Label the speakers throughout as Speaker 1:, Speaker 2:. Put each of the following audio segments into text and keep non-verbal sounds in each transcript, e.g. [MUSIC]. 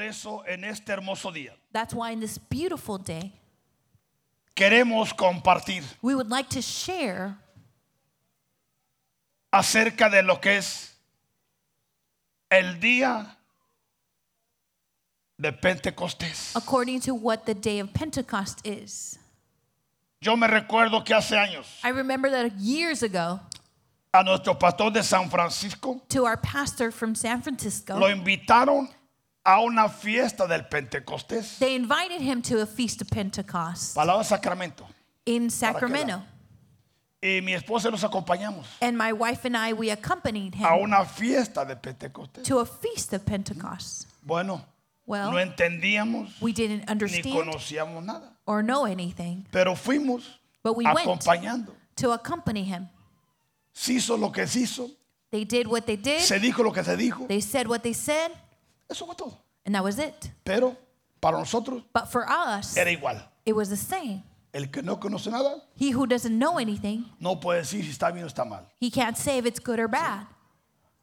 Speaker 1: eso en este hermoso día.
Speaker 2: That's why in this beautiful day,
Speaker 1: Queremos compartir
Speaker 2: we would like to share
Speaker 1: acerca de lo que es el día de Pentecostés.
Speaker 2: according to what the day of Pentecost is.
Speaker 1: Yo me recuerdo que hace años
Speaker 2: I remember that years ago,
Speaker 1: a nuestro pastor de San Francisco
Speaker 2: to our pastor from San
Speaker 1: lo
Speaker 2: Francisco,
Speaker 1: invitaron a una fiesta del Pentecostés,
Speaker 2: they invited him to a feast of Pentecost
Speaker 1: palabra sacramento.
Speaker 2: in Sacramento.
Speaker 1: Y mi esposa y nos acompañamos
Speaker 2: And my wife and I, we accompanied
Speaker 1: a
Speaker 2: him
Speaker 1: una fiesta de Pentecostés.
Speaker 2: to a feast of Pentecost.
Speaker 1: Bueno, no
Speaker 2: Well,
Speaker 1: entendíamos
Speaker 2: we didn't
Speaker 1: ni
Speaker 2: understand
Speaker 1: conocíamos nada,
Speaker 2: or know anything,
Speaker 1: pero fuimos
Speaker 2: but we went
Speaker 1: acompañando.
Speaker 2: to accompany him.
Speaker 1: Se hizo lo que se hizo,
Speaker 2: They did what they did,
Speaker 1: se dijo lo que se dijo,
Speaker 2: they said what they said,
Speaker 1: eso fue todo.
Speaker 2: and that was it.
Speaker 1: Pero para nosotros
Speaker 2: But for us,
Speaker 1: era igual.
Speaker 2: it was the same.
Speaker 1: El que no conoce nada
Speaker 2: He who doesn't know anything,
Speaker 1: no puede decir si está bien o está mal.
Speaker 2: he can't say if it's good or bad.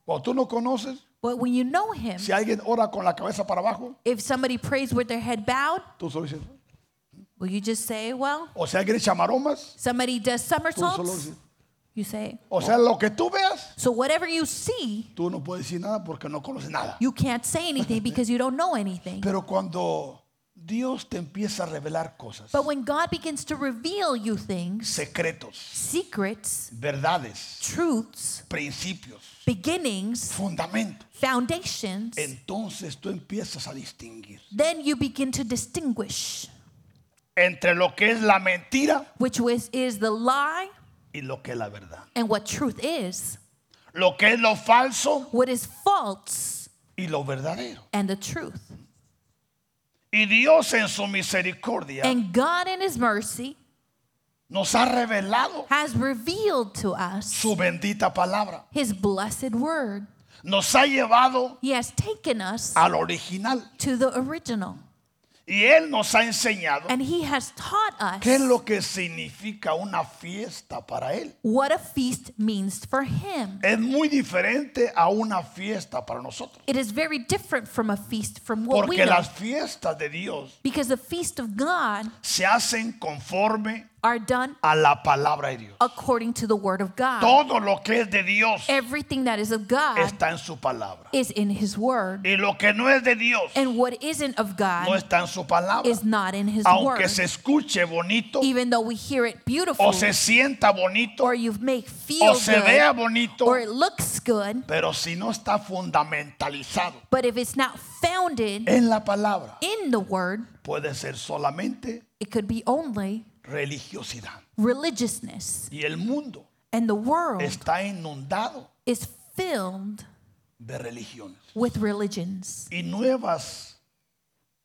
Speaker 1: Cuando tú no conoces,
Speaker 2: But when you know him,
Speaker 1: si alguien ora con la cabeza para abajo,
Speaker 2: if somebody prays with their head bowed,
Speaker 1: tú solo dices.
Speaker 2: will you just say, well,
Speaker 1: O si alguien echa maromas,
Speaker 2: somebody does
Speaker 1: tú solo
Speaker 2: somersaults?
Speaker 1: dices.
Speaker 2: You say,
Speaker 1: O sea, lo que tú veas,
Speaker 2: so whatever you see,
Speaker 1: tú no puedes decir nada porque no conoces nada.
Speaker 2: you can't say anything because you don't know anything.
Speaker 1: Pero cuando Dios te empieza a revelar cosas,
Speaker 2: But when God begins to reveal you things,
Speaker 1: secretos,
Speaker 2: secrets,
Speaker 1: verdades,
Speaker 2: truths,
Speaker 1: principios,
Speaker 2: beginnings,
Speaker 1: fundamentos,
Speaker 2: foundations,
Speaker 1: entonces tú empiezas a distinguir
Speaker 2: then you begin to distinguish
Speaker 1: entre lo que es la mentira
Speaker 2: which was, is the lie
Speaker 1: y lo que es la verdad.
Speaker 2: and what truth is,
Speaker 1: Lo que es lo falso
Speaker 2: what is false
Speaker 1: y lo verdadero.
Speaker 2: and the truth.
Speaker 1: Y Dios en su misericordia
Speaker 2: And God, in His mercy,
Speaker 1: nos ha revelado
Speaker 2: has revealed to us
Speaker 1: su bendita palabra.
Speaker 2: His blessed word.
Speaker 1: Nos ha llevado
Speaker 2: He has taken us
Speaker 1: al original.
Speaker 2: to the original,
Speaker 1: Y Él nos ha enseñado
Speaker 2: and He has taught us
Speaker 1: qué es lo que significa una fiesta para Él.
Speaker 2: what a feast means for Him.
Speaker 1: Es muy diferente a una fiesta para nosotros.
Speaker 2: It is very different from a feast from what we
Speaker 1: Porque
Speaker 2: know,
Speaker 1: las fiestas de Dios
Speaker 2: because the feast of God
Speaker 1: se hacen conforme
Speaker 2: are done
Speaker 1: a la palabra de Dios.
Speaker 2: according to the word of God.
Speaker 1: Todo lo que es de Dios
Speaker 2: Everything that is of God
Speaker 1: está en su palabra.
Speaker 2: is in His word,
Speaker 1: Y lo que no es de Dios
Speaker 2: and what isn't of God
Speaker 1: no está en su palabra.
Speaker 2: is not in His
Speaker 1: Aunque
Speaker 2: word.
Speaker 1: se escuche bonito
Speaker 2: Even though we hear it beautiful,
Speaker 1: o se sienta bonito
Speaker 2: or you make feel
Speaker 1: o se
Speaker 2: good,
Speaker 1: vea bonito,
Speaker 2: or it looks good,
Speaker 1: pero si no está fundamentalizado
Speaker 2: but if it's not founded
Speaker 1: en la palabra,
Speaker 2: in the word,
Speaker 1: puede ser solamente
Speaker 2: it could be only
Speaker 1: religiosidad.
Speaker 2: religiousness.
Speaker 1: Y el mundo
Speaker 2: And the world
Speaker 1: está inundado
Speaker 2: is filled
Speaker 1: de religiones.
Speaker 2: with religions,
Speaker 1: Y nuevas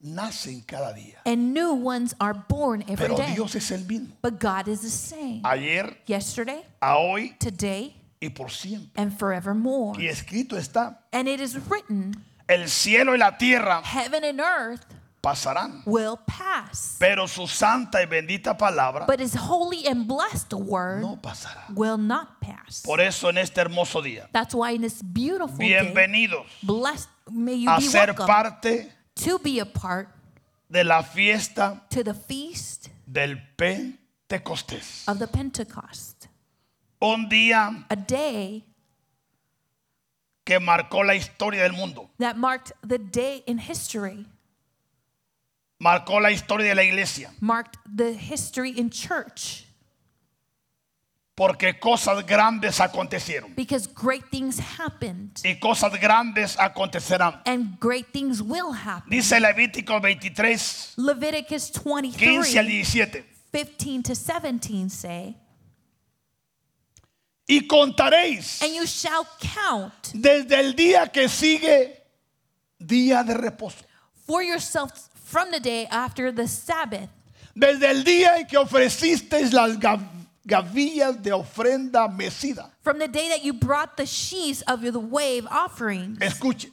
Speaker 1: nacen cada día.
Speaker 2: and new ones are born every
Speaker 1: Pero
Speaker 2: day.
Speaker 1: Dios es el mismo.
Speaker 2: But God is the same
Speaker 1: Ayer,
Speaker 2: yesterday,
Speaker 1: a hoy
Speaker 2: today,
Speaker 1: y por siempre.
Speaker 2: and forevermore.
Speaker 1: Y escrito está,
Speaker 2: And it is written
Speaker 1: el cielo y la tierra
Speaker 2: heaven and earth
Speaker 1: pasarán,
Speaker 2: will pass,
Speaker 1: pero su santa y bendita palabra
Speaker 2: but his holy and blessed word
Speaker 1: no pasará.
Speaker 2: will not pass.
Speaker 1: Por eso en este hermoso día,
Speaker 2: That's why in this beautiful day,
Speaker 1: bienvenidos
Speaker 2: blessed may you
Speaker 1: a
Speaker 2: be
Speaker 1: ser
Speaker 2: welcome
Speaker 1: parte
Speaker 2: to be a part
Speaker 1: de la fiesta
Speaker 2: to the feast
Speaker 1: del Pentecostés.
Speaker 2: of the Pentecost,
Speaker 1: Un día
Speaker 2: a day
Speaker 1: que marcó la historia del mundo,
Speaker 2: that marked the day in history,
Speaker 1: marcó la historia de la iglesia,
Speaker 2: marked the history in church,
Speaker 1: porque cosas grandes acontecieron
Speaker 2: because great things happened
Speaker 1: y cosas grandes acontecerán.
Speaker 2: and great things will happen.
Speaker 1: Dice Levítico 23,
Speaker 2: Leviticus
Speaker 1: 15 al
Speaker 2: 23,
Speaker 1: 17.
Speaker 2: 15 to 17 say,
Speaker 1: Y contaréis
Speaker 2: And you shall count
Speaker 1: desde el día que sigue día de reposo,
Speaker 2: for yourselves from the day after the Sabbath,
Speaker 1: desde el día en que ofrecisteis las gav- gavillas de ofrenda mecida.
Speaker 2: from the day that you brought the sheaves of the wave offerings.
Speaker 1: Escuche,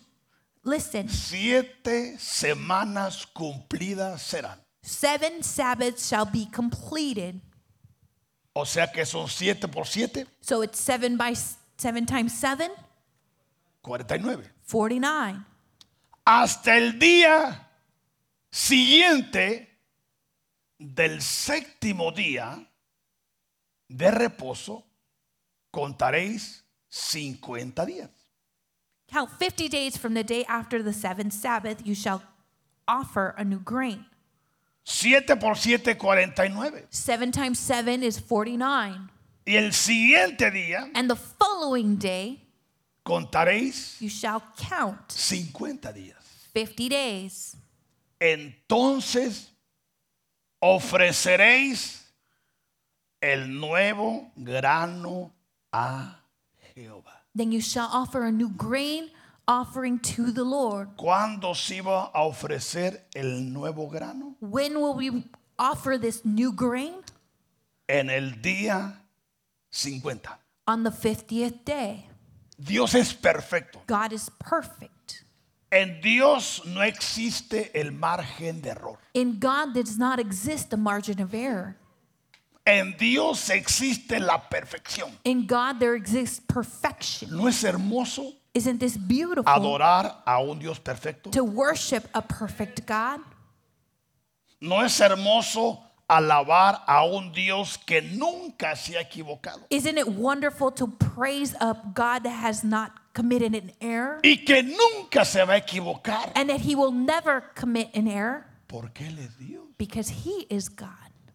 Speaker 2: Listen,
Speaker 1: siete semanas cumplidas serán.
Speaker 2: seven Sabbaths shall be completed.
Speaker 1: O sea que son siete por siete,
Speaker 2: So it's seven by s- seven times seven,
Speaker 1: 49.
Speaker 2: 49.
Speaker 1: Hasta el día siguiente del séptimo día de reposo contaréis 50 días.
Speaker 2: Count 50 days from the day after the seventh Sabbath, you shall offer a new grain.
Speaker 1: 7 por 7, 49.
Speaker 2: Seven times seven is 49.
Speaker 1: Y el siguiente día
Speaker 2: And the following day,
Speaker 1: contaréis
Speaker 2: you shall count
Speaker 1: 50 días.
Speaker 2: 50 days.
Speaker 1: Entonces ofreceréis el nuevo grano a Jehová.
Speaker 2: Then you shall offer a new grain offering to the Lord.
Speaker 1: ¿Cuándo se iba a ofrecer el nuevo grano?
Speaker 2: When will we offer this new grain?
Speaker 1: En el día 50.
Speaker 2: On the 50th day.
Speaker 1: Dios es perfecto.
Speaker 2: God is perfect.
Speaker 1: En Dios no existe el margen de error.
Speaker 2: In God does not exist a margin of error.
Speaker 1: En Dios existe la perfección.
Speaker 2: In God there exists perfection.
Speaker 1: ¿No es hermoso
Speaker 2: Isn't this beautiful?
Speaker 1: adorar a un Dios perfecto?
Speaker 2: To worship a perfect God.
Speaker 1: ¿No es hermoso alabar a un Dios que nunca se ha equivocado
Speaker 2: Isn't it wonderful to praise a God that has not committed an error
Speaker 1: y que nunca se va a equivocar?
Speaker 2: and that he will never commit an error
Speaker 1: Porque Él es Dios.
Speaker 2: because he is God?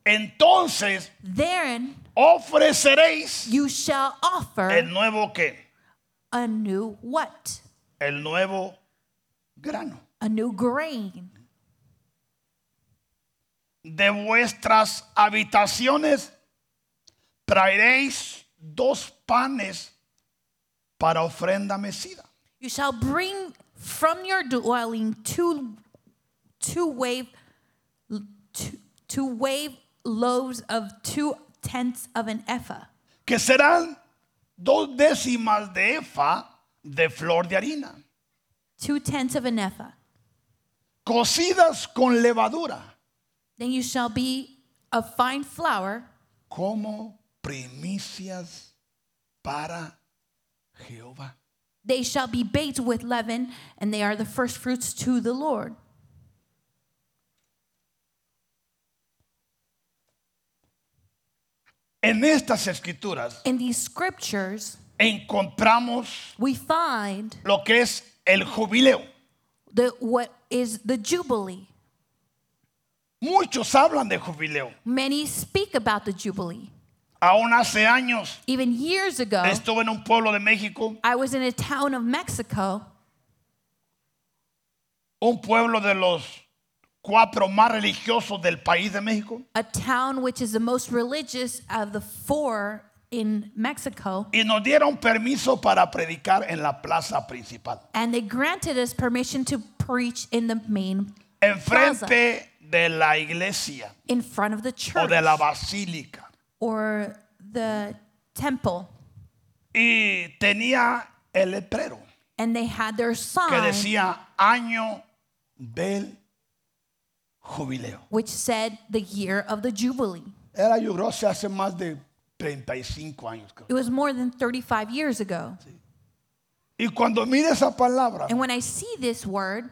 Speaker 1: Entonces
Speaker 2: Therein
Speaker 1: ofreceréis
Speaker 2: you shall
Speaker 1: el
Speaker 2: offer
Speaker 1: nuevo qué?
Speaker 2: a new what?
Speaker 1: El nuevo grano
Speaker 2: A new grain
Speaker 1: de vuestras habitaciones traeréis dos panes para ofrenda mecida.
Speaker 2: You shall bring from your dwelling two, two wave, two, two wave loaves of two tenths of an ephah,
Speaker 1: que serán dos décimas de efa de flor de harina,
Speaker 2: two tenths of an ephah.
Speaker 1: cocidas con levadura,
Speaker 2: Then you shall be of fine flour
Speaker 1: como primicias para Jehová.
Speaker 2: They shall be baked with leaven, and they are the first fruits to the Lord.
Speaker 1: En estas escrituras
Speaker 2: In these scriptures,
Speaker 1: encontramos
Speaker 2: we find
Speaker 1: lo que es el jubileo.
Speaker 2: the, what is the Jubilee.
Speaker 1: Muchos hablan de jubileo.
Speaker 2: Many speak about the Jubilee.
Speaker 1: Aún hace años
Speaker 2: Even years ago,
Speaker 1: estuve en un pueblo de México,
Speaker 2: I was in a town of Mexico,
Speaker 1: un pueblo de los cuatro más religiosos del país de México,
Speaker 2: a town which is the most religious of the four in Mexico,
Speaker 1: y nos dieron permiso para predicar en la plaza principal.
Speaker 2: and they granted us permission to preach in the main
Speaker 1: enfrente de la iglesia
Speaker 2: in front of the
Speaker 1: o
Speaker 2: church
Speaker 1: de la basílica.
Speaker 2: or the temple.
Speaker 1: Y tenía el letrero
Speaker 2: And they had their
Speaker 1: que
Speaker 2: sign
Speaker 1: decía año del jubileo.
Speaker 2: which said the year of the Jubilee.
Speaker 1: Era yo creo se hace más de 35 años. creo.
Speaker 2: It was more than 35 years ago.
Speaker 1: Y cuando mire esa palabra,
Speaker 2: And when I see this word,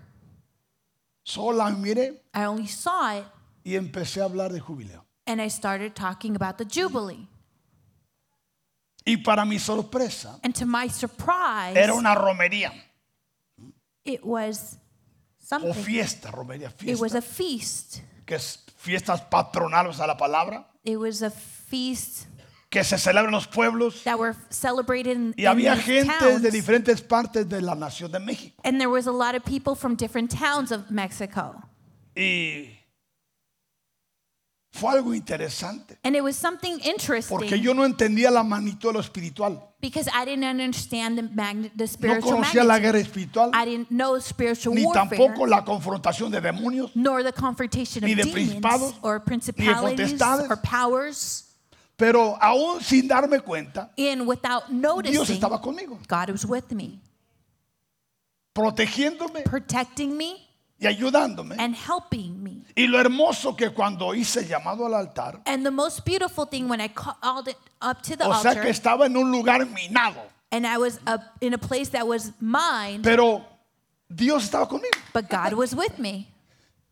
Speaker 1: sola miré
Speaker 2: I only saw it
Speaker 1: y empecé a hablar de jubileo.
Speaker 2: and I started talking about the Jubilee.
Speaker 1: Y para mi sorpresa,
Speaker 2: And to my surprise,
Speaker 1: era una romería
Speaker 2: it was
Speaker 1: o
Speaker 2: something.
Speaker 1: fiesta, romería,
Speaker 2: It was
Speaker 1: fiesta,
Speaker 2: a feast.
Speaker 1: que es fiestas patronales a la palabra,
Speaker 2: It was a feast
Speaker 1: que se celebran los pueblos
Speaker 2: that were celebrated in,
Speaker 1: Y había
Speaker 2: in these
Speaker 1: gente
Speaker 2: towns.
Speaker 1: de diferentes partes de la nación de México.
Speaker 2: and there was a lot of people from different towns of Mexico.
Speaker 1: Y fue algo interesante,
Speaker 2: And it was something interesting
Speaker 1: porque yo no entendía la magnitud de lo espiritual.
Speaker 2: because I didn't understand the, magni- the
Speaker 1: No
Speaker 2: spiritual
Speaker 1: conocía la
Speaker 2: magnitude.
Speaker 1: guerra espiritual,
Speaker 2: I didn't know spiritual
Speaker 1: ni
Speaker 2: warfare,
Speaker 1: tampoco la confrontación de demonios.
Speaker 2: nor the confrontation
Speaker 1: ni
Speaker 2: of
Speaker 1: de
Speaker 2: demons
Speaker 1: principados,
Speaker 2: or principalities
Speaker 1: potestades.
Speaker 2: or powers.
Speaker 1: Pero aún sin darme cuenta,
Speaker 2: And without
Speaker 1: Dios
Speaker 2: noticing,
Speaker 1: estaba conmigo,
Speaker 2: God was with me,
Speaker 1: protegiéndome
Speaker 2: protecting me
Speaker 1: y ayudándome.
Speaker 2: and helping me.
Speaker 1: Y lo hermoso que cuando hice llamado al altar,
Speaker 2: And the most beautiful thing when I called it up to the
Speaker 1: o sea
Speaker 2: altar,
Speaker 1: que estaba en un lugar minado,
Speaker 2: and I was up in a place that was mine,
Speaker 1: pero Dios estaba conmigo.
Speaker 2: but God was with me.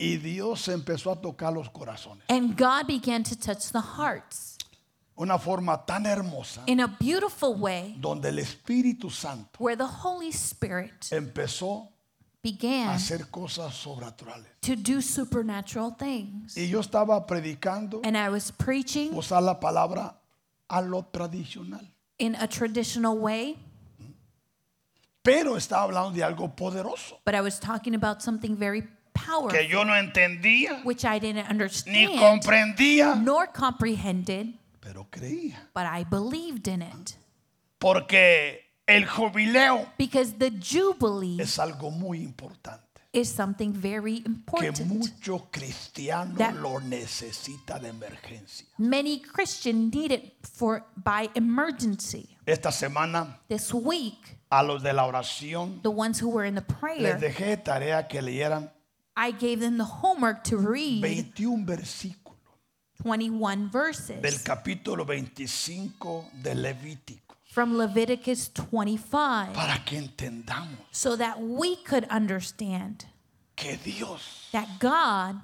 Speaker 1: Y Dios empezó a tocar los corazones.
Speaker 2: And God began to touch the hearts
Speaker 1: Una forma tan hermosa
Speaker 2: in a beautiful way
Speaker 1: donde el Espíritu Santo
Speaker 2: where the Holy Spirit
Speaker 1: empezó a
Speaker 2: began
Speaker 1: hacer cosas sobrenaturales.
Speaker 2: to do supernatural things.
Speaker 1: Y yo estaba predicando
Speaker 2: And I was preaching
Speaker 1: usar la palabra a lo tradicional.
Speaker 2: in a traditional way,
Speaker 1: Pero estaba hablando de algo poderoso
Speaker 2: but I was talking about something very powerful,
Speaker 1: que yo no entendía
Speaker 2: which I didn't
Speaker 1: ni
Speaker 2: understand
Speaker 1: comprendía,
Speaker 2: nor comprehended,
Speaker 1: pero creía.
Speaker 2: but I believed in it.
Speaker 1: Porque el jubileo
Speaker 2: Because the Jubilee
Speaker 1: es algo muy importante
Speaker 2: is something very
Speaker 1: que
Speaker 2: important.
Speaker 1: muchos cristianos
Speaker 2: That-
Speaker 1: lo necesita de emergencia.
Speaker 2: Many Christians need it for by emergency.
Speaker 1: Esta semana
Speaker 2: This week,
Speaker 1: a los de la oración
Speaker 2: the ones who were in the
Speaker 1: les
Speaker 2: prayer,
Speaker 1: dejé de tarea que leyeran
Speaker 2: I gave them the homework to read
Speaker 1: 21 versículos
Speaker 2: 21
Speaker 1: del
Speaker 2: verses
Speaker 1: capítulo 25 de Levítico
Speaker 2: from Leviticus 25
Speaker 1: para que entendamos
Speaker 2: so that we could understand
Speaker 1: que Dios
Speaker 2: that God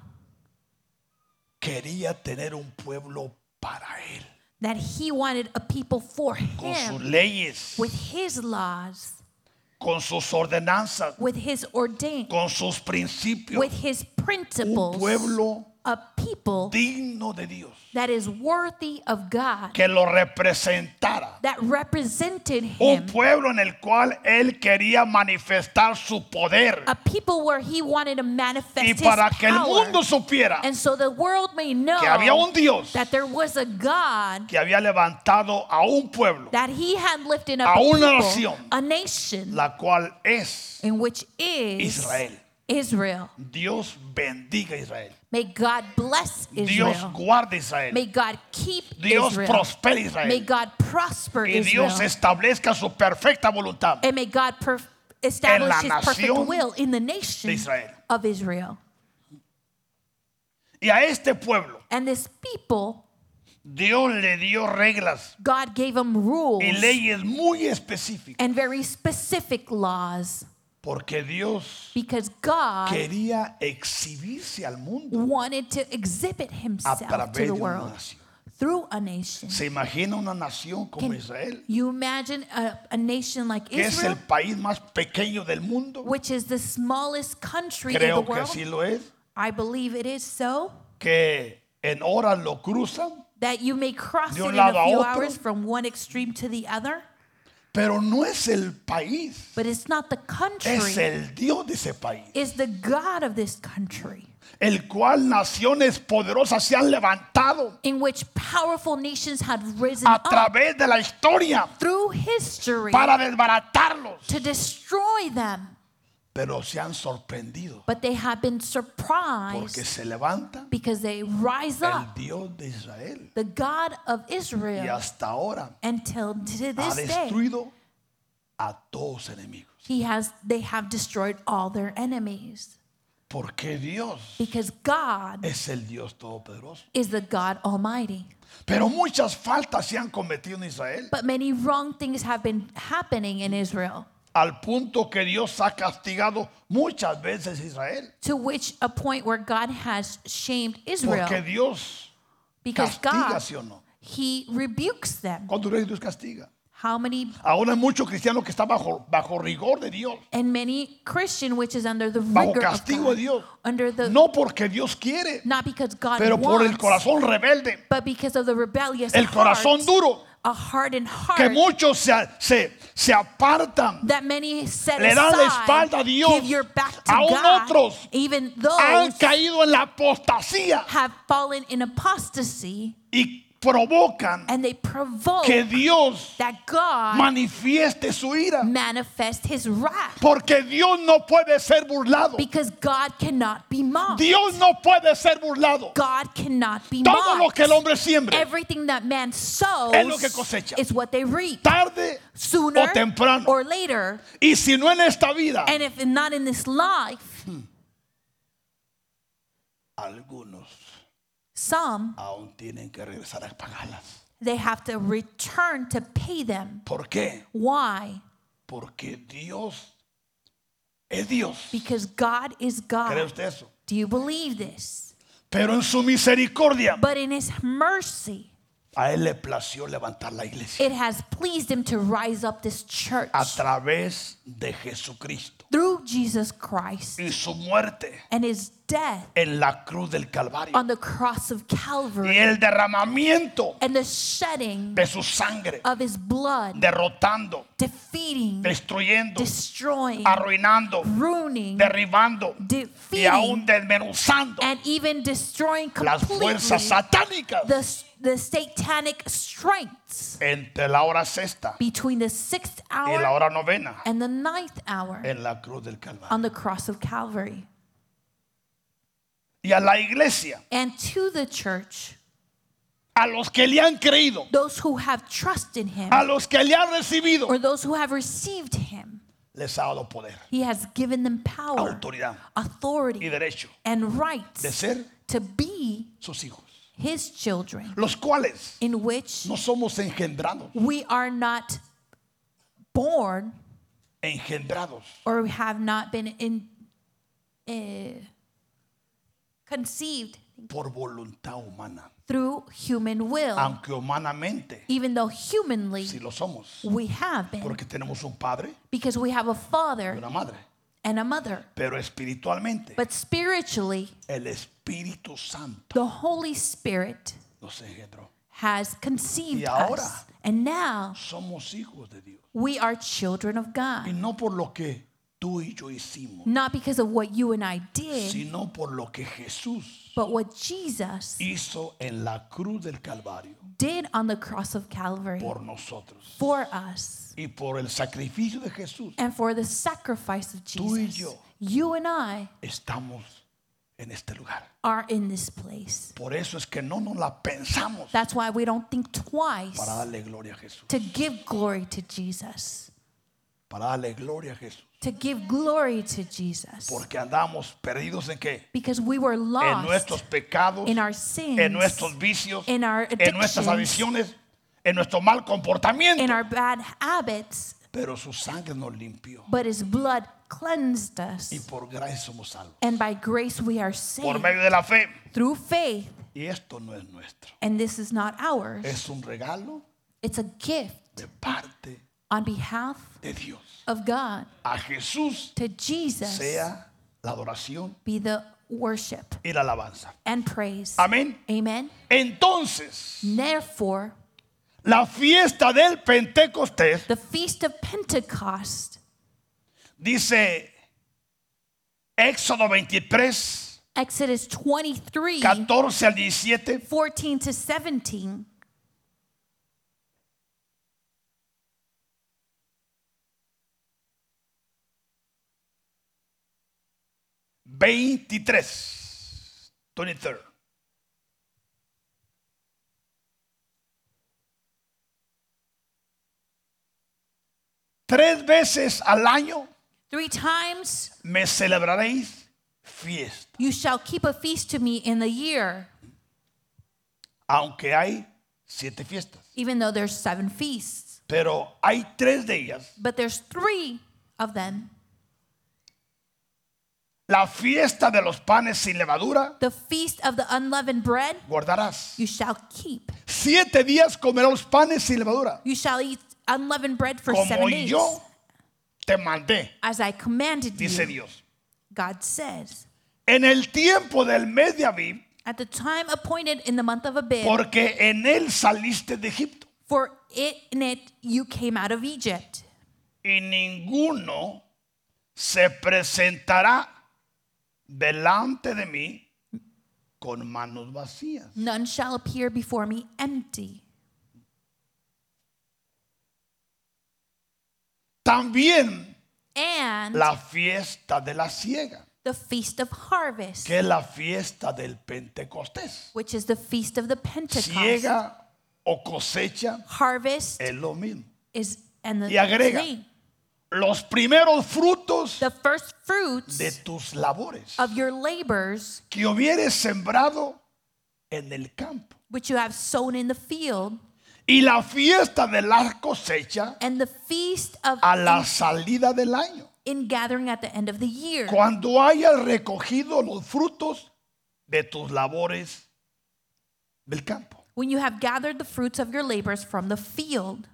Speaker 1: quería tener un pueblo para él,
Speaker 2: that he wanted a people for
Speaker 1: con sus
Speaker 2: him
Speaker 1: leyes,
Speaker 2: with his laws,
Speaker 1: con sus ordenanzas,
Speaker 2: with his ordain,
Speaker 1: con sus principios,
Speaker 2: with his
Speaker 1: un
Speaker 2: principles,
Speaker 1: pueblo
Speaker 2: a people
Speaker 1: digno de Dios,
Speaker 2: that is worthy of God,
Speaker 1: que lo representara,
Speaker 2: that represented
Speaker 1: un
Speaker 2: him,
Speaker 1: pueblo en el cual él quería manifestar su poder
Speaker 2: a people where he wanted to manifest
Speaker 1: y
Speaker 2: his
Speaker 1: para que el mundo
Speaker 2: power.
Speaker 1: supiera
Speaker 2: And so the world may know
Speaker 1: que había un Dios
Speaker 2: that there was a God
Speaker 1: que había levantado a un pueblo,
Speaker 2: that he had lifted up
Speaker 1: A
Speaker 2: a,
Speaker 1: una
Speaker 2: people,
Speaker 1: nación.
Speaker 2: a nation
Speaker 1: la cual es
Speaker 2: in which is
Speaker 1: Israel.
Speaker 2: Israel.
Speaker 1: Dios bendiga a Israel.
Speaker 2: May God bless Israel.
Speaker 1: Dios guarde a Israel.
Speaker 2: May God keep
Speaker 1: Dios
Speaker 2: Israel.
Speaker 1: prospere a
Speaker 2: May
Speaker 1: Israel
Speaker 2: God prosper
Speaker 1: y
Speaker 2: Israel.
Speaker 1: Dios establezca su perfecta voluntad
Speaker 2: and may God per- establish
Speaker 1: en la
Speaker 2: His perfect
Speaker 1: nación
Speaker 2: will in the nation
Speaker 1: de Israel.
Speaker 2: of Israel.
Speaker 1: Y a este pueblo
Speaker 2: And this people,
Speaker 1: Dios le dio reglas
Speaker 2: God gave them rules
Speaker 1: y leyes muy específicas
Speaker 2: and very specific laws
Speaker 1: porque Dios
Speaker 2: because God
Speaker 1: quería exhibirse al mundo
Speaker 2: wanted to exhibit
Speaker 1: a
Speaker 2: Himself to
Speaker 1: través de
Speaker 2: the
Speaker 1: una
Speaker 2: world
Speaker 1: nación.
Speaker 2: through a nation.
Speaker 1: ¿Se imagina una nación como
Speaker 2: Can
Speaker 1: Israel?
Speaker 2: you imagine a, a nation like
Speaker 1: Que es
Speaker 2: Israel,
Speaker 1: el país más pequeño del mundo.
Speaker 2: which is the smallest country in the
Speaker 1: Creo que
Speaker 2: world?
Speaker 1: sí lo es.
Speaker 2: I believe it is so.
Speaker 1: Que en horas lo cruzan.
Speaker 2: that you may cross
Speaker 1: De
Speaker 2: it
Speaker 1: un
Speaker 2: in
Speaker 1: lado
Speaker 2: a
Speaker 1: a
Speaker 2: few
Speaker 1: otro.
Speaker 2: hours from one extreme to the other,
Speaker 1: Pero no es el país.
Speaker 2: but it's not the
Speaker 1: Es
Speaker 2: country,
Speaker 1: el Dios de ese país.
Speaker 2: it's the God of this country,
Speaker 1: el cual naciones poderosas se han levantado
Speaker 2: in which powerful nations had risen
Speaker 1: a
Speaker 2: up
Speaker 1: través de la historia
Speaker 2: through history
Speaker 1: para desbaratarlos,
Speaker 2: to destroy them,
Speaker 1: pero se han sorprendido
Speaker 2: but they have been
Speaker 1: porque
Speaker 2: surprised
Speaker 1: se levanta
Speaker 2: because they rise
Speaker 1: el
Speaker 2: up,
Speaker 1: Dios de Israel
Speaker 2: the God of
Speaker 1: y
Speaker 2: Israel,
Speaker 1: hasta ahora
Speaker 2: until to
Speaker 1: ha
Speaker 2: this day.
Speaker 1: destruido a todos enemigos.
Speaker 2: He has, they have destroyed all their enemies
Speaker 1: Porque Dios
Speaker 2: because God
Speaker 1: es el Dios todopoderoso.
Speaker 2: is the God Almighty.
Speaker 1: Pero muchas faltas se han cometido en Israel
Speaker 2: But many wrong things have been happening in Israel,
Speaker 1: al punto que Dios ha castigado muchas veces a Israel.
Speaker 2: to which a point where God has shamed Israel
Speaker 1: Porque Dios
Speaker 2: because
Speaker 1: castiga,
Speaker 2: God,
Speaker 1: sí o no.
Speaker 2: He rebukes them.
Speaker 1: ¿Cuánto crees que Dios castiga?
Speaker 2: How many,
Speaker 1: Ahora hay muchos cristianos que están bajo, bajo rigor de Dios,
Speaker 2: and many Christian, which is under the
Speaker 1: bajo
Speaker 2: rigor of
Speaker 1: castigo de
Speaker 2: God,
Speaker 1: Dios.
Speaker 2: under the,
Speaker 1: No porque Dios quiere,
Speaker 2: not because God
Speaker 1: pero por el
Speaker 2: wants,
Speaker 1: corazón rebelde,
Speaker 2: but because of the rebellious
Speaker 1: el corazón
Speaker 2: heart,
Speaker 1: duro,
Speaker 2: a hardened heart
Speaker 1: que muchos se, se, se apartan,
Speaker 2: that many set
Speaker 1: le dan la
Speaker 2: aside,
Speaker 1: espalda a Dios.
Speaker 2: give your back to
Speaker 1: Aún
Speaker 2: God,
Speaker 1: otros
Speaker 2: even those
Speaker 1: han caído en la apostasía
Speaker 2: have fallen in apostasy,
Speaker 1: y provocan
Speaker 2: and they provoke
Speaker 1: que Dios
Speaker 2: that God
Speaker 1: manifieste su ira,
Speaker 2: manifests his wrath
Speaker 1: porque Dios no puede ser burlado.
Speaker 2: because God cannot be mocked.
Speaker 1: Dios no puede ser burlado.
Speaker 2: God cannot be
Speaker 1: Todo lo
Speaker 2: mocked.
Speaker 1: que el hombre siembre,
Speaker 2: Everything that man sows
Speaker 1: Es lo que cosecha.
Speaker 2: is what they reap
Speaker 1: tarde
Speaker 2: sooner
Speaker 1: o temprano.
Speaker 2: or later.
Speaker 1: Y si no en esta vida,
Speaker 2: And if not in this life,
Speaker 1: algunos
Speaker 2: some
Speaker 1: aún tienen que regresar a pagarlas.
Speaker 2: they have to return to pay them.
Speaker 1: ¿Por qué?
Speaker 2: Why?
Speaker 1: Porque Dios es Dios.
Speaker 2: Because God is
Speaker 1: ¿Cree
Speaker 2: God.
Speaker 1: usted eso?
Speaker 2: Do Do you believe this?
Speaker 1: Pero en su misericordia,
Speaker 2: But in his mercy,
Speaker 1: a Él le plació levantar la iglesia
Speaker 2: it has pleased him to rise up this church
Speaker 1: a través de Jesucristo
Speaker 2: through Jesus Christ
Speaker 1: y su muerte
Speaker 2: and his death
Speaker 1: en la cruz del Calvario
Speaker 2: on the cross of
Speaker 1: y
Speaker 2: Calvary
Speaker 1: el derramamiento
Speaker 2: and the shedding
Speaker 1: de su sangre,
Speaker 2: of his blood,
Speaker 1: derrotando,
Speaker 2: defeating,
Speaker 1: destruyendo,
Speaker 2: destroying,
Speaker 1: arruinando,
Speaker 2: ruining,
Speaker 1: derribando y aún
Speaker 2: defeating,
Speaker 1: desmenuzando
Speaker 2: and even destroying
Speaker 1: las fuerzas
Speaker 2: completely
Speaker 1: satánicas
Speaker 2: the, the satanic strengths
Speaker 1: entre la hora sexta
Speaker 2: between the sixth
Speaker 1: y la
Speaker 2: hour
Speaker 1: hora novena
Speaker 2: and the ninth hour
Speaker 1: en la cruz del Calvario.
Speaker 2: on the cross of Calvary.
Speaker 1: Y a la iglesia,
Speaker 2: And to the church,
Speaker 1: a los que le han creído,
Speaker 2: those who have trusted him
Speaker 1: a los que le han recibido,
Speaker 2: or those who have received him,
Speaker 1: les ha dado poder,
Speaker 2: he has given them power,
Speaker 1: autoridad y
Speaker 2: authority,
Speaker 1: derecho
Speaker 2: and
Speaker 1: de
Speaker 2: rights
Speaker 1: ser
Speaker 2: to be
Speaker 1: sus hijos,
Speaker 2: his children,
Speaker 1: los cuales
Speaker 2: in which
Speaker 1: no somos engendrados,
Speaker 2: we are not born
Speaker 1: engendrados
Speaker 2: or have not been in, eh, conceived
Speaker 1: por voluntad humana,
Speaker 2: through human will,
Speaker 1: aunque humanamente
Speaker 2: even though humanly
Speaker 1: sí lo somos,
Speaker 2: we have been,
Speaker 1: porque tenemos un padre
Speaker 2: because we have a
Speaker 1: y
Speaker 2: father
Speaker 1: una madre,
Speaker 2: and a mother.
Speaker 1: pero espiritualmente
Speaker 2: But spiritually,
Speaker 1: el Espíritu Santo
Speaker 2: the Holy Spirit
Speaker 1: nos engendró.
Speaker 2: has conceived
Speaker 1: Y ahora-
Speaker 2: us. And now
Speaker 1: Somos hijos de Dios.
Speaker 2: we are children of
Speaker 1: Y
Speaker 2: God.
Speaker 1: no por lo que tú y yo hicimos,
Speaker 2: Not because of what you and I did,
Speaker 1: sino por lo que Jesús
Speaker 2: but what Jesus
Speaker 1: hizo en la cruz del Calvario
Speaker 2: did on the cross of Calvary
Speaker 1: por nosotros.
Speaker 2: for us
Speaker 1: Y por el sacrificio de Jesús
Speaker 2: and for the sacrifice of
Speaker 1: Tú y
Speaker 2: Jesus.
Speaker 1: yo.
Speaker 2: You and I
Speaker 1: estamos en este lugar.
Speaker 2: are in this place.
Speaker 1: Por eso es que no nos la pensamos
Speaker 2: That's why we don't think twice
Speaker 1: para darle gloria a Jesús.
Speaker 2: to give glory to Jesus.
Speaker 1: Para darle gloria a Jesús.
Speaker 2: To give glory to Jesus.
Speaker 1: Porque andamos perdidos en qué?
Speaker 2: Because we were
Speaker 1: En
Speaker 2: lost
Speaker 1: nuestros pecados,
Speaker 2: in our sins,
Speaker 1: en nuestros vicios,
Speaker 2: in our
Speaker 1: en nuestras
Speaker 2: addictions,
Speaker 1: adicciones, en nuestro mal comportamiento.
Speaker 2: in our bad habits,
Speaker 1: Pero su sangre nos limpió.
Speaker 2: but his blood cleansed
Speaker 1: Y
Speaker 2: us.
Speaker 1: por gracia somos salvos.
Speaker 2: And by grace we are
Speaker 1: Por
Speaker 2: saved
Speaker 1: medio de la fe.
Speaker 2: through faith.
Speaker 1: Y esto no es nuestro.
Speaker 2: And this is not ours,
Speaker 1: Es un regalo
Speaker 2: it's a gift
Speaker 1: de parte
Speaker 2: on behalf
Speaker 1: de Dios.
Speaker 2: of God.
Speaker 1: A Jesús
Speaker 2: To Jesus
Speaker 1: sea la adoración
Speaker 2: be the worship
Speaker 1: y la alabanza.
Speaker 2: and praise.
Speaker 1: Amén.
Speaker 2: Amen.
Speaker 1: Entonces,
Speaker 2: Therefore,
Speaker 1: la fiesta del Pentecostés
Speaker 2: the feast of Pentecost,
Speaker 1: dice Éxodo 23,
Speaker 2: Exodus 23
Speaker 1: 14 al 17.
Speaker 2: 14 to 17.
Speaker 1: Veintitrés, 23. Tres veces al año
Speaker 2: Three times
Speaker 1: me celebraréis fiesta,
Speaker 2: you shall keep a feast to me in the year,
Speaker 1: aunque hay siete fiestas.
Speaker 2: even though there's seven feasts.
Speaker 1: Pero hay tres de ellas.
Speaker 2: But there's three of them
Speaker 1: La fiesta de los panes sin levadura
Speaker 2: the feast of the unleavened bread
Speaker 1: guardarás.
Speaker 2: you shall keep.
Speaker 1: Siete días comerás los panes sin levadura,
Speaker 2: You shall eat unleavened bread for
Speaker 1: como
Speaker 2: seven days,
Speaker 1: yo te mandé,
Speaker 2: as I commanded
Speaker 1: dice
Speaker 2: you.
Speaker 1: Dios.
Speaker 2: God says,
Speaker 1: en el tiempo del mes de Abib,
Speaker 2: at the time appointed in the month of Abib,
Speaker 1: porque en él saliste de Egipto.
Speaker 2: for it in it you came out of Egypt.
Speaker 1: Y ninguno se presentará delante de mí con manos vacías.
Speaker 2: None shall appear before me empty.
Speaker 1: También
Speaker 2: And
Speaker 1: la fiesta de la ciega,
Speaker 2: the feast of harvest,
Speaker 1: que es la fiesta del Pentecostés.
Speaker 2: which is the feast of the Pentecost.
Speaker 1: Ciega o cosecha
Speaker 2: harvest
Speaker 1: es lo mismo.
Speaker 2: is and the
Speaker 1: Y agrega.
Speaker 2: three,
Speaker 1: Los primeros frutos
Speaker 2: the first fruits
Speaker 1: de tus labores
Speaker 2: of your labors
Speaker 1: que hubieres sembrado en el campo.
Speaker 2: which you have sown in the field
Speaker 1: y la fiesta de la cosecha
Speaker 2: and the feast of
Speaker 1: a la salida del año.
Speaker 2: in gathering at the end of the year.
Speaker 1: Cuando hayas recogido los frutos de tus labores del campo.
Speaker 2: When you have gathered the fruits of your labors from the field.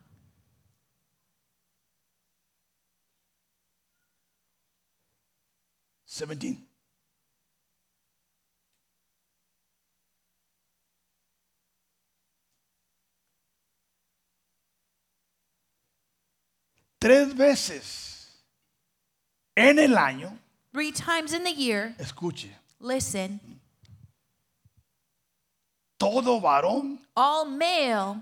Speaker 1: Seventeen. Tres veces en el año,
Speaker 2: Three times in the year,
Speaker 1: escuche,
Speaker 2: listen,
Speaker 1: todo varón
Speaker 2: all male,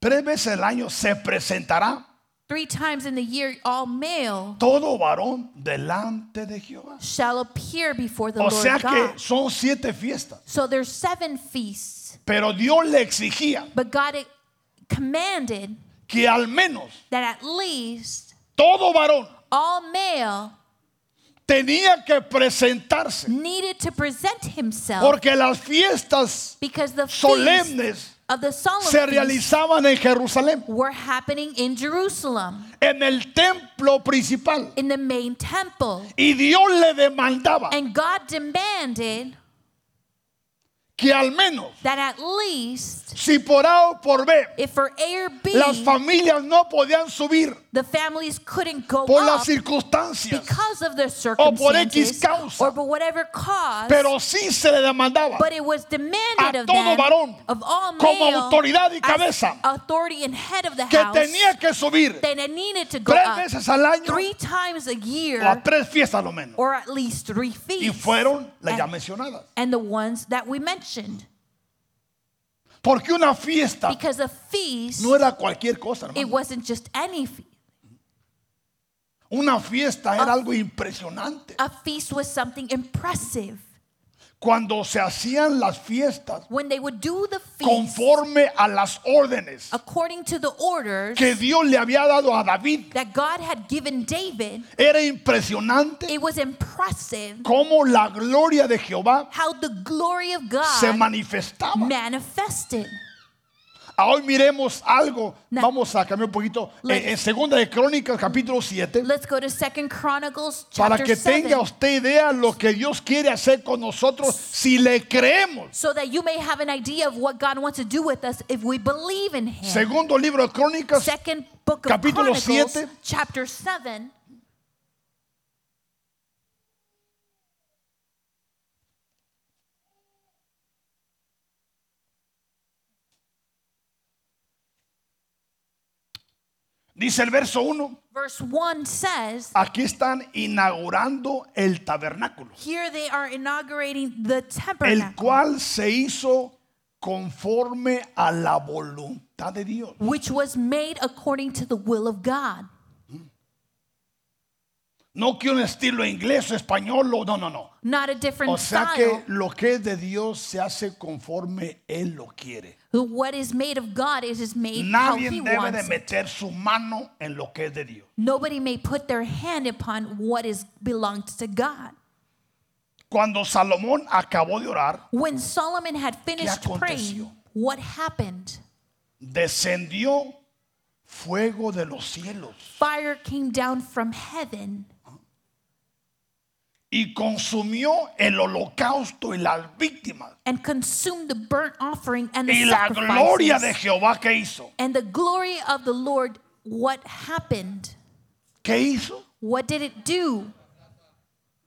Speaker 1: tres veces al año se presentará
Speaker 2: three times in the year, all male
Speaker 1: todo varón delante de Jehová.
Speaker 2: shall appear before the
Speaker 1: O
Speaker 2: Lord
Speaker 1: sea
Speaker 2: God.
Speaker 1: que son siete fiestas,
Speaker 2: So there's seven feasts,
Speaker 1: pero Dios le exigía
Speaker 2: but God eh, commanded
Speaker 1: que al menos
Speaker 2: that at least
Speaker 1: todo varón
Speaker 2: all male
Speaker 1: tenía que presentarse,
Speaker 2: needed to present himself
Speaker 1: porque las fiestas
Speaker 2: because the feasts
Speaker 1: solemnes
Speaker 2: of the
Speaker 1: se
Speaker 2: solemn feasts
Speaker 1: realizaban en Jerusalén,
Speaker 2: were happening in Jerusalem
Speaker 1: en el templo principal,
Speaker 2: in the main temple.
Speaker 1: y Dios le demandaba
Speaker 2: And God demanded
Speaker 1: que al menos,
Speaker 2: that at least,
Speaker 1: si por A o por B,
Speaker 2: if for A or B,
Speaker 1: las familias no podían subir
Speaker 2: the families couldn't go
Speaker 1: por las
Speaker 2: up
Speaker 1: circunstancias,
Speaker 2: because of their
Speaker 1: por X
Speaker 2: circumstances
Speaker 1: causa.
Speaker 2: or for whatever cause,
Speaker 1: pero sí se le demandaba
Speaker 2: but it was demanded
Speaker 1: a
Speaker 2: of
Speaker 1: todo
Speaker 2: them,
Speaker 1: varón,
Speaker 2: of all
Speaker 1: como
Speaker 2: male,
Speaker 1: autoridad y
Speaker 2: as
Speaker 1: cabeza,
Speaker 2: authority and head of the
Speaker 1: que
Speaker 2: house,
Speaker 1: tenía que subir
Speaker 2: then it needed to go
Speaker 1: tres
Speaker 2: up
Speaker 1: veces al año
Speaker 2: three times a
Speaker 1: o a
Speaker 2: year
Speaker 1: tres fiestas lo menos.
Speaker 2: or at least three
Speaker 1: Y
Speaker 2: feasts.
Speaker 1: fueron las ya
Speaker 2: and,
Speaker 1: mencionadas.
Speaker 2: and the ones that we mentioned.
Speaker 1: Porque una fiesta
Speaker 2: Because a feast,
Speaker 1: no era cualquier cosa, hermano.
Speaker 2: it wasn't just any feast.
Speaker 1: Una fiesta
Speaker 2: Ah.
Speaker 1: era algo impresionante.
Speaker 2: A feast was something impressive.
Speaker 1: Cuando se hacían las fiestas
Speaker 2: When they would do the feast
Speaker 1: conforme a las órdenes
Speaker 2: according to the orders
Speaker 1: que Dios le había dado a David,
Speaker 2: that God had given David,
Speaker 1: era impresionante
Speaker 2: it was impressive
Speaker 1: cómo la gloria de Jehová
Speaker 2: how the glory of
Speaker 1: se
Speaker 2: God
Speaker 1: manifestaba.
Speaker 2: manifested.
Speaker 1: Ah, Hoy miremos algo.
Speaker 2: Now-
Speaker 1: Vamos a cambiar un poquito. Eh,
Speaker 2: Let's-
Speaker 1: En, en Segunda de Crónicas, capítulo 7.
Speaker 2: Let's go to 2 Chronicles
Speaker 1: Para
Speaker 2: chapter
Speaker 1: que tenga
Speaker 2: 7
Speaker 1: usted idea lo que Dios quiere hacer con nosotros si le creemos.
Speaker 2: so that you may have an idea of what God wants to do with us if we believe in him.
Speaker 1: Segundo libro de Crónicas,
Speaker 2: Second book of
Speaker 1: Capítulo
Speaker 2: Chronicles,
Speaker 1: siete.
Speaker 2: chapter 7,
Speaker 1: dice el verso 1.
Speaker 2: verse 1 says,
Speaker 1: Aquí están inaugurando el tabernáculo,
Speaker 2: Here they are inaugurating the
Speaker 1: el
Speaker 2: tabernacle,
Speaker 1: cual se hizo conforme a la voluntad de Dios.
Speaker 2: which was made according to the will of God.
Speaker 1: No que un estilo inglés o español, o- no, no, no.
Speaker 2: Not a different
Speaker 1: O sea que
Speaker 2: style.
Speaker 1: lo que es de Dios se hace conforme Él lo quiere.
Speaker 2: Who- What is made of God is, is made how
Speaker 1: Nadie
Speaker 2: He
Speaker 1: debe de
Speaker 2: wants. it.
Speaker 1: meter su mano en lo que es de Dios.
Speaker 2: Nobody may put their hand upon what is belongs to God.
Speaker 1: Cuando Salomón acabó de orar,
Speaker 2: When Solomon had finished praying,
Speaker 1: aconteció?
Speaker 2: what happened?
Speaker 1: descendió fuego de los cielos
Speaker 2: Fire came down from heaven
Speaker 1: y consumió el holocausto y las víctimas
Speaker 2: and consumed the burnt offering and the
Speaker 1: y la gloria de
Speaker 2: sacrifices.
Speaker 1: Jehová que hizo.
Speaker 2: And the glory of the Lord, what happened?
Speaker 1: ¿Qué hizo?
Speaker 2: What did it do?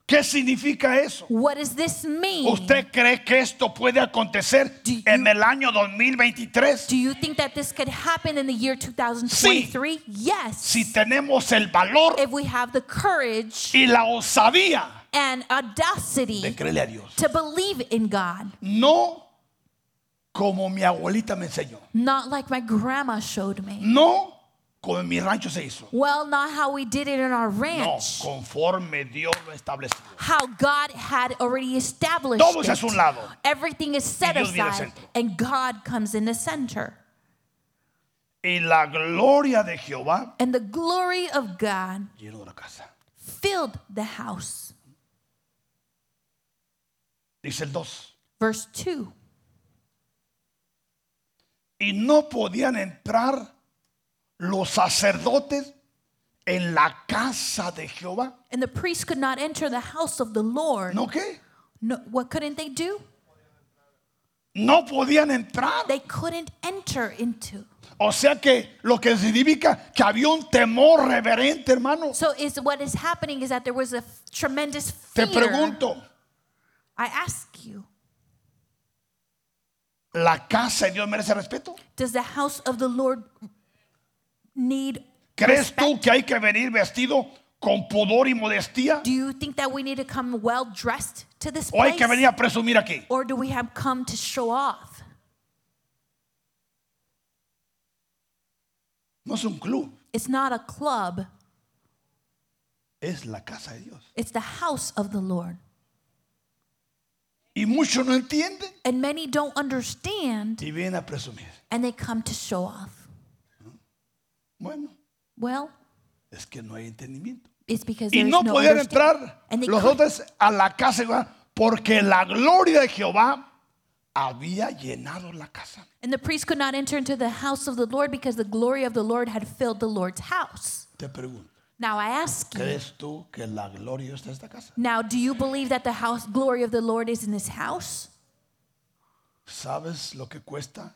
Speaker 1: ¿Qué significa eso?
Speaker 2: What does this mean?
Speaker 1: ¿Usted cree que esto puede acontecer
Speaker 2: Do you-
Speaker 1: en el año 2023?
Speaker 2: Do you think that this could happen in the year 2023? Yes.
Speaker 1: Si tenemos el valor
Speaker 2: if we have the courage
Speaker 1: y la osadía
Speaker 2: and
Speaker 1: de
Speaker 2: audacity
Speaker 1: creerle a Dios.
Speaker 2: to believe in God,
Speaker 1: No como mi abuelita me enseñó.
Speaker 2: not like my grandma showed me.
Speaker 1: No como en mi rancho se hizo.
Speaker 2: Well, not how we did it in our
Speaker 1: No,
Speaker 2: ranch,
Speaker 1: conforme Dios lo estableció.
Speaker 2: how God had already established
Speaker 1: Todo es a un
Speaker 2: it.
Speaker 1: lado.
Speaker 2: Everything is set
Speaker 1: Y Dios viene al
Speaker 2: aside,
Speaker 1: centro.
Speaker 2: and God comes in the center.
Speaker 1: Y la gloria de Jehová
Speaker 2: And the glory of God
Speaker 1: llenó la casa.
Speaker 2: filled the house.
Speaker 1: Dice el 2.
Speaker 2: Verse 2.
Speaker 1: Y no podían entrar los sacerdotes en la casa de Jehová.
Speaker 2: And the priests could not enter the house of the Lord.
Speaker 1: ¿No qué?
Speaker 2: No, what couldn't they do?
Speaker 1: No podían entrar.
Speaker 2: They couldn't enter into.
Speaker 1: O sea que lo que significa que había un temor reverente, hermano.
Speaker 2: So is what is happening is that there was a f- tremendous
Speaker 1: Te
Speaker 2: fear.
Speaker 1: pregunto,
Speaker 2: I ask you,
Speaker 1: ¿la casa de Dios merece respeto?
Speaker 2: does the house of the Lord need
Speaker 1: ¿Crees tú
Speaker 2: respect?
Speaker 1: que hay que venir vestido con pudor y modestia?
Speaker 2: Do you think that we need to come well dressed to this
Speaker 1: ¿O hay
Speaker 2: place?
Speaker 1: que venir a presumir aquí?
Speaker 2: Or do we have come to show off?
Speaker 1: No es un club,
Speaker 2: It's not a club,
Speaker 1: es la casa de Dios.
Speaker 2: it's the house of the Lord.
Speaker 1: Y muchos no entienden
Speaker 2: And many don't understand
Speaker 1: y vienen a presumir.
Speaker 2: and they come to show off.
Speaker 1: Bueno,
Speaker 2: Well,
Speaker 1: es que no hay entendimiento.
Speaker 2: it's because
Speaker 1: Y
Speaker 2: there's
Speaker 1: no
Speaker 2: no
Speaker 1: podían
Speaker 2: understand-
Speaker 1: entrar
Speaker 2: And they
Speaker 1: los
Speaker 2: couldn't-
Speaker 1: otros a la casa de Jehová porque la gloria de Jehová había llenado la casa.
Speaker 2: And the priest could not enter into the house of the Lord because the glory of the Lord had filled the Lord's house.
Speaker 1: Te pregunto,
Speaker 2: Now I ask you,
Speaker 1: ¿crees tú que la gloria está en esta casa?
Speaker 2: now do you believe that the house glory of the Lord is in this house?
Speaker 1: ¿Sabes lo que cuesta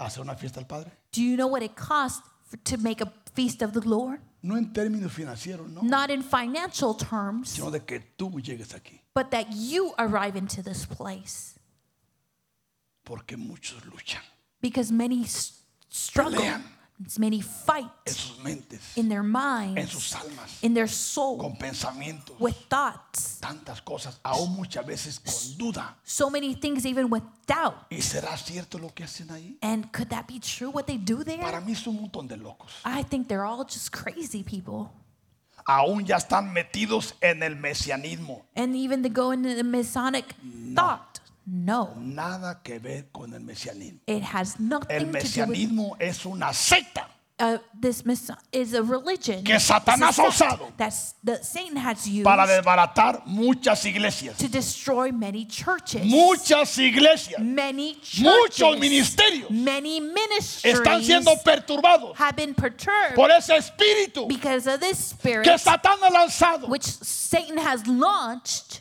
Speaker 1: hacer una fiesta al Padre?
Speaker 2: Do you know what it costs for, to make a feast of the Lord?
Speaker 1: No en términos financieros, no,
Speaker 2: Not in financial terms,
Speaker 1: sino de que tú llegues aquí,
Speaker 2: but that you arrive into this place
Speaker 1: porque muchos luchan
Speaker 2: because many s- struggle,
Speaker 1: Pelean.
Speaker 2: many fight
Speaker 1: en sus mentes,
Speaker 2: in their minds,
Speaker 1: en sus almas,
Speaker 2: in their soul,
Speaker 1: con pensamientos,
Speaker 2: with thoughts.
Speaker 1: tantas cosas, aún muchas veces con duda.
Speaker 2: So many things, even with doubt.
Speaker 1: ¿Y será cierto lo que hacen ahí?
Speaker 2: And could that be true, what they do there?
Speaker 1: Para mí son un montón de locos.
Speaker 2: I think they're all just crazy people.
Speaker 1: aún ya están metidos en el mesianismo.
Speaker 2: And even to go into the Masonic thought. No,
Speaker 1: Nada que ver con el mesianismo.
Speaker 2: it has
Speaker 1: El
Speaker 2: nothing to do with
Speaker 1: mesianismo es una secta.
Speaker 2: uh, this Mason is a religion
Speaker 1: Que
Speaker 2: It's a
Speaker 1: Satanás ha
Speaker 2: sect
Speaker 1: usado.
Speaker 2: that's, that Satan has used
Speaker 1: para desbaratar muchas iglesias,
Speaker 2: to destroy many churches.
Speaker 1: muchas iglesias
Speaker 2: many churches.
Speaker 1: muchos ministerios
Speaker 2: Many ministries
Speaker 1: están siendo perturbados
Speaker 2: have been perturbed
Speaker 1: por ese espíritu
Speaker 2: because of this spirit
Speaker 1: que Satán ha lanzado.
Speaker 2: which Satan has launched.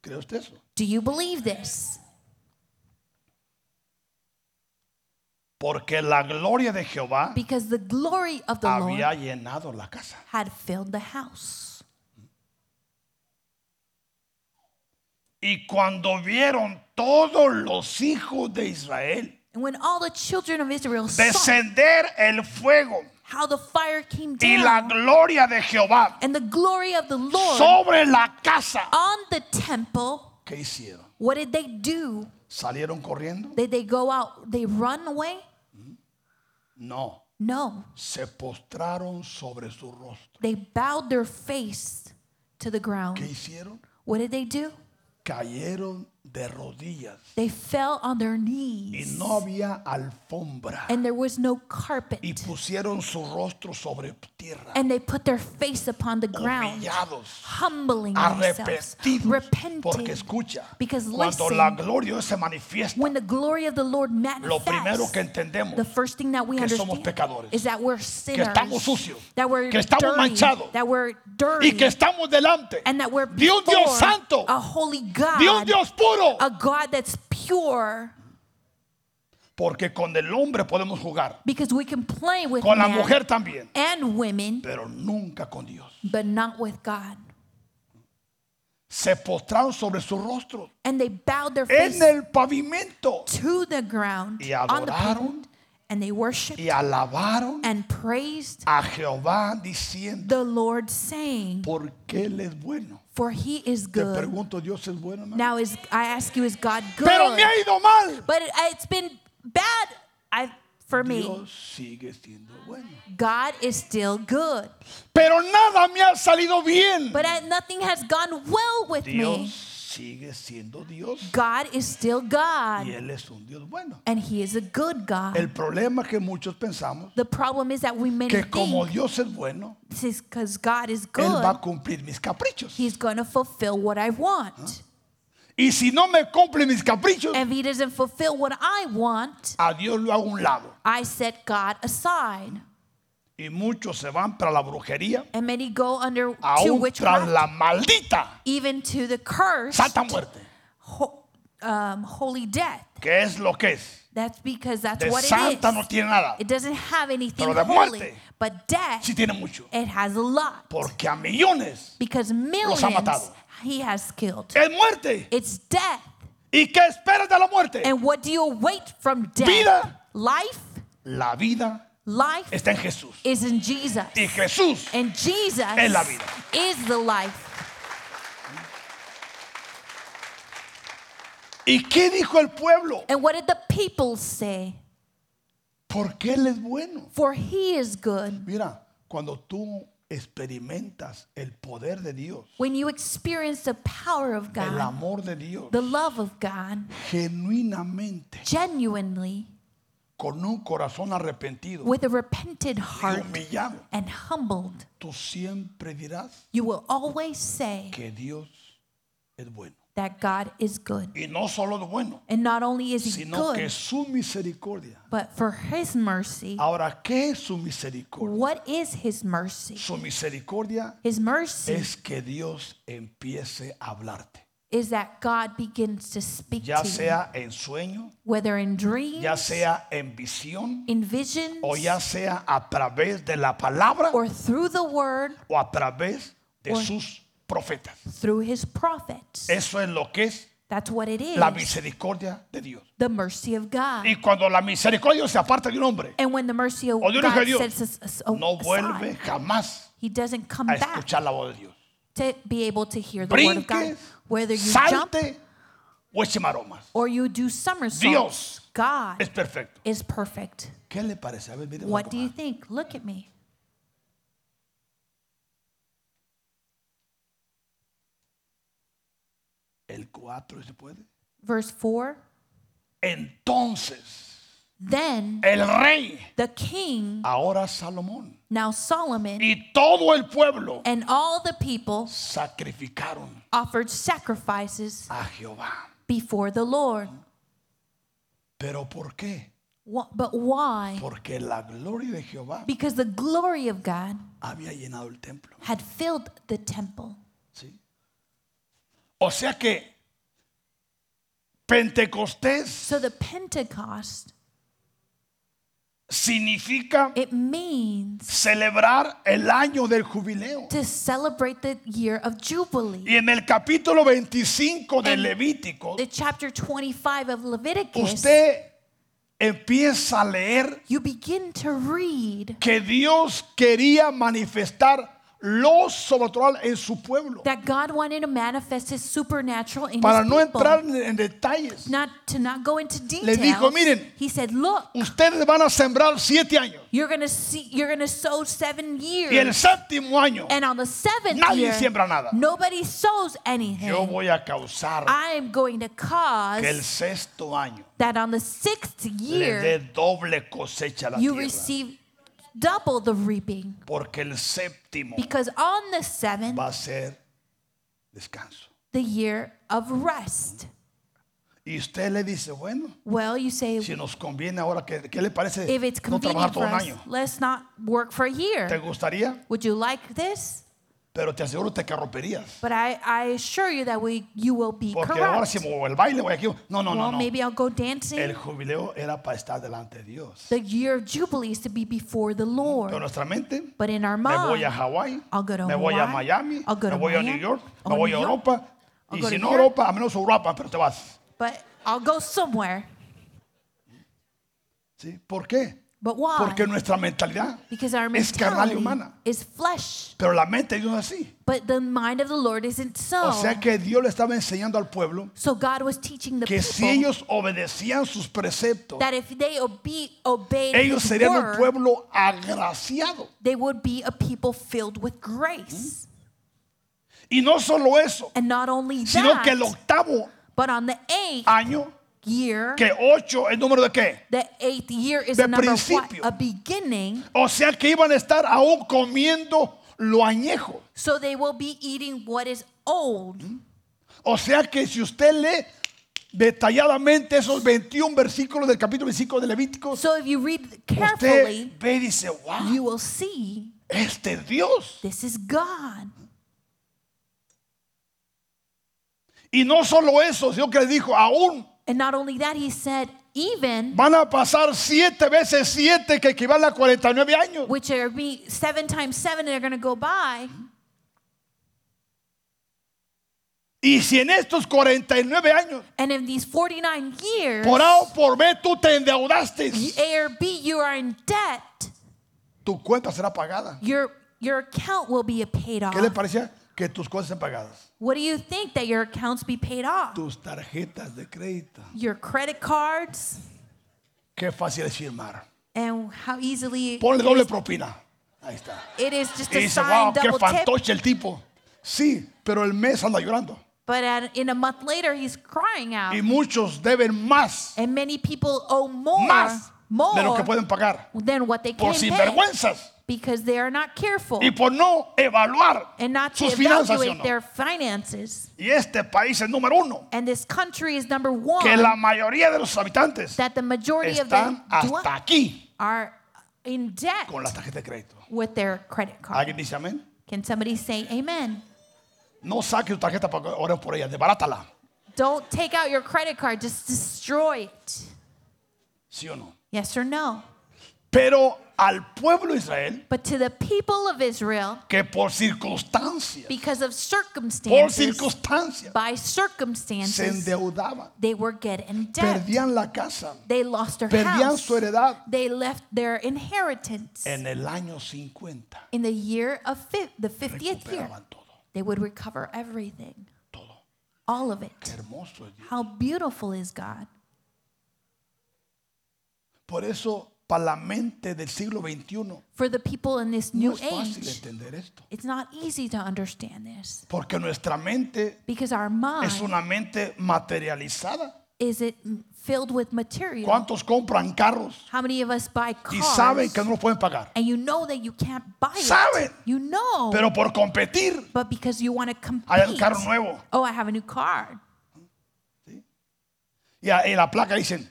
Speaker 1: ¿Cree usted eso?
Speaker 2: Do you believe this?
Speaker 1: Porque la gloria de Jehová
Speaker 2: Because the glory of the Lord
Speaker 1: había llenado la casa.
Speaker 2: had filled the house.
Speaker 1: Y cuando vieron todos los hijos de Israel
Speaker 2: And when all the children of Israel saw
Speaker 1: descender el fuego
Speaker 2: how the fire came
Speaker 1: y la
Speaker 2: down
Speaker 1: gloria de Jehová
Speaker 2: and the glory of the Lord
Speaker 1: sobre la casa,
Speaker 2: on the temple,
Speaker 1: ¿qué hicieron?
Speaker 2: what did they do?
Speaker 1: ¿Salieron corriendo?
Speaker 2: Did they go out? They run away?
Speaker 1: No,
Speaker 2: No.
Speaker 1: se postraron sobre su rostro.
Speaker 2: They bowed their face to the
Speaker 1: ¿Qué
Speaker 2: ground.
Speaker 1: hicieron?
Speaker 2: What did they do?
Speaker 1: Cayeron de rodillas
Speaker 2: They fell on their
Speaker 1: y
Speaker 2: knees.
Speaker 1: no había alfombra
Speaker 2: And there was no
Speaker 1: y
Speaker 2: carpet.
Speaker 1: pusieron su rostro sobre tierra,
Speaker 2: And they put their face upon the ground,
Speaker 1: humillados,
Speaker 2: humbling themselves,
Speaker 1: arrepentidos, porque
Speaker 2: repenting.
Speaker 1: escucha,
Speaker 2: Because
Speaker 1: cuando
Speaker 2: listen,
Speaker 1: la gloria de Dios se manifiesta,
Speaker 2: When the glory of the Lord
Speaker 1: lo primero
Speaker 2: manifests,
Speaker 1: que entendemos
Speaker 2: the first thing that we
Speaker 1: que somos
Speaker 2: understand
Speaker 1: pecadores,
Speaker 2: is that we're sinners,
Speaker 1: estamos sucios,
Speaker 2: that we're
Speaker 1: que estamos
Speaker 2: dirty,
Speaker 1: manchados,
Speaker 2: that we're dirty,
Speaker 1: y que estamos delante
Speaker 2: and that we're
Speaker 1: de un
Speaker 2: before
Speaker 1: Dios santo,
Speaker 2: a holy God,
Speaker 1: de un Dios puro,
Speaker 2: a God that's pure,
Speaker 1: porque con el hombre podemos jugar,
Speaker 2: because we can play with
Speaker 1: con la
Speaker 2: men
Speaker 1: mujer también,
Speaker 2: and women,
Speaker 1: pero nunca con Dios.
Speaker 2: but not with God.
Speaker 1: Se postraron sobre su rostro
Speaker 2: And they bowed their face
Speaker 1: en el pavimento
Speaker 2: to the ground
Speaker 1: Y
Speaker 2: on the
Speaker 1: adoraron.
Speaker 2: pavement, and they worshiped
Speaker 1: y alabaron
Speaker 2: and praised
Speaker 1: a Jehová diciendo,
Speaker 2: the Lord, saying,
Speaker 1: porque Él es bueno.
Speaker 2: "For He is
Speaker 1: Te
Speaker 2: good."
Speaker 1: pregunto, ¿Dios es bueno? hermano?
Speaker 2: Now is I ask you, is God good?
Speaker 1: Pero me ha ido mal.
Speaker 2: but it, it's been bad I, for me.
Speaker 1: Dios sigue siendo bueno.
Speaker 2: God is still good,
Speaker 1: Pero nada me ha salido bien.
Speaker 2: but I, nothing has gone well with
Speaker 1: Dios
Speaker 2: me.
Speaker 1: sigue siendo Dios
Speaker 2: God is still God,
Speaker 1: y Él es un Dios bueno.
Speaker 2: and He is a good God.
Speaker 1: El problema que muchos pensamos
Speaker 2: the problem is that we many
Speaker 1: que como
Speaker 2: think
Speaker 1: Dios es bueno,
Speaker 2: because God is
Speaker 1: Él va a
Speaker 2: good,
Speaker 1: cumplir mis caprichos.
Speaker 2: He's gonna fulfill what I want.
Speaker 1: Y si no me cumple mis caprichos,
Speaker 2: If He doesn't fulfill what I want,
Speaker 1: a Dios lo hago a un lado.
Speaker 2: I set God aside,
Speaker 1: Y muchos se van para la brujería,
Speaker 2: and many go under to
Speaker 1: aún tras
Speaker 2: witchcraft,
Speaker 1: la maldita
Speaker 2: even to the curse,
Speaker 1: santa muerte,
Speaker 2: ho- um, holy death.
Speaker 1: que es lo que es.
Speaker 2: That's because that's
Speaker 1: De
Speaker 2: what it
Speaker 1: santa
Speaker 2: is.
Speaker 1: no tiene nada,
Speaker 2: It doesn't have anything
Speaker 1: Pero de
Speaker 2: holy,
Speaker 1: muerte,
Speaker 2: but death,
Speaker 1: sí tiene mucho,
Speaker 2: it has a lot.
Speaker 1: porque a millones
Speaker 2: because millions
Speaker 1: matado.
Speaker 2: he has killed.
Speaker 1: es muerte.
Speaker 2: It's death.
Speaker 1: ¿Y qué esperas de la muerte?
Speaker 2: And what do you await from death?
Speaker 1: Vida.
Speaker 2: Life,
Speaker 1: La vida
Speaker 2: life
Speaker 1: está en Jesús.
Speaker 2: is in Jesus.
Speaker 1: Y Jesús
Speaker 2: And Jesus
Speaker 1: Es la vida.
Speaker 2: is the life.
Speaker 1: ¿Y qué dijo el pueblo?
Speaker 2: And what did the people say?
Speaker 1: Porque Él es bueno.
Speaker 2: For he is good.
Speaker 1: Mira, cuando tú experimentas el poder de Dios,
Speaker 2: When you experience the power of
Speaker 1: el
Speaker 2: God,
Speaker 1: amor de Dios,
Speaker 2: the love of God,
Speaker 1: genuinamente,
Speaker 2: genuinely,
Speaker 1: con un corazón arrepentido
Speaker 2: with a repentant
Speaker 1: y
Speaker 2: heart
Speaker 1: humillado,
Speaker 2: and humbled,
Speaker 1: tú siempre dirás
Speaker 2: you will always say
Speaker 1: que Dios es bueno.
Speaker 2: that God is good.
Speaker 1: Y no solo es bueno,
Speaker 2: And not only is he
Speaker 1: sino que
Speaker 2: good,
Speaker 1: su misericordia.
Speaker 2: but for his mercy.
Speaker 1: Ahora, ¿qué es su misericordia?
Speaker 2: What is his mercy?
Speaker 1: Su misericordia
Speaker 2: His mercy
Speaker 1: es que Dios empiece a hablarte,
Speaker 2: is that God begins to speak
Speaker 1: ya
Speaker 2: to you,
Speaker 1: sea en sueño,
Speaker 2: whether in
Speaker 1: ya
Speaker 2: dreams,
Speaker 1: sea en visión,
Speaker 2: in visions,
Speaker 1: o ya sea a través de la palabra
Speaker 2: or through the word,
Speaker 1: o a través de
Speaker 2: or-
Speaker 1: sus profetas.
Speaker 2: through his prophets.
Speaker 1: Eso es lo que es
Speaker 2: That's what it is.
Speaker 1: Eh, la misericordia de Dios.
Speaker 2: The mercy of God.
Speaker 1: Y cuando la misericordia se aparta de un hombre,
Speaker 2: And when the mercy of
Speaker 1: O Dios
Speaker 2: God
Speaker 1: es Dios,
Speaker 2: sets us as-
Speaker 1: no vuelve
Speaker 2: aside,
Speaker 1: jamás
Speaker 2: he doesn't come
Speaker 1: a
Speaker 2: back
Speaker 1: escuchar la voz de Dios.
Speaker 2: to be able to hear the word of God.
Speaker 1: Brinque,
Speaker 2: Whether you jump
Speaker 1: salte o eche maromas.
Speaker 2: or you do somersaults,
Speaker 1: Dios
Speaker 2: God
Speaker 1: Es perfecto.
Speaker 2: is perfect.
Speaker 1: ¿Qué le parece? A ver, mire,
Speaker 2: What do you
Speaker 1: vamos a-
Speaker 2: think? Look at me.
Speaker 1: el 4 se puede.
Speaker 2: Verse 4
Speaker 1: Entonces,
Speaker 2: Then
Speaker 1: el rey
Speaker 2: the king,
Speaker 1: ahora Salomón
Speaker 2: now Solomon,
Speaker 1: y todo el pueblo
Speaker 2: and all the people
Speaker 1: sacrificaron
Speaker 2: offered sacrifices
Speaker 1: a Jehová.
Speaker 2: before the Lord.
Speaker 1: ¿Pero por qué?
Speaker 2: Wh- But why?
Speaker 1: Porque la gloria de Jehová
Speaker 2: Because the glory of God
Speaker 1: había llenado el templo.
Speaker 2: had filled the temple.
Speaker 1: ¿sí? O sea que Pentecostés
Speaker 2: So the Pentecost,
Speaker 1: significa
Speaker 2: it means
Speaker 1: celebrar el año del jubileo.
Speaker 2: to celebrate the year of Jubilee.
Speaker 1: Y en el capítulo 25 de
Speaker 2: And
Speaker 1: Levítico,
Speaker 2: The chapter 25 of Leviticus,
Speaker 1: usted empieza a leer
Speaker 2: you begin to read
Speaker 1: que Dios quería manifestar lo sobrenatural en su pueblo.
Speaker 2: that God wanted to manifest his supernatural in
Speaker 1: Para
Speaker 2: his
Speaker 1: no
Speaker 2: people.
Speaker 1: entrar en en detalles,
Speaker 2: not to not go into detail.
Speaker 1: dijo, "Miren,
Speaker 2: he said, "Look,
Speaker 1: ustedes van a sembrar siete años
Speaker 2: you're going to see you're going to sow 7 years
Speaker 1: y el séptimo año
Speaker 2: and on the 7th
Speaker 1: Nadie
Speaker 2: year
Speaker 1: siembra nada.
Speaker 2: nobody sows anything.
Speaker 1: yo voy a causar
Speaker 2: I am going to cause
Speaker 1: que el sexto año
Speaker 2: that on the 6th
Speaker 1: le dé
Speaker 2: year
Speaker 1: doble cosecha a la
Speaker 2: you
Speaker 1: tierra,
Speaker 2: receive double the reaping
Speaker 1: porque el séptimo
Speaker 2: because on the 7th
Speaker 1: va a ser descanso.
Speaker 2: the year of rest."
Speaker 1: Y usted le dice, bueno,
Speaker 2: Well, you say
Speaker 1: si nos conviene ahora, ¿qué, qué le parece
Speaker 2: if it's
Speaker 1: no trabajar
Speaker 2: convenient
Speaker 1: todo
Speaker 2: for
Speaker 1: un
Speaker 2: us,
Speaker 1: año?
Speaker 2: let's not work for a
Speaker 1: ¿Te
Speaker 2: year.
Speaker 1: gustaría?
Speaker 2: Would you like this?
Speaker 1: Pero te aseguro te que romperías.
Speaker 2: But I, I assure you that we, you will be
Speaker 1: Porque ahora
Speaker 2: correct.
Speaker 1: si muevo el baile, voy aquí. No, no,
Speaker 2: well,
Speaker 1: no, no.
Speaker 2: maybe I'll go dancing.
Speaker 1: El jubileo era para estar delante de Dios.
Speaker 2: the year of Jubilee is to be before the Lord.
Speaker 1: Pero nuestra mente,
Speaker 2: But in our
Speaker 1: me voy
Speaker 2: mind,
Speaker 1: a Hawái,
Speaker 2: I'll go to
Speaker 1: me voy a
Speaker 2: Hawaii,
Speaker 1: Miami,
Speaker 2: I'll go
Speaker 1: me
Speaker 2: to
Speaker 1: voy a
Speaker 2: Miami,
Speaker 1: New York,
Speaker 2: I'll
Speaker 1: me
Speaker 2: go
Speaker 1: voy
Speaker 2: to
Speaker 1: a
Speaker 2: Europe,
Speaker 1: Europa.
Speaker 2: I'll
Speaker 1: Y
Speaker 2: go
Speaker 1: si
Speaker 2: to
Speaker 1: no
Speaker 2: Europe.
Speaker 1: Europa, a menos Europa, pero te vas.
Speaker 2: but I'll go somewhere.
Speaker 1: ¿Sí? ¿Por qué?
Speaker 2: But why?
Speaker 1: Porque nuestra mentalidad,
Speaker 2: Ah. because our
Speaker 1: es carnal y
Speaker 2: mentality
Speaker 1: humana.
Speaker 2: is flesh.
Speaker 1: pero la mente de Dios es así.
Speaker 2: But the mind of the Lord isn't so.
Speaker 1: O sea que Dios le estaba enseñando al pueblo
Speaker 2: so God was teaching the
Speaker 1: que
Speaker 2: people
Speaker 1: si ellos obedecían sus preceptos,
Speaker 2: that if they obe- obeyed
Speaker 1: ellos
Speaker 2: his
Speaker 1: serían un
Speaker 2: word,
Speaker 1: pueblo agraciado.
Speaker 2: they would be a people filled with
Speaker 1: Mm-hmm.
Speaker 2: grace.
Speaker 1: Y no solo eso,
Speaker 2: And not only
Speaker 1: sino
Speaker 2: that,
Speaker 1: que el octavo
Speaker 2: but on the eighth
Speaker 1: año
Speaker 2: year,
Speaker 1: que 8 es número de qué?
Speaker 2: the eighth year is
Speaker 1: De
Speaker 2: a number of what?
Speaker 1: principio.
Speaker 2: A beginning.
Speaker 1: O sea que iban a estar aún comiendo lo añejo.
Speaker 2: So
Speaker 1: Mm-hmm.
Speaker 2: they will be eating what is old.
Speaker 1: O sea que si usted lee detalladamente esos 21 versículos del capítulo 25 de Levíticos,
Speaker 2: So if you read
Speaker 1: usted
Speaker 2: carefully,
Speaker 1: ve y dice, wow,
Speaker 2: you will see
Speaker 1: este es Dios.
Speaker 2: this is God.
Speaker 1: Y no solo eso, sino que le dijo, aún
Speaker 2: And not only that, he said, even
Speaker 1: van a pasar siete veces siete que equivale a 49 años.
Speaker 2: which are be seven times seven and are going to go by.
Speaker 1: Mm-hmm. Y si en estos 49 años,
Speaker 2: And in these 49 years,
Speaker 1: por A o por B, tú te endeudaste,
Speaker 2: A or B, you are in debt.
Speaker 1: tu cuenta será pagada.
Speaker 2: Your, your account will be paid off.
Speaker 1: ¿Qué le parecía? Que tus cosas sean pagadas.
Speaker 2: What do you think that your accounts be paid off?
Speaker 1: Tus tarjetas de crédito.
Speaker 2: Your credit cards
Speaker 1: Qué fácil es firmar.
Speaker 2: and how easily
Speaker 1: Ponle doble propina. Ahí está.
Speaker 2: it is just
Speaker 1: Y
Speaker 2: a
Speaker 1: dice,
Speaker 2: sign
Speaker 1: wow, qué
Speaker 2: double tip.
Speaker 1: fantoche el tipo. Sí, pero el mes anda llorando.
Speaker 2: But at, in a month later, he's crying out.
Speaker 1: Y muchos deben más,
Speaker 2: And many people owe more,
Speaker 1: más
Speaker 2: more
Speaker 1: de lo que pueden pagar.
Speaker 2: than what they
Speaker 1: Por
Speaker 2: can pay
Speaker 1: sinvergüenzas
Speaker 2: because they are not careful
Speaker 1: y por no evaluar
Speaker 2: and not to
Speaker 1: sus finanzas. ¿sí o
Speaker 2: evaluate
Speaker 1: no?
Speaker 2: their finances.
Speaker 1: Y este país es número uno,
Speaker 2: And this country is number one
Speaker 1: que la mayoría de los habitantes
Speaker 2: that the majority of them
Speaker 1: están hasta
Speaker 2: dwell-
Speaker 1: aquí
Speaker 2: are in debt
Speaker 1: con las tarjetas de crédito.
Speaker 2: with their credit card.
Speaker 1: ¿Alguien dice amén?
Speaker 2: Can somebody say amen?
Speaker 1: No saque tu tarjeta para que ores por ella, desbarátala.
Speaker 2: Don't take out your credit card, just destroy it.
Speaker 1: ¿Sí o no?
Speaker 2: Yes or no?
Speaker 1: Pero al pueblo de Israel,
Speaker 2: But to the people of Israel,
Speaker 1: que por circunstancias,
Speaker 2: because of
Speaker 1: por
Speaker 2: circumstances,
Speaker 1: circunstancias,
Speaker 2: by
Speaker 1: se
Speaker 2: circumstances,
Speaker 1: endeudaban,
Speaker 2: they were getting debt.
Speaker 1: perdían la casa,
Speaker 2: They lost their
Speaker 1: perdían
Speaker 2: house.
Speaker 1: su heredad.
Speaker 2: They left their inheritance.
Speaker 1: En el año 50
Speaker 2: In the year of fif- the 50th year,
Speaker 1: recuperaban todo,
Speaker 2: they would recover everything,
Speaker 1: todo.
Speaker 2: all of
Speaker 1: Qué
Speaker 2: it.
Speaker 1: hermoso es Dios.
Speaker 2: How beautiful is God.
Speaker 1: Por eso, para la mente del siglo XXI,
Speaker 2: For the people in this
Speaker 1: no
Speaker 2: new
Speaker 1: es fácil
Speaker 2: age,
Speaker 1: entender esto.
Speaker 2: it's not easy to understand this
Speaker 1: Porque nuestra mente
Speaker 2: because our mind
Speaker 1: es una mente materializada.
Speaker 2: is it filled with material.
Speaker 1: ¿Cuántos compran carros
Speaker 2: How many of us buy
Speaker 1: y
Speaker 2: cars
Speaker 1: saben que no los pueden pagar?
Speaker 2: and you know that you can't buy it?
Speaker 1: Saben.
Speaker 2: You know,
Speaker 1: Pero por competir,
Speaker 2: but because you want to compete.
Speaker 1: hay un carro nuevo.
Speaker 2: Oh, I have a new car.
Speaker 1: Y a- en la placa dicen,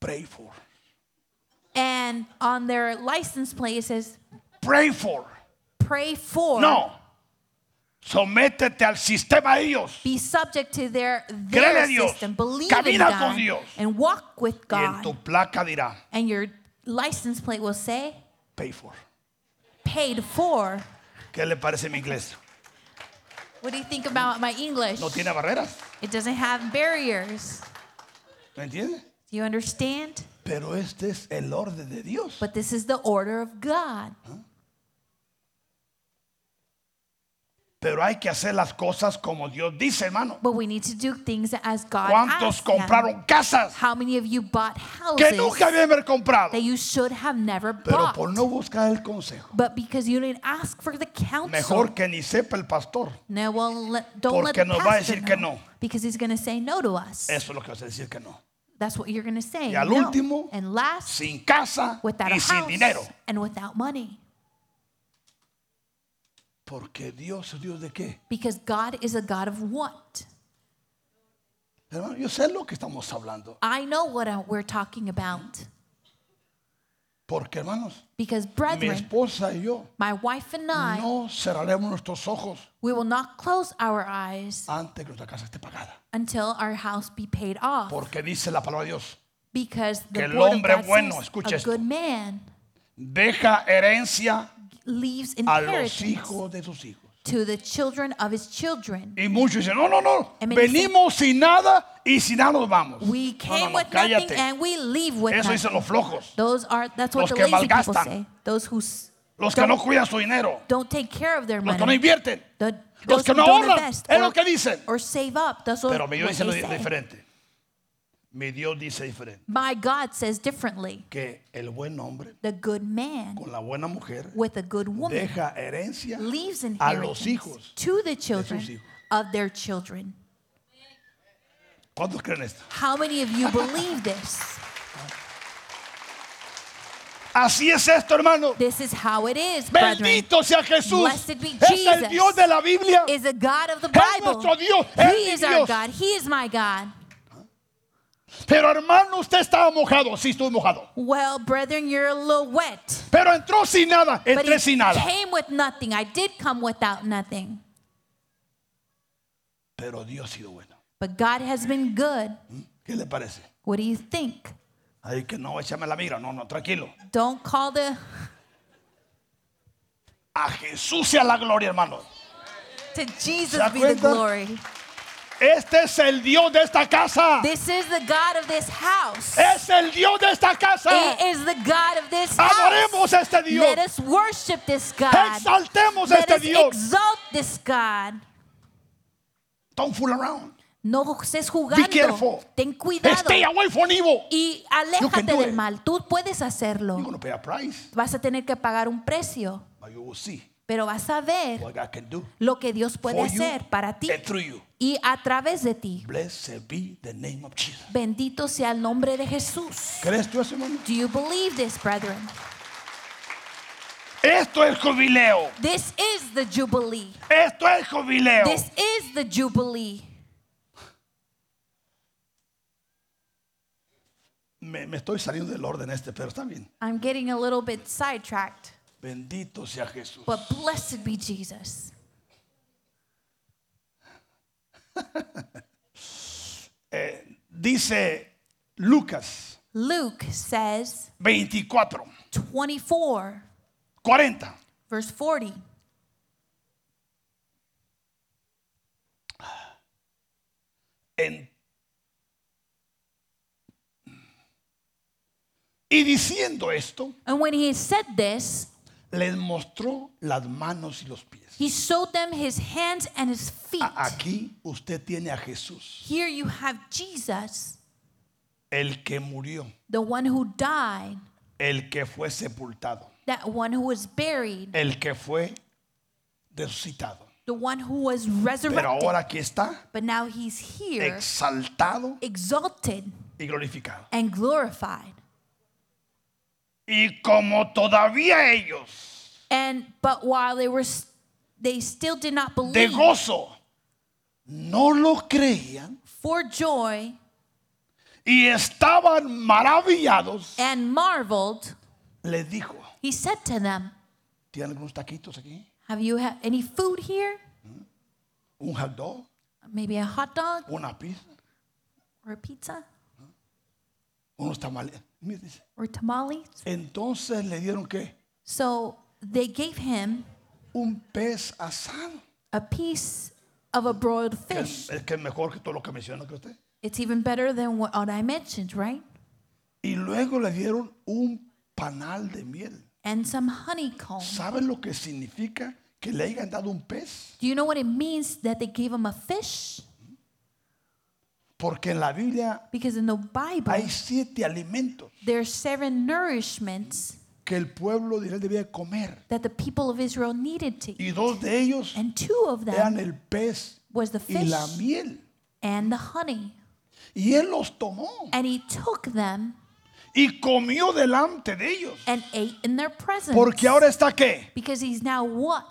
Speaker 1: pray for,
Speaker 2: And on their license plate it says,
Speaker 1: pray for.
Speaker 2: pray for.
Speaker 1: No. Sométete al sistema de Dios.
Speaker 2: Be subject to their,
Speaker 1: Créele a
Speaker 2: their
Speaker 1: Dios.
Speaker 2: system. Believe in
Speaker 1: Camina
Speaker 2: God
Speaker 1: con Dios.
Speaker 2: and walk with
Speaker 1: Y en
Speaker 2: God.
Speaker 1: tu placa dirá,
Speaker 2: and your license plate will say
Speaker 1: pay for.
Speaker 2: paid for.
Speaker 1: ¿Qué le parece mi inglés?
Speaker 2: What do you think about my English?
Speaker 1: No tiene barreras.
Speaker 2: It doesn't have barriers.
Speaker 1: ¿Me entiendes?
Speaker 2: Do you understand?
Speaker 1: Pero este es el orden de Dios.
Speaker 2: But this is the order of God.
Speaker 1: Pero hay que hacer las cosas como Dios dice, hermano.
Speaker 2: But we need to do things as God
Speaker 1: ¿Cuántos
Speaker 2: asks them.
Speaker 1: compraron casas
Speaker 2: How many of you bought houses
Speaker 1: que nunca habían haber comprado?
Speaker 2: that you should have never
Speaker 1: Pero
Speaker 2: bought?
Speaker 1: por no buscar el consejo,
Speaker 2: But because you didn't ask for the counsel.
Speaker 1: mejor que ni sepa el pastor.
Speaker 2: No, well, let, don't let
Speaker 1: Porque
Speaker 2: the
Speaker 1: nos va a
Speaker 2: pastor
Speaker 1: decir que
Speaker 2: know,
Speaker 1: no.
Speaker 2: Because he's going to say no to us.
Speaker 1: Eso es lo que vas a decir que no.
Speaker 2: That's what you're going to say.
Speaker 1: Y al
Speaker 2: no.
Speaker 1: último,
Speaker 2: and last,
Speaker 1: Sin casa
Speaker 2: without
Speaker 1: y
Speaker 2: a
Speaker 1: sin
Speaker 2: house
Speaker 1: dinero.
Speaker 2: and without money.
Speaker 1: Porque Dios es Dios de qué?
Speaker 2: Because God is a God of what?
Speaker 1: Hermano, yo sé lo que estamos hablando.
Speaker 2: I know what I- we're talking about.
Speaker 1: Porque, hermanos,
Speaker 2: Because,
Speaker 1: mi
Speaker 2: brethren,
Speaker 1: esposa y yo
Speaker 2: my wife and I,
Speaker 1: no cerraremos nuestros ojos
Speaker 2: we will not close our eyes
Speaker 1: antes que nuestra casa esté pagada.
Speaker 2: until our house be paid off.
Speaker 1: Porque dice la palabra de Dios,
Speaker 2: Because
Speaker 1: Que
Speaker 2: the
Speaker 1: el
Speaker 2: word of
Speaker 1: hombre
Speaker 2: God
Speaker 1: bueno,
Speaker 2: says,
Speaker 1: escucha
Speaker 2: a
Speaker 1: esto.
Speaker 2: good man
Speaker 1: deja herencia
Speaker 2: leaves
Speaker 1: a los
Speaker 2: inheritance
Speaker 1: hijos de sus hijos.
Speaker 2: to the children of his children.
Speaker 1: Y muchos dicen, no, no, no,
Speaker 2: And many
Speaker 1: venimos sin nada y sin nada nos vamos. No,
Speaker 2: We
Speaker 1: no,
Speaker 2: came
Speaker 1: no,
Speaker 2: with nothing
Speaker 1: cállate.
Speaker 2: and we leave with
Speaker 1: Eso
Speaker 2: nothing.
Speaker 1: dicen los flojos,
Speaker 2: Those are that's
Speaker 1: Los
Speaker 2: what the
Speaker 1: que
Speaker 2: lazy people
Speaker 1: malgastan.
Speaker 2: say. Those who s-
Speaker 1: los que
Speaker 2: don't,
Speaker 1: no cuidan su dinero,
Speaker 2: don't take care of their
Speaker 1: los que no
Speaker 2: money.
Speaker 1: invierten,
Speaker 2: The-
Speaker 1: los
Speaker 2: those
Speaker 1: que
Speaker 2: who
Speaker 1: no
Speaker 2: don't
Speaker 1: ahorran.
Speaker 2: invest
Speaker 1: Es
Speaker 2: or,
Speaker 1: lo que dicen.
Speaker 2: or save up. That's what,
Speaker 1: Pero mi Dios
Speaker 2: what
Speaker 1: dice lo
Speaker 2: they
Speaker 1: di-
Speaker 2: say.
Speaker 1: diferente. Mi Dios dice diferente.
Speaker 2: My God says differently.
Speaker 1: Que el buen hombre
Speaker 2: The good man
Speaker 1: con la buena mujer
Speaker 2: with a good woman
Speaker 1: deja herencia
Speaker 2: leaves
Speaker 1: a los
Speaker 2: inheritance
Speaker 1: hijos.
Speaker 2: to the children
Speaker 1: hijos.
Speaker 2: of their children.
Speaker 1: ¿Cuántos creen esto?
Speaker 2: How many of you believe this?
Speaker 1: Así es esto, hermano.
Speaker 2: This is how it is, brethren.
Speaker 1: Bendito sea Jesús.
Speaker 2: Blessed be
Speaker 1: Es el
Speaker 2: Jesus.
Speaker 1: Dios de la Biblia.
Speaker 2: Is a God of the
Speaker 1: Is
Speaker 2: Bible.
Speaker 1: nuestro Dios, es mi
Speaker 2: He is our
Speaker 1: Dios.
Speaker 2: God. He is my God.
Speaker 1: Pero hermano, usted estaba mojado. Sí, estuve mojado.
Speaker 2: Well, brethren, you're a little wet.
Speaker 1: Pero entró sin nada.
Speaker 2: But
Speaker 1: Entré
Speaker 2: it
Speaker 1: sin nada.
Speaker 2: came with nothing. I did come without nothing.
Speaker 1: Pero Dios ha sido bueno.
Speaker 2: But God has been good.
Speaker 1: ¿Qué le parece?
Speaker 2: What do you think?
Speaker 1: Ay, que no, échame la migra. No, no, tranquilo.
Speaker 2: Don't call the [LAUGHS]
Speaker 1: A Jesús sea la gloria, hermano.
Speaker 2: to Jesus
Speaker 1: da
Speaker 2: be the
Speaker 1: cuenta?
Speaker 2: glory.
Speaker 1: Este es el Dios de esta casa.
Speaker 2: This is the God of this house.
Speaker 1: Es el Dios de esta casa.
Speaker 2: It is the God of this
Speaker 1: Adoremos
Speaker 2: house.
Speaker 1: a este Dios.
Speaker 2: Eh, Let us worship this God.
Speaker 1: Exaltemos a
Speaker 2: Let
Speaker 1: este
Speaker 2: us
Speaker 1: Dios.
Speaker 2: exalt this God.
Speaker 1: Don't fool around.
Speaker 2: No estés jugando.
Speaker 1: careful.
Speaker 2: Ten cuidado.
Speaker 1: Stay away from evil.
Speaker 2: Y
Speaker 1: can
Speaker 2: aléjate
Speaker 1: do
Speaker 2: del
Speaker 1: it.
Speaker 2: mal. Tú puedes
Speaker 1: You're
Speaker 2: hacerlo.
Speaker 1: going to pay a price.
Speaker 2: Vas a tener que pagar un precio,
Speaker 1: But you will see
Speaker 2: pero vas a ver
Speaker 1: what God can do
Speaker 2: lo que Dios puede
Speaker 1: for you
Speaker 2: hacer para ti
Speaker 1: and through you.
Speaker 2: y a través de ti.
Speaker 1: Blessed be the name of Jesus.
Speaker 2: Bendito sea el nombre de Jesús.
Speaker 1: ¿Crees tú eso, hermano?
Speaker 2: Do you believe this, brethren?
Speaker 1: Esto es jubileo.
Speaker 2: This is the jubilee.
Speaker 1: Esto es jubileo.
Speaker 2: This is the jubilee.
Speaker 1: Me, me estoy saliendo del orden este, pero está bien.
Speaker 2: I'm getting a little bit sidetracked,
Speaker 1: Bendito sea Jesús.
Speaker 2: but blessed be Jesus.
Speaker 1: Dice Lucas
Speaker 2: Luke says
Speaker 1: 24,
Speaker 2: 24,
Speaker 1: 40.
Speaker 2: verse 40.
Speaker 1: en- y diciendo esto,
Speaker 2: And when he said this,
Speaker 1: les mostró las manos y los pies.
Speaker 2: he showed them his hands and his feet.
Speaker 1: A- Aquí usted tiene a Jesús,
Speaker 2: Here you have Jesus,
Speaker 1: el que murió,
Speaker 2: the one who died,
Speaker 1: el que fue sepultado,
Speaker 2: that one who was buried,
Speaker 1: el que fue resucitado.
Speaker 2: the one who was
Speaker 1: Pero
Speaker 2: resurrected.
Speaker 1: ahora aquí está,
Speaker 2: But now he's here,
Speaker 1: exaltado
Speaker 2: exalted
Speaker 1: y glorificado.
Speaker 2: and glorified.
Speaker 1: Y como todavía ellos,
Speaker 2: And but while they were s- they still did not
Speaker 1: de
Speaker 2: believe
Speaker 1: gozo, Mm. no lo creían
Speaker 2: for joy
Speaker 1: y estaban maravillados,
Speaker 2: and marveled,
Speaker 1: les dijo,
Speaker 2: he said to them,
Speaker 1: ¿tienen algunos taquitos aquí?
Speaker 2: "Have you ha- any food here?
Speaker 1: ¿Un hot dog?
Speaker 2: Maybe a hot dog
Speaker 1: ¿Una pizza?
Speaker 2: or a pizza
Speaker 1: ¿Unos tamales? Mire, dice,
Speaker 2: or tamales?"
Speaker 1: Entonces le dieron qué?
Speaker 2: So they gave him
Speaker 1: Un pez asado.
Speaker 2: a piece of a broiled
Speaker 1: Que
Speaker 2: fish.
Speaker 1: Es, es que es mejor que todo lo que menciona que usted.
Speaker 2: It's even better than what what I mentioned, right?
Speaker 1: Y luego le dieron un panal de miel.
Speaker 2: And some honeycomb.
Speaker 1: ¿Saben lo que significa que le hayan dado un pez?
Speaker 2: Do you know what it means that they gave him a fish?
Speaker 1: Porque en la Biblia
Speaker 2: Because in the Bible,
Speaker 1: hay siete alimentos
Speaker 2: there's seven nourishments
Speaker 1: que el pueblo de Israel debía comer.
Speaker 2: that the people of Israel needed to eat.
Speaker 1: Y dos de ellos
Speaker 2: And two of them
Speaker 1: eran el pez
Speaker 2: was the
Speaker 1: y
Speaker 2: fish
Speaker 1: la miel.
Speaker 2: and the honey.
Speaker 1: Y él los tomó
Speaker 2: And he took them
Speaker 1: y comió delante de ellos.
Speaker 2: and ate in their presence.
Speaker 1: Porque ahora está qué?
Speaker 2: because he's now what?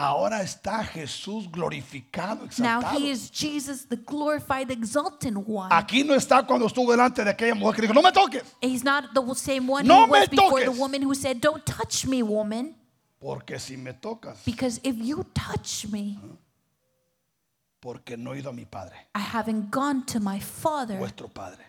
Speaker 1: Ahora está Jesús glorificado,
Speaker 2: Now
Speaker 1: exaltado. Ah.
Speaker 2: he is Jesus, the glorified, exalted one.
Speaker 1: Aquí no está cuando estuvo delante de aquella mujer que dijo, no me toques,
Speaker 2: He's not the same one
Speaker 1: No
Speaker 2: who
Speaker 1: me
Speaker 2: was before the
Speaker 1: toques.
Speaker 2: woman who said, Don't touch me, woman,
Speaker 1: porque si me tocas,
Speaker 2: because if you touch me,
Speaker 1: porque no he ido a mi Padre,
Speaker 2: I haven't gone to my Father,
Speaker 1: vuestro Padre,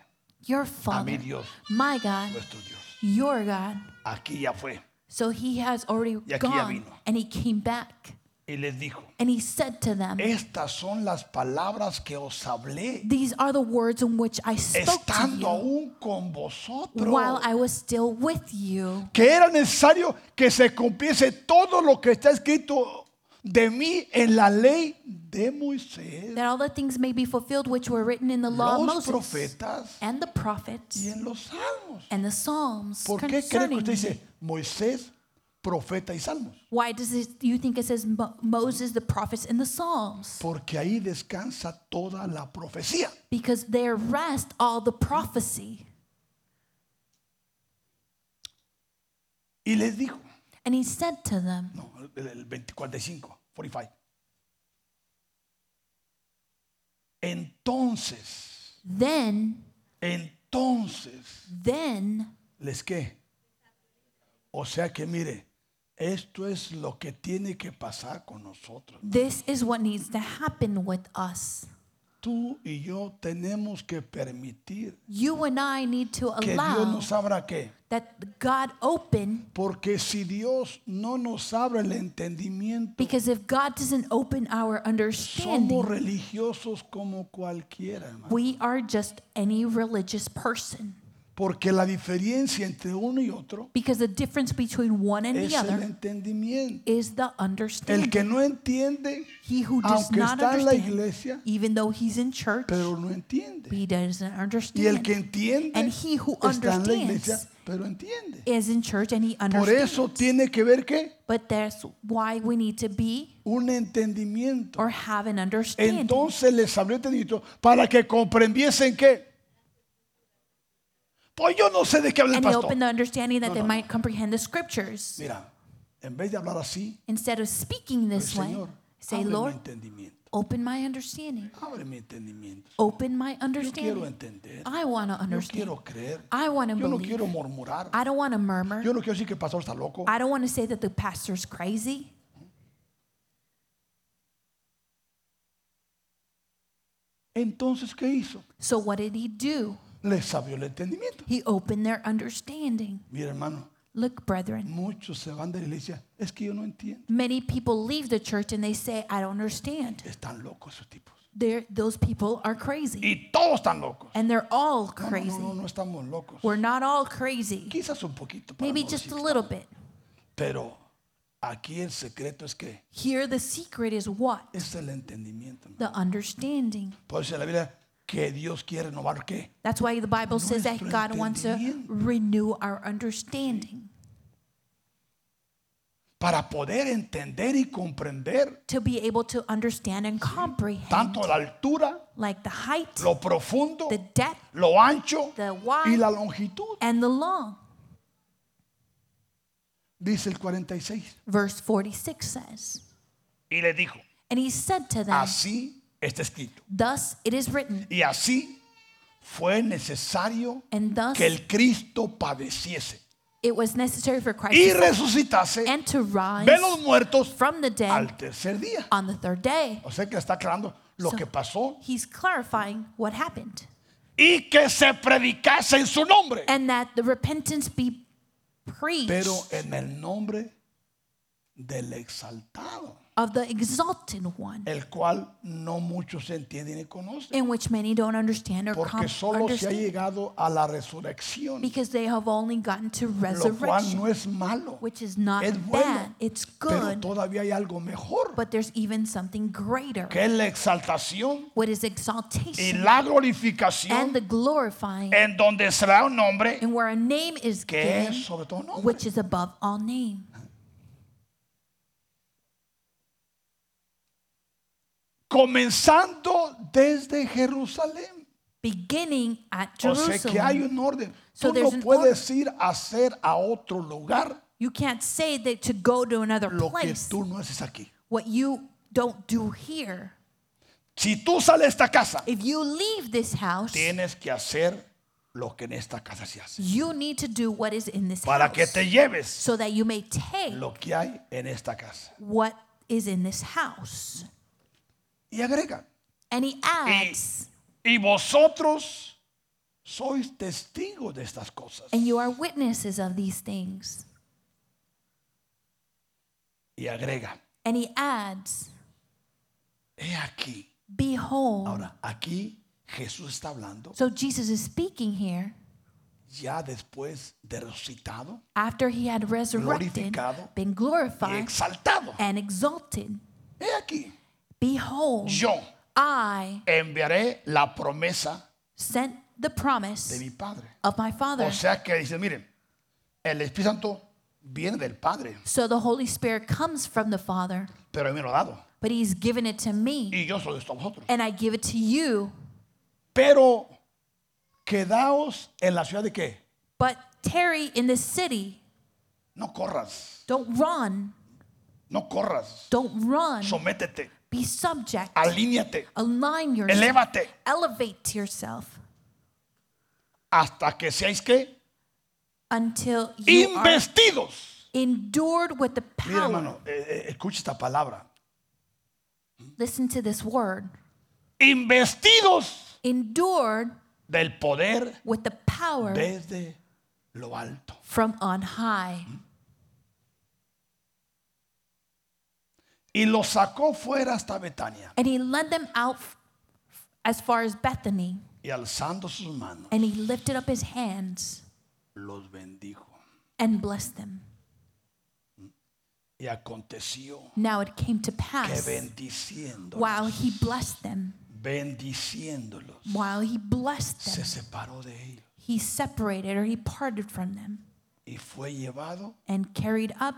Speaker 2: your
Speaker 1: a mi
Speaker 2: Father,
Speaker 1: Dios,
Speaker 2: my God,
Speaker 1: vuestro Dios.
Speaker 2: your God.
Speaker 1: Aquí ya fue.
Speaker 2: So he has already
Speaker 1: aquí ya
Speaker 2: gone
Speaker 1: vino.
Speaker 2: and he came back
Speaker 1: Y les dijo,
Speaker 2: and he said to them,
Speaker 1: estas son las palabras que os hablé,
Speaker 2: These are the words in which I spoke to
Speaker 1: estando
Speaker 2: you
Speaker 1: aún con vosotros.
Speaker 2: while I was still with you.
Speaker 1: Que era necesario que se cumpliese todo lo que está escrito de mí en la ley de Moisés.
Speaker 2: That all the things may be fulfilled which were written in the law of
Speaker 1: los
Speaker 2: Moses
Speaker 1: profetas
Speaker 2: and the prophets
Speaker 1: y en los salmos.
Speaker 2: and the Psalms.
Speaker 1: ¿Por qué cree que
Speaker 2: concerning
Speaker 1: usted
Speaker 2: me."
Speaker 1: dice Moisés, profeta y salmos?
Speaker 2: Why does it, you think it says Mo- Moses, the prophets, and the Psalms?
Speaker 1: Porque ahí descansa toda la profecía.
Speaker 2: Because there rest all the prophecy.
Speaker 1: Y les dijo,
Speaker 2: And he said to them,
Speaker 1: no, el- el 24, 45. Entonces
Speaker 2: Then
Speaker 1: Entonces,
Speaker 2: Then,
Speaker 1: ¿les qué? O sea que mire, esto es lo que tiene que pasar con nosotros.
Speaker 2: this is what needs to happen with us.
Speaker 1: Tú y yo tenemos que permitir
Speaker 2: You and I need to
Speaker 1: que Dios
Speaker 2: allow
Speaker 1: nos abra qué.
Speaker 2: that God open
Speaker 1: Porque si Dios no nos abre el entendimiento,
Speaker 2: because if God doesn't open our
Speaker 1: somos
Speaker 2: understanding,
Speaker 1: religiosos como cualquiera, hermano.
Speaker 2: we are just any religious person.
Speaker 1: Porque la diferencia entre uno y otro
Speaker 2: Because the difference between one and
Speaker 1: es
Speaker 2: the
Speaker 1: el
Speaker 2: other
Speaker 1: entendimiento.
Speaker 2: is the
Speaker 1: El
Speaker 2: understanding.
Speaker 1: que no entiende,
Speaker 2: He who does
Speaker 1: aunque
Speaker 2: not
Speaker 1: está en la
Speaker 2: understand,
Speaker 1: iglesia,
Speaker 2: even though he's in church,
Speaker 1: pero no entiende.
Speaker 2: he doesn't
Speaker 1: Y el que
Speaker 2: understand.
Speaker 1: entiende
Speaker 2: And he who
Speaker 1: está en la iglesia,
Speaker 2: understands
Speaker 1: pero entiende.
Speaker 2: Is in church and he
Speaker 1: Por
Speaker 2: understands.
Speaker 1: eso tiene que ver qué?
Speaker 2: But that's why we need to be
Speaker 1: Un entendimiento.
Speaker 2: or have an understanding.
Speaker 1: Entonces les habló entendimiento para que comprendiesen qué. Pues yo no sé de qué habla el
Speaker 2: and he
Speaker 1: pastor.
Speaker 2: opened the understanding that
Speaker 1: No,
Speaker 2: they
Speaker 1: no,
Speaker 2: might comprehend the scriptures.
Speaker 1: Mira, en vez de hablar así,
Speaker 2: Instead of speaking
Speaker 1: el
Speaker 2: this way,
Speaker 1: Señor,
Speaker 2: say,
Speaker 1: abre mi
Speaker 2: Lord,
Speaker 1: entendimiento.
Speaker 2: open my understanding.
Speaker 1: Abre mi entendimiento.
Speaker 2: Open my
Speaker 1: Yo quiero
Speaker 2: understanding.
Speaker 1: entender.
Speaker 2: I want to
Speaker 1: Yo
Speaker 2: understand.
Speaker 1: quiero creer.
Speaker 2: I want to
Speaker 1: Yo no
Speaker 2: believe.
Speaker 1: quiero murmurar.
Speaker 2: I don't want to murmur.
Speaker 1: Yo no quiero decir que el pastor está loco.
Speaker 2: I don't want to say that the pastor's crazy.
Speaker 1: Entonces, ¿qué hizo?
Speaker 2: So what did he do?
Speaker 1: Les abrió el entendimiento.
Speaker 2: He opened their understanding.
Speaker 1: Mira, hermano,
Speaker 2: Look, brethren,
Speaker 1: muchos se van de la iglesia. Es que yo no entiendo.
Speaker 2: many people leave the church and they say, I don't understand.
Speaker 1: Están locos esos tipos.
Speaker 2: They're, those people are crazy.
Speaker 1: Y todos están locos.
Speaker 2: And they're all
Speaker 1: No, no, No, no,
Speaker 2: crazy.
Speaker 1: no estamos locos.
Speaker 2: We're not all crazy.
Speaker 1: Quizás un poquito. para
Speaker 2: Maybe
Speaker 1: no
Speaker 2: just
Speaker 1: decir
Speaker 2: a
Speaker 1: que-
Speaker 2: little bit.
Speaker 1: Pero aquí el secreto es que
Speaker 2: Here, the secret is what?
Speaker 1: es el entendimiento. hermano.
Speaker 2: The understanding.
Speaker 1: Por eso la Biblia que Dios quiere renovar qué?
Speaker 2: That's why the Bible says that
Speaker 1: Nuestro
Speaker 2: God wants to
Speaker 1: entendimiento.
Speaker 2: renew our understanding.
Speaker 1: Para poder entender y comprender
Speaker 2: To be able to understand and comprehend,
Speaker 1: tanto la altura,
Speaker 2: like the height,
Speaker 1: lo profundo,
Speaker 2: the depth,
Speaker 1: lo ancho
Speaker 2: the
Speaker 1: y
Speaker 2: wide,
Speaker 1: la longitud.
Speaker 2: and the long.
Speaker 1: Dice el 46.
Speaker 2: Verse 46 says,
Speaker 1: Y le dijo,
Speaker 2: And he said to them,
Speaker 1: así está escrito.
Speaker 2: Thus it is written,
Speaker 1: Y así fue necesario
Speaker 2: and thus
Speaker 1: que el Cristo padeciese
Speaker 2: it was necessary for Christ
Speaker 1: y
Speaker 2: to
Speaker 1: resucitase
Speaker 2: and to rise
Speaker 1: de los muertos
Speaker 2: from the dead
Speaker 1: al tercer día.
Speaker 2: on the third day.
Speaker 1: O sea que está aclarando lo
Speaker 2: So-
Speaker 1: que pasó
Speaker 2: He's clarifying what happened.
Speaker 1: y que se predicase en su nombre.
Speaker 2: And that the repentance be preached
Speaker 1: Pero en el nombre del exaltado,
Speaker 2: of the exalted one,
Speaker 1: el cual no muchos entienden ni conocen,
Speaker 2: in which many don't understand or
Speaker 1: porque
Speaker 2: com-
Speaker 1: solo se ha
Speaker 2: understand,
Speaker 1: llegado a la resurrección,
Speaker 2: because they have only gotten to
Speaker 1: lo cual
Speaker 2: resurrection,
Speaker 1: no es malo,
Speaker 2: which is not
Speaker 1: es bueno,
Speaker 2: bad. It's
Speaker 1: pero
Speaker 2: good,
Speaker 1: todavía hay algo mejor,
Speaker 2: but there's even something greater.
Speaker 1: que es la exaltación
Speaker 2: What is
Speaker 1: y
Speaker 2: exaltation
Speaker 1: la
Speaker 2: and
Speaker 1: glorificación
Speaker 2: the glorifying,
Speaker 1: en donde será un nombre
Speaker 2: and where a name is
Speaker 1: que
Speaker 2: given,
Speaker 1: es sobre todo nombre.
Speaker 2: which is above all name.
Speaker 1: comenzando desde Jerusalén.
Speaker 2: beginning at
Speaker 1: O sea que hay
Speaker 2: Jerusalem.
Speaker 1: un orden.
Speaker 2: So
Speaker 1: Tú
Speaker 2: there's
Speaker 1: no
Speaker 2: an
Speaker 1: puedes ir a hacer a otro lugar
Speaker 2: You can't say that to go to another
Speaker 1: lo que
Speaker 2: place,
Speaker 1: tú no haces aquí.
Speaker 2: what you don't do here.
Speaker 1: Si tú sales de esta casa,
Speaker 2: If you leave this house,
Speaker 1: tienes que hacer lo que en esta casa se hace.
Speaker 2: you need to do what is in this
Speaker 1: Para que
Speaker 2: house
Speaker 1: te lleves
Speaker 2: so that you may take
Speaker 1: lo que hay en esta casa.
Speaker 2: what is in this house.
Speaker 1: Y agrega,
Speaker 2: And he adds,
Speaker 1: y vosotros sois testigos de estas cosas.
Speaker 2: and you are witnesses of these things.
Speaker 1: Y agrega,
Speaker 2: And he adds,
Speaker 1: he aquí.
Speaker 2: behold.
Speaker 1: Ahora, aquí Jesús está hablando
Speaker 2: So Jesus is speaking here
Speaker 1: ya después de resucitado.
Speaker 2: after he had resurrected,
Speaker 1: Glorificado
Speaker 2: been
Speaker 1: y
Speaker 2: glorified,
Speaker 1: exaltado.
Speaker 2: and exalted.
Speaker 1: He aquí,
Speaker 2: Behold,
Speaker 1: yo
Speaker 2: I
Speaker 1: enviaré la promesa
Speaker 2: sent the
Speaker 1: de
Speaker 2: promise
Speaker 1: mi Padre.
Speaker 2: of my Father.
Speaker 1: O sea que dice, miren, el Espíritu Santo viene del Padre,
Speaker 2: So the Holy Spirit comes from the Father,
Speaker 1: pero a mí me lo ha dado.
Speaker 2: but he's given it to me,
Speaker 1: Y yo soy esto a vosotros.
Speaker 2: and I give it to you.
Speaker 1: Pero quedaos en la ciudad de qué?
Speaker 2: But tarry in the city.
Speaker 1: No corras,
Speaker 2: Don't run.
Speaker 1: no corras.
Speaker 2: Don't run.
Speaker 1: Sométete,
Speaker 2: Be subject.
Speaker 1: alíñate,
Speaker 2: Align yourself.
Speaker 1: elévate.
Speaker 2: Elevate yourself.
Speaker 1: hasta que seáis que
Speaker 2: until you are
Speaker 1: investidos.
Speaker 2: endured with the
Speaker 1: Mira,
Speaker 2: power.
Speaker 1: hermano, eh, eh, escucha esta palabra.
Speaker 2: Listen to this word.
Speaker 1: Investidos
Speaker 2: Endured
Speaker 1: del poder
Speaker 2: with the power
Speaker 1: desde lo alto.
Speaker 2: from on high.
Speaker 1: Y los sacó fuera hasta Betania.
Speaker 2: And he led them out f- as far as Bethany,
Speaker 1: Y alzando sus manos,
Speaker 2: and he lifted up his hands
Speaker 1: los bendijo.
Speaker 2: and blessed them.
Speaker 1: Y aconteció
Speaker 2: Now it came to
Speaker 1: que
Speaker 2: pass
Speaker 1: bendiciéndolos,
Speaker 2: while he blessed them,
Speaker 1: bendiciéndolos,
Speaker 2: while he blessed
Speaker 1: se
Speaker 2: them,
Speaker 1: separó de ellos
Speaker 2: he separated or he parted from them
Speaker 1: y fue llevado
Speaker 2: and carried up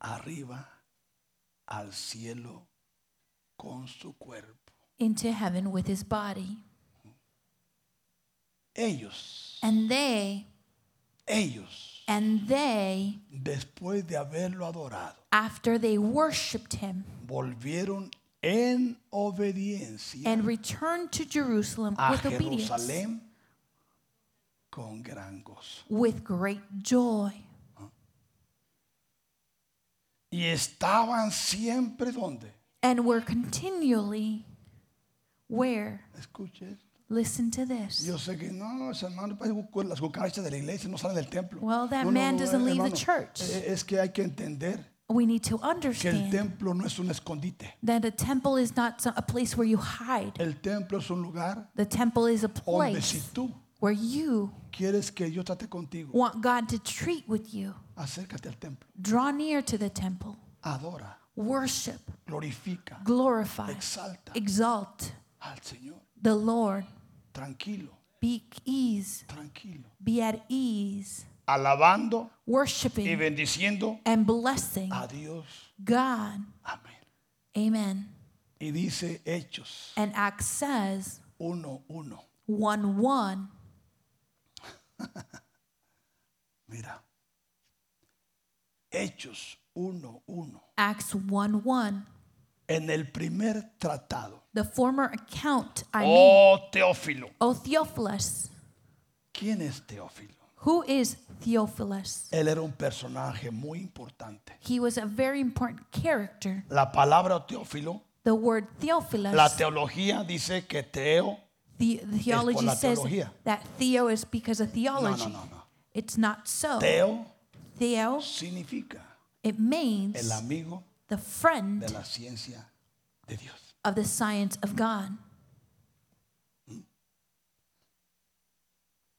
Speaker 1: arriba al cielo con su cuerpo.
Speaker 2: into heaven with his body.
Speaker 1: Ellos,
Speaker 2: And they,
Speaker 1: ellos,
Speaker 2: and they,
Speaker 1: después de haberlo adorado,
Speaker 2: after they worshiped him
Speaker 1: volvieron en obediencia
Speaker 2: and returned to Jerusalem
Speaker 1: a
Speaker 2: with obedience,
Speaker 1: Jerusalén con gran gozo.
Speaker 2: with great joy.
Speaker 1: Y estaban siempre donde.
Speaker 2: And we're continually where?
Speaker 1: Escuche, esto.
Speaker 2: Listen to this.
Speaker 1: yo sé que no, ese hermano, pues, cu- las cucarachas de la iglesia no salen del templo.
Speaker 2: Well, that
Speaker 1: No, no,
Speaker 2: man
Speaker 1: no,
Speaker 2: doesn't
Speaker 1: eh,
Speaker 2: leave the
Speaker 1: hermano,
Speaker 2: church.
Speaker 1: eh, Es que hay que entender
Speaker 2: We need to
Speaker 1: que el
Speaker 2: understand
Speaker 1: templo no es un escondite.
Speaker 2: that the temple is not so- a place where you hide.
Speaker 1: El templo es un lugar
Speaker 2: The temple is a
Speaker 1: donde si
Speaker 2: place
Speaker 1: tú
Speaker 2: where you
Speaker 1: quieres que yo trate contigo,
Speaker 2: want God to treat with you.
Speaker 1: acércate al templo,
Speaker 2: Draw near to the temple.
Speaker 1: adora,
Speaker 2: Worship,
Speaker 1: glorifica,
Speaker 2: glorify,
Speaker 1: exalta
Speaker 2: exalt
Speaker 1: al Señor.
Speaker 2: the Lord.
Speaker 1: Tranquilo,
Speaker 2: Be at ease,
Speaker 1: tranquilo.
Speaker 2: be at ease,
Speaker 1: Alabando y
Speaker 2: worshiping
Speaker 1: bendiciendo
Speaker 2: and blessing
Speaker 1: a Dios.
Speaker 2: God.
Speaker 1: Amén.
Speaker 2: Amen.
Speaker 1: Y dice Hechos
Speaker 2: And Acts says
Speaker 1: 1:1.
Speaker 2: 1 1.
Speaker 1: Mira. Hechos 1:1.
Speaker 2: Acts 1 1.
Speaker 1: En el primer tratado.
Speaker 2: The former account I made,
Speaker 1: Oh, Teófilo.
Speaker 2: O Theophilus.
Speaker 1: ¿Quién es Teófilo?
Speaker 2: Who is Theophilus?
Speaker 1: Él era un personaje muy importante.
Speaker 2: He was a very important character.
Speaker 1: La palabra Teófilo,
Speaker 2: The word Theophilus,
Speaker 1: la teología dice que Teo.
Speaker 2: the, the theology
Speaker 1: la
Speaker 2: says
Speaker 1: teología.
Speaker 2: that Theo is because of
Speaker 1: No,
Speaker 2: theology.
Speaker 1: no, no, no.
Speaker 2: It's not so.
Speaker 1: Teo
Speaker 2: Theo,
Speaker 1: significa
Speaker 2: it
Speaker 1: el
Speaker 2: means
Speaker 1: amigo
Speaker 2: the friend
Speaker 1: de la ciencia de Dios.
Speaker 2: of the science of God.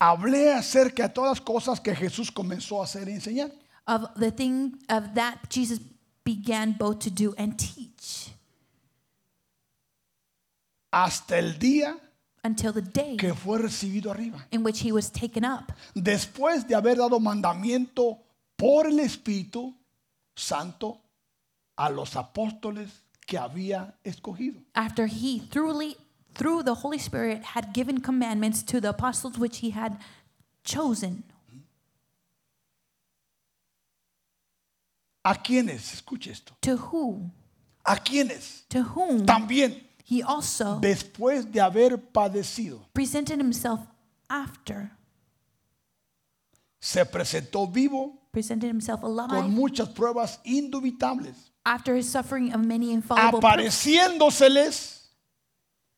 Speaker 1: Hablé acerca de todas las cosas que Jesús comenzó a hacer y enseñar.
Speaker 2: of the thing of that Jesus began both to do and teach
Speaker 1: Hasta el día
Speaker 2: until the day
Speaker 1: que fue recibido arriba.
Speaker 2: in which he was taken up
Speaker 1: Después de haber dado mandamiento por el Espíritu Santo a los apóstoles que había escogido.
Speaker 2: after he throughly through the holy spirit had given commandments to the apostles which he had chosen
Speaker 1: ¿A quiénes? Escuche esto.
Speaker 2: to who
Speaker 1: ¿A quiénes?
Speaker 2: to whom
Speaker 1: También
Speaker 2: he also
Speaker 1: después de haber padecido,
Speaker 2: presented himself after
Speaker 1: se presentó vivo
Speaker 2: presented himself
Speaker 1: con
Speaker 2: alive
Speaker 1: muchas pruebas indubitables,
Speaker 2: after his suffering of many infallible proofs,
Speaker 1: apareciéndoseles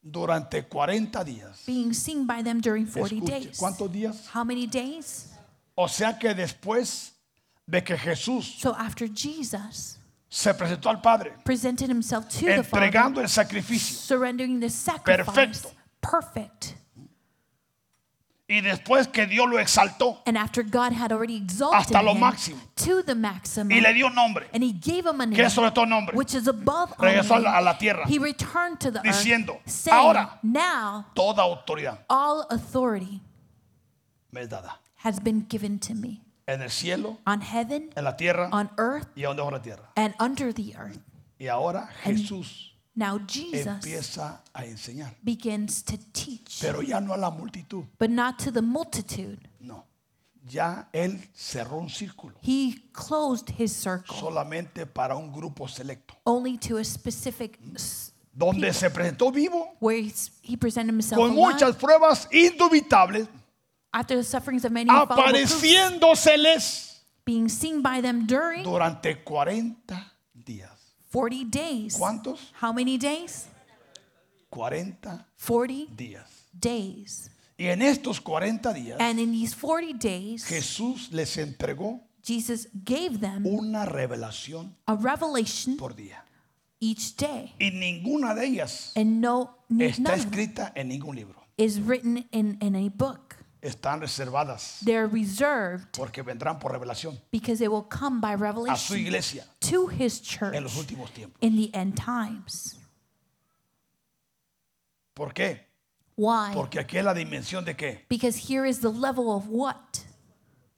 Speaker 1: durante 40 días.
Speaker 2: being seen by them during 40
Speaker 1: Escuche,
Speaker 2: days
Speaker 1: ¿cuántos días?
Speaker 2: how many days
Speaker 1: O sea que después de que Jesús
Speaker 2: so after jesus
Speaker 1: se presentó al Padre,
Speaker 2: presented himself to the Father,
Speaker 1: entregando el sacrificio,
Speaker 2: surrendering the sacrifice.
Speaker 1: Perfecto.
Speaker 2: Perfect.
Speaker 1: y después que Dios lo exaltó
Speaker 2: And after God had already exalted
Speaker 1: Hasta lo
Speaker 2: him
Speaker 1: máximo.
Speaker 2: to the maximum,
Speaker 1: y le dio nombre,
Speaker 2: and he gave him a
Speaker 1: que
Speaker 2: name
Speaker 1: es sobre todo nombre,
Speaker 2: which is above all
Speaker 1: Regresó a la-
Speaker 2: name,
Speaker 1: a la tierra,
Speaker 2: he returned to the
Speaker 1: diciendo,
Speaker 2: earth, saying,
Speaker 1: "Ahora,
Speaker 2: now
Speaker 1: toda autoridad
Speaker 2: all authority
Speaker 1: me es dada,
Speaker 2: has been given to me
Speaker 1: en el cielo,
Speaker 2: on heaven,
Speaker 1: en la tierra
Speaker 2: on earth,
Speaker 1: y aún debajo de la tierra.
Speaker 2: and under the earth.
Speaker 1: Y ahora Jesús
Speaker 2: Now Jesus
Speaker 1: empieza a enseñar,
Speaker 2: begins to teach,
Speaker 1: pero ya no a la multitud,
Speaker 2: but not to the multitude.
Speaker 1: no. Ya él cerró un círculo
Speaker 2: He closed his circle.
Speaker 1: solamente para un grupo selecto,
Speaker 2: only to a specific s-
Speaker 1: donde se presentó vivo
Speaker 2: where he's- he presented himself
Speaker 1: con
Speaker 2: alive
Speaker 1: muchas pruebas indubitables
Speaker 2: after the sufferings of many apostles,
Speaker 1: apareciéndoseles
Speaker 2: being seen by them during
Speaker 1: durante 40 días.
Speaker 2: 40 days.
Speaker 1: ¿Cuántos?
Speaker 2: How many days?
Speaker 1: 40
Speaker 2: 40
Speaker 1: días.
Speaker 2: days.
Speaker 1: Y en estos 40 días
Speaker 2: And in these 40 days,
Speaker 1: Jesús les entregó
Speaker 2: Jesus gave them
Speaker 1: una revelación
Speaker 2: a revelation
Speaker 1: por día.
Speaker 2: each day.
Speaker 1: Y ninguna de ellas
Speaker 2: And no, n-
Speaker 1: está
Speaker 2: none of them
Speaker 1: escrita en ningún libro.
Speaker 2: is written in, in a book.
Speaker 1: Están reservadas
Speaker 2: They're reserved
Speaker 1: porque vendrán por revelación
Speaker 2: because they will come by
Speaker 1: a su
Speaker 2: revelation
Speaker 1: iglesia
Speaker 2: to his church
Speaker 1: en los últimos tiempos.
Speaker 2: in the end times.
Speaker 1: ¿Por qué?
Speaker 2: Why?
Speaker 1: Porque aquí es la dimensión de qué?
Speaker 2: Because here is the level of what?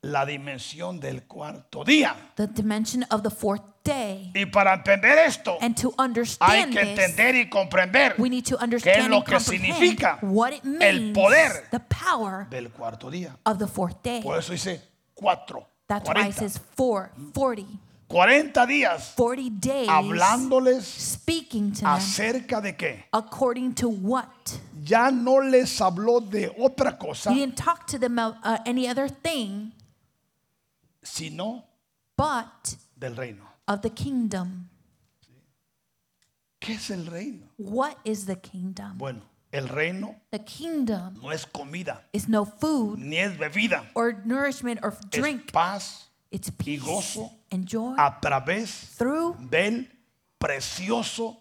Speaker 1: La dimensión del cuarto día.
Speaker 2: The dimension of the fourth day.
Speaker 1: Y para entender esto
Speaker 2: And to
Speaker 1: hay
Speaker 2: understand
Speaker 1: que
Speaker 2: this,
Speaker 1: entender y comprender
Speaker 2: we need to understand
Speaker 1: lo
Speaker 2: and
Speaker 1: que
Speaker 2: comprehend
Speaker 1: significa
Speaker 2: what it means,
Speaker 1: poder
Speaker 2: the power
Speaker 1: del cuarto día.
Speaker 2: of the fourth day.
Speaker 1: Por eso dice cuatro.
Speaker 2: That's why
Speaker 1: 40,
Speaker 2: it says four, 40,
Speaker 1: 40 días
Speaker 2: 40 days
Speaker 1: hablándoles
Speaker 2: speaking to them
Speaker 1: acerca de qué.
Speaker 2: according to what?
Speaker 1: Ya no les habló de otra cosa,
Speaker 2: He didn't talk to them of uh, any other thing
Speaker 1: sino
Speaker 2: but
Speaker 1: del reino.
Speaker 2: of the kingdom.
Speaker 1: ¿Qué es el reino?
Speaker 2: What is the kingdom?
Speaker 1: Bueno, el reino
Speaker 2: The kingdom
Speaker 1: no es comida,
Speaker 2: is no food
Speaker 1: ni es bebida,
Speaker 2: or nourishment or
Speaker 1: es
Speaker 2: drink.
Speaker 1: paz
Speaker 2: It's peace
Speaker 1: gozo
Speaker 2: and joy
Speaker 1: a través
Speaker 2: through
Speaker 1: del precioso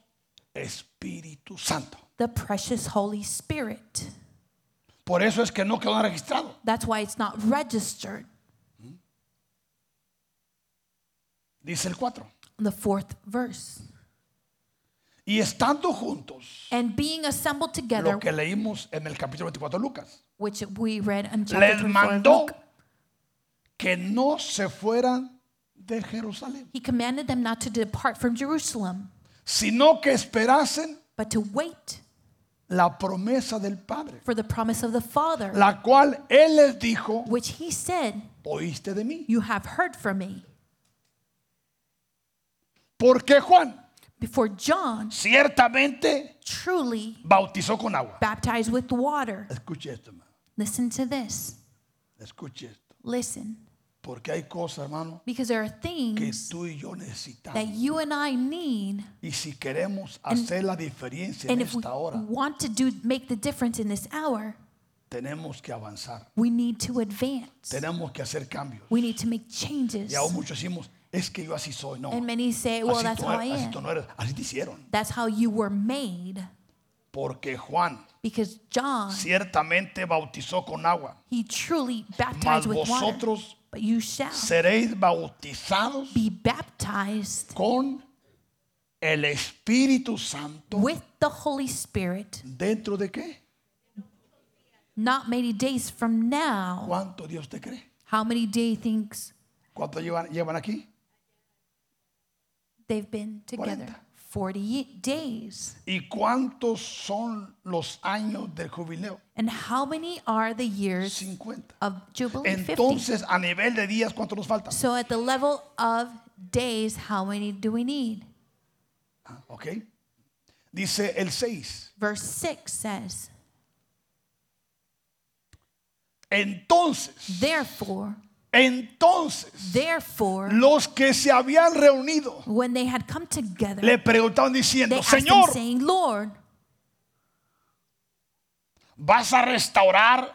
Speaker 1: Espíritu Santo.
Speaker 2: the precious Holy Spirit.
Speaker 1: Por eso es que no quedó registrado.
Speaker 2: That's why it's not registered.
Speaker 1: Dice el 4.
Speaker 2: The fourth verse.
Speaker 1: Y estando juntos,
Speaker 2: And being assembled
Speaker 1: lo
Speaker 2: together,
Speaker 1: que leímos en el capítulo 24 de Lucas,
Speaker 2: which we read in chapter
Speaker 1: les
Speaker 2: 24 of
Speaker 1: mandó
Speaker 2: Luke,
Speaker 1: que no se fueran de Jerusalén,
Speaker 2: he commanded them not to depart from Jerusalem,
Speaker 1: sino que esperasen
Speaker 2: but to wait
Speaker 1: la promesa del Padre,
Speaker 2: for the promise of the Father,
Speaker 1: la cual Él les dijo,
Speaker 2: which he said,
Speaker 1: oíste de mí.
Speaker 2: You have heard from me.
Speaker 1: Porque Juan
Speaker 2: Before John
Speaker 1: ciertamente
Speaker 2: truly
Speaker 1: bautizó con agua.
Speaker 2: baptized with water.
Speaker 1: Escuche esto, hermano.
Speaker 2: Listen to this.
Speaker 1: Escuche esto.
Speaker 2: Listen.
Speaker 1: Porque hay cosas, hermano,
Speaker 2: Because there are
Speaker 1: que
Speaker 2: things
Speaker 1: tú y yo
Speaker 2: that
Speaker 1: necesitamos.
Speaker 2: you and I need.
Speaker 1: Y si queremos hacer la diferencia en
Speaker 2: And if we
Speaker 1: esta hora,
Speaker 2: want to do make the difference in this hour,
Speaker 1: tenemos que avanzar.
Speaker 2: we need to advance.
Speaker 1: Tenemos que hacer cambios.
Speaker 2: We need to make changes.
Speaker 1: Y aún muchos decimos, es que yo así soy. No,
Speaker 2: And many say, well,
Speaker 1: así
Speaker 2: that's
Speaker 1: tú,
Speaker 2: how I
Speaker 1: eres, así
Speaker 2: am.
Speaker 1: tú no eres. Así te hicieron.
Speaker 2: That's how you were made.
Speaker 1: Porque Juan
Speaker 2: Because John,
Speaker 1: ciertamente bautizó con agua.
Speaker 2: he truly
Speaker 1: Mas
Speaker 2: baptized with water.
Speaker 1: vosotros
Speaker 2: But you shall
Speaker 1: seréis bautizados
Speaker 2: be baptized
Speaker 1: con el Espíritu Santo.
Speaker 2: with the Holy Spirit
Speaker 1: ¿Dentro de qué?
Speaker 2: not many days from now.
Speaker 1: ¿Cuánto Dios te cree?
Speaker 2: How many day thinks
Speaker 1: ¿Cuánto llevan, llevan aquí?
Speaker 2: they've been together? 40 days.
Speaker 1: ¿Y cuántos son los años del jubileo?
Speaker 2: And how many are the years
Speaker 1: 50.
Speaker 2: of Jubilee? 50.
Speaker 1: Entonces, a nivel de días, ¿cuánto nos falta?
Speaker 2: So at the level of days, how many do we need?
Speaker 1: Ah, ¿Ok? Dice el 6.
Speaker 2: Verse 6 says,
Speaker 1: Entonces,
Speaker 2: Therefore,
Speaker 1: entonces,
Speaker 2: therefore,
Speaker 1: los que se habían reunido
Speaker 2: when they had come together,
Speaker 1: le preguntaban
Speaker 2: they
Speaker 1: diciendo,
Speaker 2: asked him,
Speaker 1: Señor,
Speaker 2: saying, Lord,
Speaker 1: ¿vas a restaurar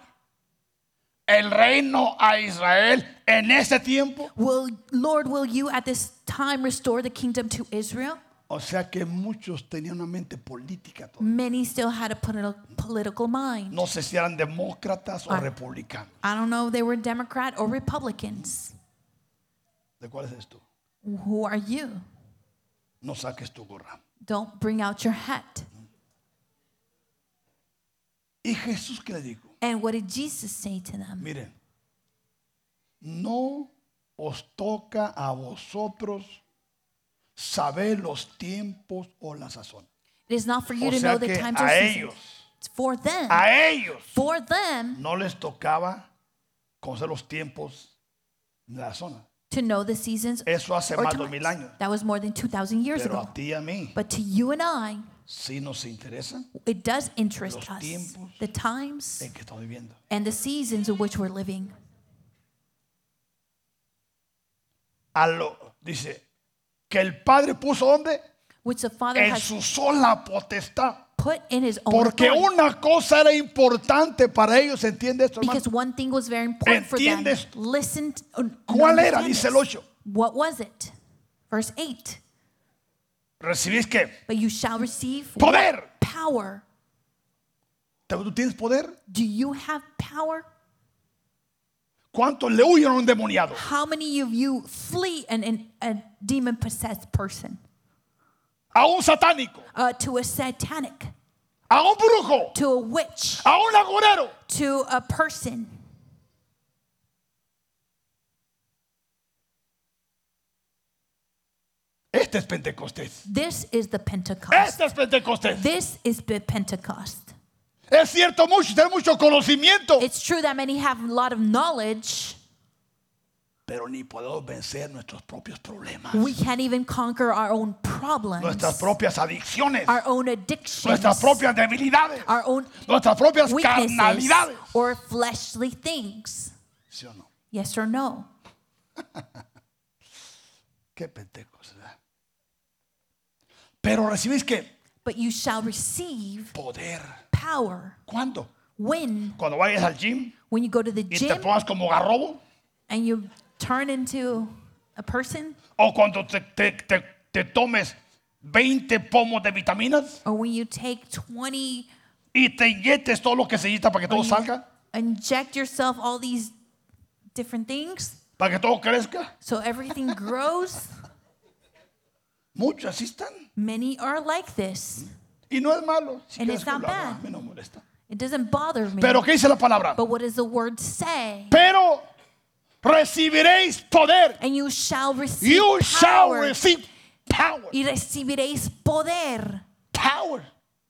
Speaker 1: el reino a Israel en este tiempo?
Speaker 2: will, Lord, will you at this time restore the kingdom to Israel?
Speaker 1: O sea que muchos tenían una mente política. todavía.
Speaker 2: Many still had a politi- political mind.
Speaker 1: No sé si eran demócratas o
Speaker 2: Ah.
Speaker 1: republicanos.
Speaker 2: I don't know if they were Democrat or Republicans.
Speaker 1: ¿De cuál es esto?
Speaker 2: Who are you?
Speaker 1: No saques tu gorra.
Speaker 2: Don't bring out your hat.
Speaker 1: ¿Y Jesús qué le dijo?
Speaker 2: And what did Jesus say to them?
Speaker 1: Miren, no os toca a vosotros saber los tiempos o la sazón.
Speaker 2: It is not for you
Speaker 1: O
Speaker 2: to
Speaker 1: sea
Speaker 2: know the
Speaker 1: que
Speaker 2: times or
Speaker 1: a
Speaker 2: seasons.
Speaker 1: ellos,
Speaker 2: It's for them.
Speaker 1: a ellos
Speaker 2: For them
Speaker 1: no les tocaba conocer los tiempos ni la zona.
Speaker 2: to know the seasons
Speaker 1: Eso hace
Speaker 2: or
Speaker 1: más de dos mil
Speaker 2: times.
Speaker 1: años.
Speaker 2: That was more than 2,000 years
Speaker 1: Pero
Speaker 2: ago.
Speaker 1: a ti y a mí
Speaker 2: But to you and I,
Speaker 1: si nos interesan
Speaker 2: It does interest
Speaker 1: Los
Speaker 2: us
Speaker 1: tiempos.
Speaker 2: the times
Speaker 1: en que estamos viviendo.
Speaker 2: and the seasons in which we're living.
Speaker 1: A lo- dice que el Padre puso donde
Speaker 2: which the Father
Speaker 1: en
Speaker 2: has
Speaker 1: su sola potestad.
Speaker 2: put in His own
Speaker 1: Porque
Speaker 2: authority.
Speaker 1: una cosa era importante para ellos, ¿entiende esto, hermano?
Speaker 2: Because one thing was very important for them.
Speaker 1: ¿Entiendes?
Speaker 2: Listen. t- un-
Speaker 1: ¿Cuál era?
Speaker 2: understand
Speaker 1: Dice el
Speaker 2: this.
Speaker 1: ocho.
Speaker 2: What was it? Verse 8.
Speaker 1: ¿Recibís qué?
Speaker 2: But you shall receive what?
Speaker 1: Poder.
Speaker 2: power.
Speaker 1: ¿Tú tienes poder?
Speaker 2: Do you have power?
Speaker 1: ¿Cuántos le huyen a un demoniado?
Speaker 2: How many of you flee an, an, a demon possessed person
Speaker 1: A un satánico,
Speaker 2: uh, to a satanic,
Speaker 1: a un brujo,
Speaker 2: to a witch,
Speaker 1: a un agorero.
Speaker 2: to a person?
Speaker 1: Este es Pentecostés.
Speaker 2: This is the Pentecost.
Speaker 1: Este es Pentecostés.
Speaker 2: This is the Pentecost.
Speaker 1: Es cierto, mucho, tener mucho conocimiento,
Speaker 2: It's true that many have a lot of knowledge.
Speaker 1: pero ni podemos vencer nuestros propios problemas,
Speaker 2: We can't even conquer our own problems,
Speaker 1: nuestras propias adicciones,
Speaker 2: our own addictions,
Speaker 1: nuestras propias debilidades,
Speaker 2: our own
Speaker 1: nuestras propias
Speaker 2: weaknesses,
Speaker 1: carnalidades.
Speaker 2: or fleshly things.
Speaker 1: ¿Sí o no?
Speaker 2: Yes or no?
Speaker 1: Qué Pentecostés. ¿verdad? Pero recibís qué?
Speaker 2: But you shall receive
Speaker 1: Poder.
Speaker 2: power.
Speaker 1: ¿Cuándo?
Speaker 2: When?
Speaker 1: Cuando vayas al gym
Speaker 2: When you go to the
Speaker 1: y te
Speaker 2: gym
Speaker 1: pongas como garrobo,
Speaker 2: and you turn into a person,
Speaker 1: o cuando te, te- te- te tomes 20 pomos de vitaminas
Speaker 2: or when you take 20
Speaker 1: y te inyectes todo lo que se inyecta para que todo
Speaker 2: you
Speaker 1: salga,
Speaker 2: inject yourself all these different things
Speaker 1: para que todo crezca.
Speaker 2: so
Speaker 1: [LAUGHS]
Speaker 2: everything grows.
Speaker 1: Muchos así están.
Speaker 2: Many are like this.
Speaker 1: Y no es malo. Si
Speaker 2: And
Speaker 1: quieres
Speaker 2: it's
Speaker 1: que
Speaker 2: not
Speaker 1: lo haga,
Speaker 2: bad.
Speaker 1: a mí no me molesta.
Speaker 2: It doesn't bother me.
Speaker 1: Pero ¿qué dice la palabra?
Speaker 2: But what does the word say?
Speaker 1: Pero recibiréis poder.
Speaker 2: And you shall receive
Speaker 1: You shall
Speaker 2: power.
Speaker 1: receive power.
Speaker 2: Y recibiréis poder.
Speaker 1: Power.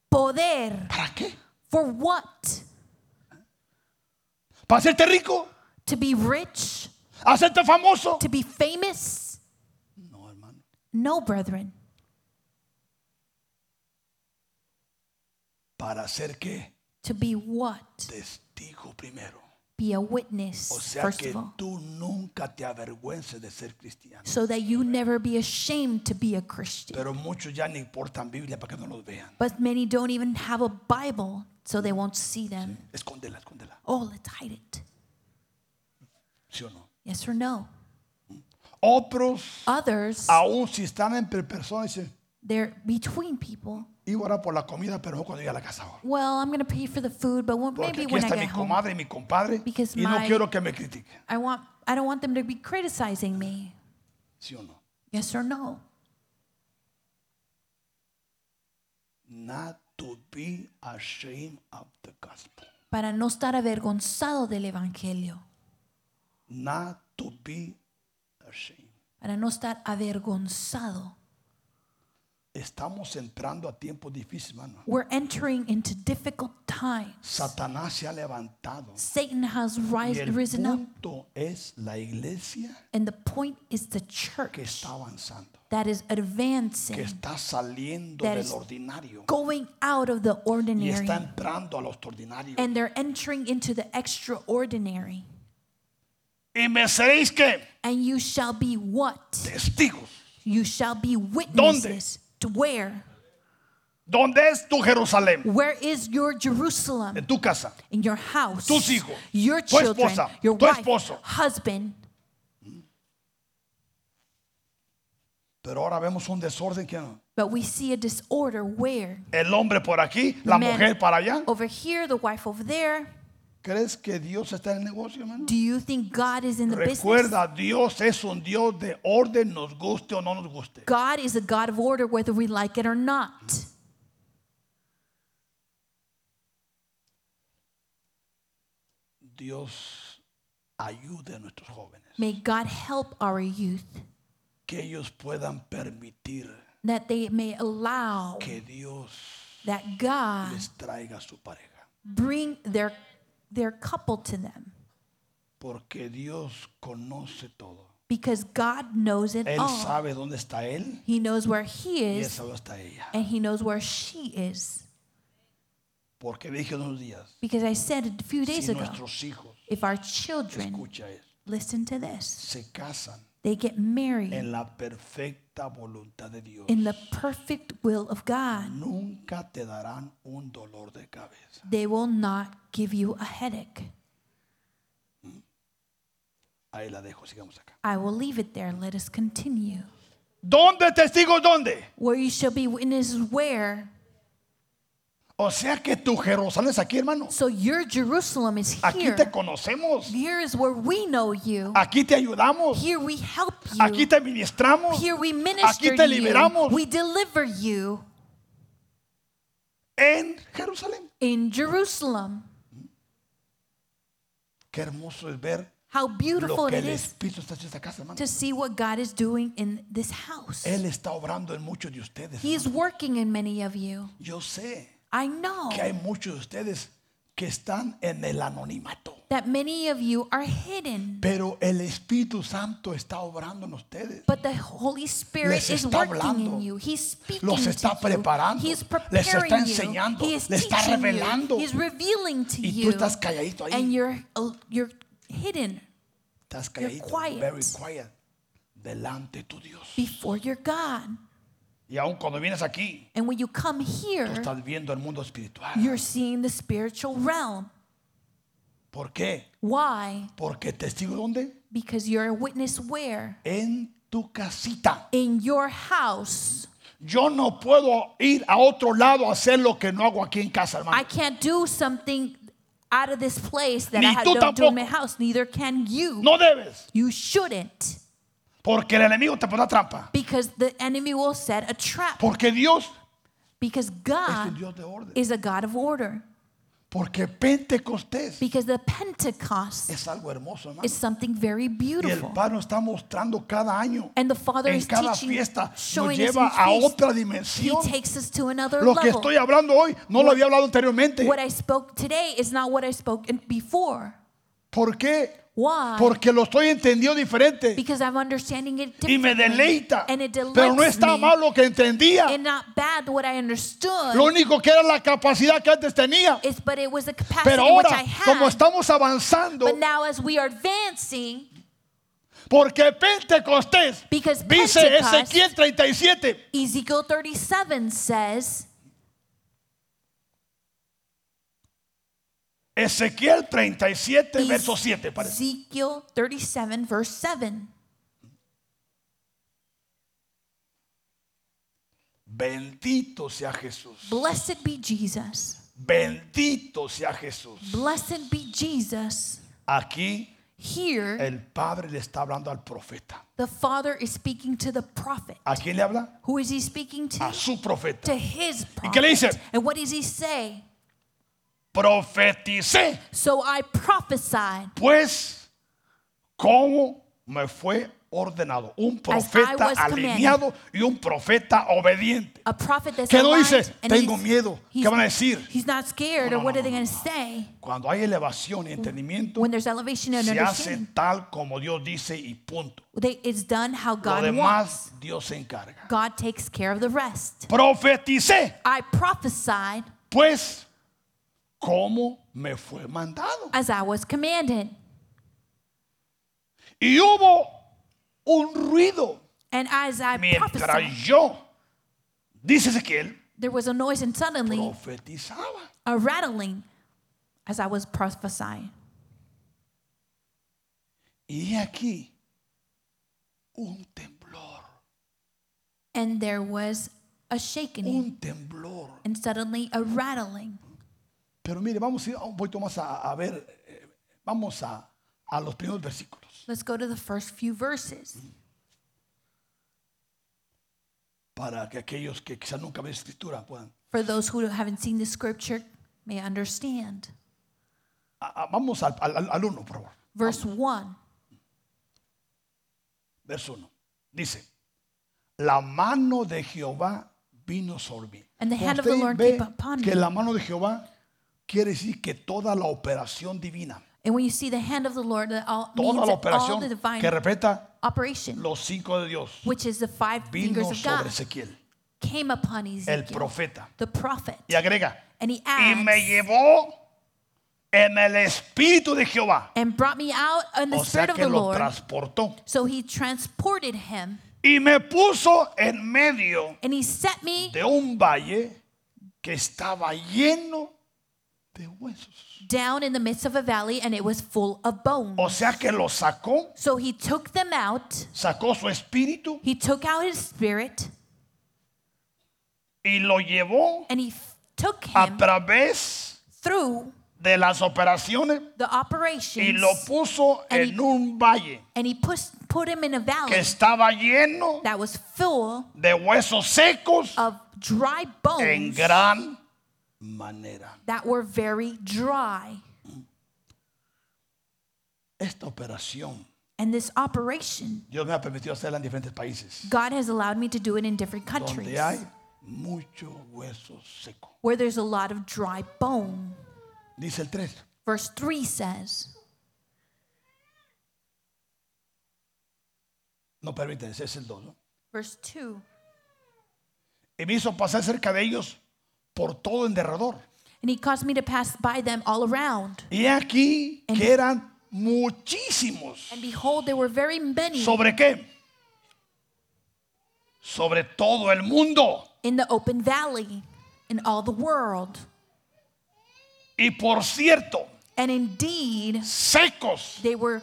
Speaker 2: Poder.
Speaker 1: ¿Para qué?
Speaker 2: For what?
Speaker 1: ¿Para hacerte rico?
Speaker 2: To be rich?
Speaker 1: ¿Hacerte famoso?
Speaker 2: To be famous?
Speaker 1: No, hermano.
Speaker 2: No, brethren.
Speaker 1: ¿Para hacer qué?
Speaker 2: To be what?
Speaker 1: Testigo primero.
Speaker 2: Be a witness,
Speaker 1: O sea
Speaker 2: first
Speaker 1: que
Speaker 2: of all.
Speaker 1: tú nunca te avergüences de ser cristiano.
Speaker 2: So that you never be ashamed to be a Christian.
Speaker 1: Pero muchos ya ni portan Biblia para que no los vean.
Speaker 2: But many don't even have a Bible, so they won't see them.
Speaker 1: Escóndela, escóndela.
Speaker 2: Oh, let's hide it.
Speaker 1: ¿Sí o no?
Speaker 2: Yes or no?
Speaker 1: Otros,
Speaker 2: Others,
Speaker 1: aún si están entre personas, dicen,
Speaker 2: they're between people.
Speaker 1: iba a orar por la comida, pero no cuando llegue a la casa. ahora.
Speaker 2: Well, I'm going to pay for the food, but when-
Speaker 1: Porque
Speaker 2: maybe
Speaker 1: aquí
Speaker 2: when I
Speaker 1: está
Speaker 2: get
Speaker 1: mi
Speaker 2: home.
Speaker 1: comadre y mi compadre
Speaker 2: Because
Speaker 1: y no
Speaker 2: my-
Speaker 1: quiero que me critiquen.
Speaker 2: I want I don't want them to be criticizing me.
Speaker 1: ¿Sí o no?
Speaker 2: Yes or no?
Speaker 1: Not to be ashamed of the gospel.
Speaker 2: Para no estar avergonzado del evangelio,
Speaker 1: Not to be ashamed.
Speaker 2: para no estar avergonzado.
Speaker 1: Estamos entrando a tiempos difíciles, hermano.
Speaker 2: We're entering into difficult times.
Speaker 1: Satanás se ha levantado.
Speaker 2: Satan has
Speaker 1: Y
Speaker 2: rise,
Speaker 1: el
Speaker 2: risen up,
Speaker 1: punto es la iglesia
Speaker 2: and the point is the
Speaker 1: que
Speaker 2: church
Speaker 1: está avanzando,
Speaker 2: that is
Speaker 1: que
Speaker 2: advancing,
Speaker 1: está saliendo
Speaker 2: That
Speaker 1: del
Speaker 2: is-
Speaker 1: ordinario
Speaker 2: going out of the
Speaker 1: y
Speaker 2: ordinary,
Speaker 1: está entrando a lo extraordinario.
Speaker 2: and they're entering into the extraordinary.
Speaker 1: Y me seréis que
Speaker 2: And you shall be what?
Speaker 1: testigos.
Speaker 2: You shall be witnesses. To where?
Speaker 1: ¿Dónde es tu Jerusalén?
Speaker 2: Where is your Jerusalem?
Speaker 1: En tu casa.
Speaker 2: in your house,
Speaker 1: Tus hijos,
Speaker 2: your
Speaker 1: tu
Speaker 2: children,
Speaker 1: esposa,
Speaker 2: your
Speaker 1: tu
Speaker 2: wife,
Speaker 1: esposo.
Speaker 2: husband.
Speaker 1: Pero ahora vemos un desorden que no.
Speaker 2: But we see a disorder where
Speaker 1: El hombre por aquí, la
Speaker 2: man Oh.
Speaker 1: mujer para allá.
Speaker 2: over here, the wife over there.
Speaker 1: ¿Crees que Dios está en el negocio, hermano?
Speaker 2: Do you think God is in the business?
Speaker 1: Recuerda, Dios es un Dios de orden, nos guste o no nos guste.
Speaker 2: God is a God of order, whether we like it or not.
Speaker 1: Dios ayude a nuestros jóvenes,
Speaker 2: May God help our youth
Speaker 1: que ellos puedan permitir
Speaker 2: that they may allow
Speaker 1: que Dios
Speaker 2: that God
Speaker 1: les traiga a su pareja,
Speaker 2: bring their their couple to them
Speaker 1: porque Dios conoce todo.
Speaker 2: because God knows it
Speaker 1: Él
Speaker 2: all.
Speaker 1: sabe dónde está él
Speaker 2: He knows where He
Speaker 1: y él
Speaker 2: is
Speaker 1: sabe dónde está ella.
Speaker 2: and He knows where she is.
Speaker 1: Porque dije unos días,
Speaker 2: Because I said a few days
Speaker 1: si
Speaker 2: ago
Speaker 1: nuestros hijos,
Speaker 2: if our children,
Speaker 1: escucha eso,
Speaker 2: listen to this,
Speaker 1: se casan
Speaker 2: they get married
Speaker 1: en la perfecta voluntad de Dios,
Speaker 2: in the perfect will of God,
Speaker 1: nunca te darán un dolor de cabeza.
Speaker 2: they will not give you a headache.
Speaker 1: Ahí la dejo, sigamos acá.
Speaker 2: I will leave it there. Let us continue.
Speaker 1: ¿Dónde testigos dónde?
Speaker 2: Where you shall be witnesses, where?
Speaker 1: O sea que tu Jerusalén es aquí, hermano.
Speaker 2: So your Jerusalem is
Speaker 1: Aquí
Speaker 2: here.
Speaker 1: te conocemos.
Speaker 2: Here is where we know you.
Speaker 1: Aquí te ayudamos.
Speaker 2: Here we help you.
Speaker 1: Aquí te ministramos.
Speaker 2: Here we minister
Speaker 1: Aquí te
Speaker 2: to you.
Speaker 1: liberamos.
Speaker 2: We deliver you
Speaker 1: En Jerusalén.
Speaker 2: in Jerusalem.
Speaker 1: Qué hermoso es ver
Speaker 2: How
Speaker 1: lo
Speaker 2: beautiful
Speaker 1: que
Speaker 2: it
Speaker 1: el
Speaker 2: is
Speaker 1: Espíritu está haciendo en esta casa, hermano.
Speaker 2: to see what God is doing in this house.
Speaker 1: Él está obrando en muchos de ustedes.
Speaker 2: He is working in many of you.
Speaker 1: Yo sé
Speaker 2: I know
Speaker 1: que hay muchos de ustedes que están en el anonimato.
Speaker 2: that many of you are hidden,
Speaker 1: Pero el Espíritu Santo está obrando en ustedes.
Speaker 2: but the Holy Spirit
Speaker 1: Les
Speaker 2: is
Speaker 1: está
Speaker 2: working
Speaker 1: hablando.
Speaker 2: in you. He's speaking
Speaker 1: Los está
Speaker 2: to you.
Speaker 1: preparando.
Speaker 2: He is
Speaker 1: Les está
Speaker 2: preparing
Speaker 1: enseñando.
Speaker 2: you. He is
Speaker 1: Les está
Speaker 2: teaching
Speaker 1: revelando.
Speaker 2: You. He's revealing to
Speaker 1: Y
Speaker 2: you.
Speaker 1: tú estás calladito
Speaker 2: And
Speaker 1: ahí.
Speaker 2: you're uh, you're hidden
Speaker 1: Estás calladito.
Speaker 2: quiet.
Speaker 1: Very quiet. Delante de tu Dios.
Speaker 2: before your God.
Speaker 1: Y aun cuando vienes aquí,
Speaker 2: And when you come
Speaker 1: tú
Speaker 2: here,
Speaker 1: estás viendo el mundo espiritual.
Speaker 2: you're seeing the spiritual realm.
Speaker 1: ¿Por qué?
Speaker 2: Why?
Speaker 1: Porque testigo dónde?
Speaker 2: Because you're a witness where?
Speaker 1: En tu casita.
Speaker 2: In your house.
Speaker 1: Yo no puedo ir a otro lado a hacer lo que no hago aquí en casa,
Speaker 2: I
Speaker 1: hermano.
Speaker 2: can't do something out of this place that
Speaker 1: Ni
Speaker 2: I ha-
Speaker 1: tú
Speaker 2: don't do in
Speaker 1: tampoco.
Speaker 2: my house. Neither can you.
Speaker 1: No debes,
Speaker 2: You shouldn't.
Speaker 1: porque el enemigo te pondrá trampa.
Speaker 2: Because the enemy will set a trap.
Speaker 1: Porque Dios
Speaker 2: Because
Speaker 1: es un
Speaker 2: God
Speaker 1: Dios de orden.
Speaker 2: is a God of order.
Speaker 1: Porque Pentecostés
Speaker 2: Because the Pentecost
Speaker 1: es algo hermoso, hermano.
Speaker 2: is something very
Speaker 1: Y el
Speaker 2: beautiful.
Speaker 1: Padre nos está mostrando cada año,
Speaker 2: And the Father
Speaker 1: en
Speaker 2: is
Speaker 1: cada
Speaker 2: teaching,
Speaker 1: fiesta, nos
Speaker 2: showing
Speaker 1: lleva
Speaker 2: us in
Speaker 1: a
Speaker 2: feast.
Speaker 1: otra
Speaker 2: He
Speaker 1: dimensión.
Speaker 2: takes us to another
Speaker 1: Lo que
Speaker 2: level.
Speaker 1: estoy hablando hoy no lo había hablado anteriormente.
Speaker 2: What I spoke today is not what I spoke in- before.
Speaker 1: ¿Por qué?
Speaker 2: Why?
Speaker 1: Porque lo estoy entendiendo diferente.
Speaker 2: because I'm understanding it
Speaker 1: y me
Speaker 2: differently,
Speaker 1: deleita.
Speaker 2: and it delights
Speaker 1: Pero no está
Speaker 2: me,
Speaker 1: mal lo que entendía.
Speaker 2: and not bad what I understood.
Speaker 1: Lo único que era la capacidad que antes tenía.
Speaker 2: It's- but it was the capacity
Speaker 1: Pero
Speaker 2: which I
Speaker 1: ahora, como
Speaker 2: had.
Speaker 1: estamos avanzando,
Speaker 2: But now as we are advancing,
Speaker 1: porque Pentecostés,
Speaker 2: Because
Speaker 1: dice
Speaker 2: Pentecost-
Speaker 1: Ezequiel 37,
Speaker 2: Ezekiel 37 says,
Speaker 1: Ezequiel 37, verso 7, parece.
Speaker 2: Ezekiel 37 verse 7.
Speaker 1: Bendito sea Jesús.
Speaker 2: Blessed be Jesus.
Speaker 1: Bendito sea Jesús.
Speaker 2: Blessed be Jesus.
Speaker 1: Aquí
Speaker 2: Here,
Speaker 1: el Padre le está hablando al profeta.
Speaker 2: the Father is speaking to the prophet.
Speaker 1: ¿A quién le habla?
Speaker 2: Who is he speaking to?
Speaker 1: A su profeta.
Speaker 2: to his
Speaker 1: qué le dice?
Speaker 2: prophet. And what does he say?
Speaker 1: Profeticé.
Speaker 2: So I prophesied
Speaker 1: Pues, ¿cómo me fue ordenado? Un
Speaker 2: As I
Speaker 1: profeta
Speaker 2: was commanded.
Speaker 1: alineado y un profeta obediente.
Speaker 2: a prophet that's
Speaker 1: ¿Qué no
Speaker 2: aligned,
Speaker 1: dice?
Speaker 2: and
Speaker 1: Tengo
Speaker 2: he's-
Speaker 1: miedo.
Speaker 2: he's-
Speaker 1: ¿Qué van a decir?
Speaker 2: He's not scared,
Speaker 1: No,
Speaker 2: or
Speaker 1: no,
Speaker 2: what
Speaker 1: no,
Speaker 2: are they
Speaker 1: no,
Speaker 2: going to say?
Speaker 1: Cuando hay elevación y entendimiento,
Speaker 2: When there's elevation and
Speaker 1: se hace
Speaker 2: understanding,
Speaker 1: tal como Dios dice y punto.
Speaker 2: they, it's done how
Speaker 1: Lo
Speaker 2: God wants.
Speaker 1: demás, Dios se encarga.
Speaker 2: God takes care of the rest.
Speaker 1: Profeticé,
Speaker 2: I prophesied
Speaker 1: pues, ¿cómo me fue mandado?
Speaker 2: as I was commanded,
Speaker 1: Y hubo un ruido
Speaker 2: and as I
Speaker 1: mientras
Speaker 2: prophesied,
Speaker 1: yo, dice Ezequiel,
Speaker 2: there was a noise, and suddenly
Speaker 1: profetizaba.
Speaker 2: a rattling, as I was prophesying.
Speaker 1: Y he aquí un temblor,
Speaker 2: And there was a shaking,
Speaker 1: un temblor.
Speaker 2: and suddenly a rattling.
Speaker 1: Pero mire, vamos a ir un poquito más a, a ver, eh, vamos a, a los primeros versículos
Speaker 2: Let's go to the first few verses.
Speaker 1: para que aquellos que quizás nunca ven escritura puedan.
Speaker 2: For those who haven't seen the scripture, may understand.
Speaker 1: a- a- vamos al, al, al uno, por favor.
Speaker 2: Verse 1
Speaker 1: Verso 1. Dice, la mano de Jehová vino sobre mí.
Speaker 2: And the hand of the
Speaker 1: Usted
Speaker 2: Lord
Speaker 1: ve
Speaker 2: came upon
Speaker 1: que
Speaker 2: me.
Speaker 1: la mano de Jehová quiere decir que toda la operación divina,
Speaker 2: And when you see the hand of the Lord, that all, means
Speaker 1: toda la
Speaker 2: that all the
Speaker 1: operación
Speaker 2: divine
Speaker 1: que respeta
Speaker 2: operation,
Speaker 1: los cinco de Dios,
Speaker 2: which is the five
Speaker 1: vino
Speaker 2: fingers of
Speaker 1: sobre
Speaker 2: God,
Speaker 1: Ezequiel,
Speaker 2: came upon
Speaker 1: el
Speaker 2: Ezekiel,
Speaker 1: profeta.
Speaker 2: the prophet.
Speaker 1: Y agrega,
Speaker 2: And he
Speaker 1: y
Speaker 2: adds,
Speaker 1: me llevó en el espíritu de Jehová.
Speaker 2: and brought me out in the
Speaker 1: O sea
Speaker 2: spirit of
Speaker 1: que
Speaker 2: the
Speaker 1: lo
Speaker 2: Lord.
Speaker 1: transportó.
Speaker 2: So he transported him,
Speaker 1: Y me puso en medio
Speaker 2: and he set me
Speaker 1: de un valle que estaba lleno de huesos.
Speaker 2: down in the midst of a valley, and it was full of bones.
Speaker 1: O sea que lo sacó,
Speaker 2: So he took them out.
Speaker 1: sacó su espíritu
Speaker 2: He took out his spirit,
Speaker 1: y lo llevó
Speaker 2: and he f- took
Speaker 1: a
Speaker 2: him
Speaker 1: través
Speaker 2: through
Speaker 1: de las operaciones
Speaker 2: the
Speaker 1: y
Speaker 2: operations,
Speaker 1: lo puso
Speaker 2: And
Speaker 1: en
Speaker 2: he-
Speaker 1: un valle
Speaker 2: and he pus- put him in a
Speaker 1: que
Speaker 2: valley
Speaker 1: estaba lleno
Speaker 2: that was full
Speaker 1: de huesos secos
Speaker 2: of dry
Speaker 1: en
Speaker 2: bones
Speaker 1: gran manera.
Speaker 2: that were very dry.
Speaker 1: Esta operación
Speaker 2: And this operation,
Speaker 1: Dios me ha permitido hacerla en diferentes países
Speaker 2: God has allowed me to do it in different countries
Speaker 1: donde hay mucho hueso seco.
Speaker 2: where there's a lot of dry bone.
Speaker 1: Dice el 3.
Speaker 2: Verse 3 says,
Speaker 1: No permiten, ese es el 2. ¿no?
Speaker 2: verse 2,
Speaker 1: Y me hizo pasar cerca de ellos por todo en derredor.
Speaker 2: and he caused me to pass by them all around.
Speaker 1: Y aquí
Speaker 2: And-
Speaker 1: que eran muchísimos.
Speaker 2: And behold, there were very many
Speaker 1: ¿Sobre qué? Sobre todo el mundo.
Speaker 2: in the open valley, in all the world.
Speaker 1: Y por cierto,
Speaker 2: And indeed,
Speaker 1: secos
Speaker 2: they were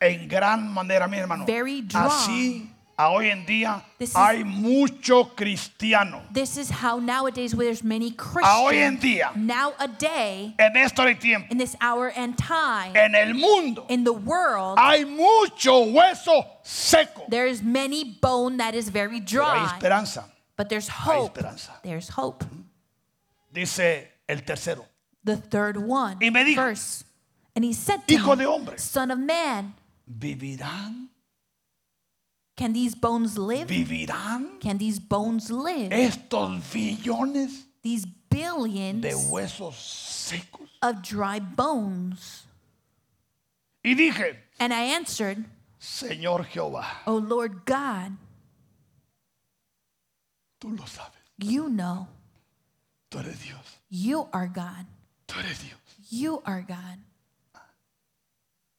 Speaker 1: en gran manera, mi hermano.
Speaker 2: Very dry.
Speaker 1: Así, a hoy en día
Speaker 2: This is-
Speaker 1: hay mucho cristiano.
Speaker 2: This is how nowadays where there's many
Speaker 1: A hoy en
Speaker 2: Christians
Speaker 1: día,
Speaker 2: nowadays
Speaker 1: en esto de tiempo,
Speaker 2: in this hour and time
Speaker 1: en el mundo,
Speaker 2: in the world
Speaker 1: hay mucho hueso seco.
Speaker 2: there is many bone that is very
Speaker 1: Pero hay
Speaker 2: dry
Speaker 1: esperanza.
Speaker 2: but there's hope
Speaker 1: esperanza.
Speaker 2: there's hope
Speaker 1: Dice el tercero.
Speaker 2: the third one
Speaker 1: Y me dijo,
Speaker 2: verse and he said to
Speaker 1: Hijo
Speaker 2: him,
Speaker 1: de hombre.
Speaker 2: son of man
Speaker 1: ¿Vivirán?
Speaker 2: can these bones live
Speaker 1: ¿Vivirán
Speaker 2: can these bones live
Speaker 1: Eh, estos billones
Speaker 2: these billions
Speaker 1: de huesos secos?
Speaker 2: of dry bones
Speaker 1: Y dije,
Speaker 2: and i answered
Speaker 1: Señor Jehová,
Speaker 2: oh lord god
Speaker 1: tú lo sabes.
Speaker 2: you know
Speaker 1: Tú eres Dios.
Speaker 2: you are god
Speaker 1: Tú eres Dios.
Speaker 2: you are god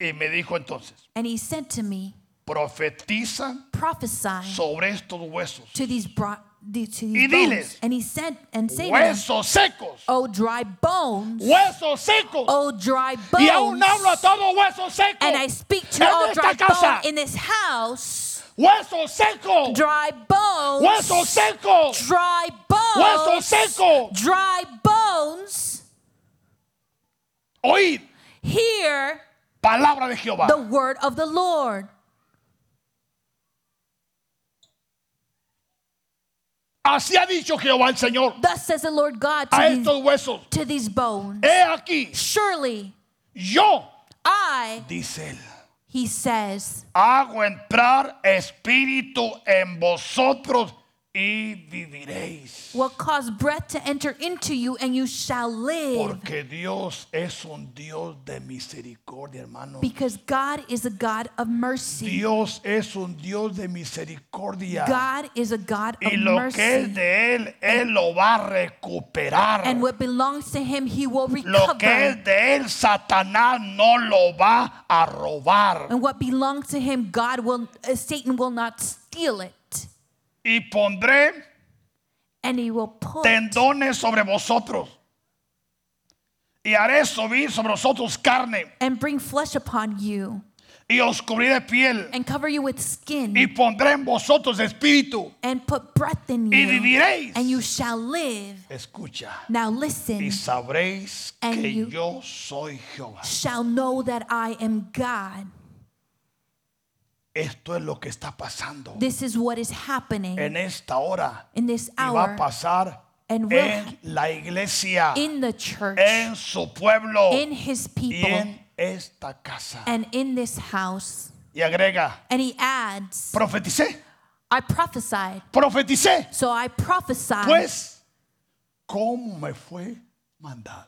Speaker 1: Y me dijo entonces,
Speaker 2: And he said to me,
Speaker 1: profetiza
Speaker 2: Prophesy
Speaker 1: sobre estos huesos.
Speaker 2: to these, bro- the- to these
Speaker 1: Y diles,
Speaker 2: bones. And he said, and say to them,
Speaker 1: Huesos secos.
Speaker 2: O dry bones,
Speaker 1: Huesos secos.
Speaker 2: O dry
Speaker 1: Y aún
Speaker 2: bones.
Speaker 1: hablo a todos huesos secos.
Speaker 2: Oh. And I speak
Speaker 1: En
Speaker 2: to all
Speaker 1: esta
Speaker 2: dry
Speaker 1: casa.
Speaker 2: bones in this house.
Speaker 1: Huesos secos.
Speaker 2: Dry bones.
Speaker 1: Huesos secos.
Speaker 2: Dry bones.
Speaker 1: Huesos secos.
Speaker 2: Dry bones.
Speaker 1: Oíd
Speaker 2: Hear
Speaker 1: palabra de Jehová.
Speaker 2: the word of the Lord.
Speaker 1: Así ha dicho Jehová el Señor
Speaker 2: Thus says the Lord God
Speaker 1: a
Speaker 2: to, these,
Speaker 1: estos huesos.
Speaker 2: to these bones.
Speaker 1: He aquí,
Speaker 2: Surely
Speaker 1: yo,
Speaker 2: I,
Speaker 1: dice él,
Speaker 2: he says,
Speaker 1: hago entrar espíritu en vosotros y viviréis.
Speaker 2: will cause breath to enter into you and you shall live.
Speaker 1: Porque Dios es un Dios de misericordia, hermano.
Speaker 2: Because God is a God of mercy.
Speaker 1: Dios es un Dios de misericordia.
Speaker 2: God is a God
Speaker 1: Y
Speaker 2: of
Speaker 1: lo que es
Speaker 2: mercy.
Speaker 1: de Él, Él lo va a recuperar.
Speaker 2: And what belongs to him, he
Speaker 1: Lo
Speaker 2: will
Speaker 1: que
Speaker 2: recover.
Speaker 1: es de Él, Satanás no lo va a robar.
Speaker 2: And what belongs to him, God will, uh, Satan will not steal it.
Speaker 1: Y pondré
Speaker 2: And he will put
Speaker 1: tendones sobre vosotros. Y haré subir sobre vosotros carne.
Speaker 2: and bring flesh upon you
Speaker 1: Y os cubriré de piel.
Speaker 2: and cover you with
Speaker 1: Y
Speaker 2: skin
Speaker 1: pondré en vosotros espíritu.
Speaker 2: and put breath in
Speaker 1: Y
Speaker 2: you
Speaker 1: viviréis.
Speaker 2: and you shall live.
Speaker 1: Escucha.
Speaker 2: Now
Speaker 1: Y
Speaker 2: listen,
Speaker 1: sabréis
Speaker 2: And
Speaker 1: que
Speaker 2: you-
Speaker 1: yo soy Jehová.
Speaker 2: shall know that I am God.
Speaker 1: Esto es lo que está pasando
Speaker 2: This is what is happening.
Speaker 1: en esta hora.
Speaker 2: in this
Speaker 1: Y va a
Speaker 2: hour
Speaker 1: pasar
Speaker 2: and will
Speaker 1: en la iglesia,
Speaker 2: in the church,
Speaker 1: en su pueblo
Speaker 2: in his
Speaker 1: y
Speaker 2: people,
Speaker 1: en esta casa.
Speaker 2: and in this house.
Speaker 1: Y agrega,
Speaker 2: And he adds,
Speaker 1: profeticé,
Speaker 2: I prophesied.
Speaker 1: profeticé.
Speaker 2: So I prophesied
Speaker 1: Pues, ¿cómo me fue mandado?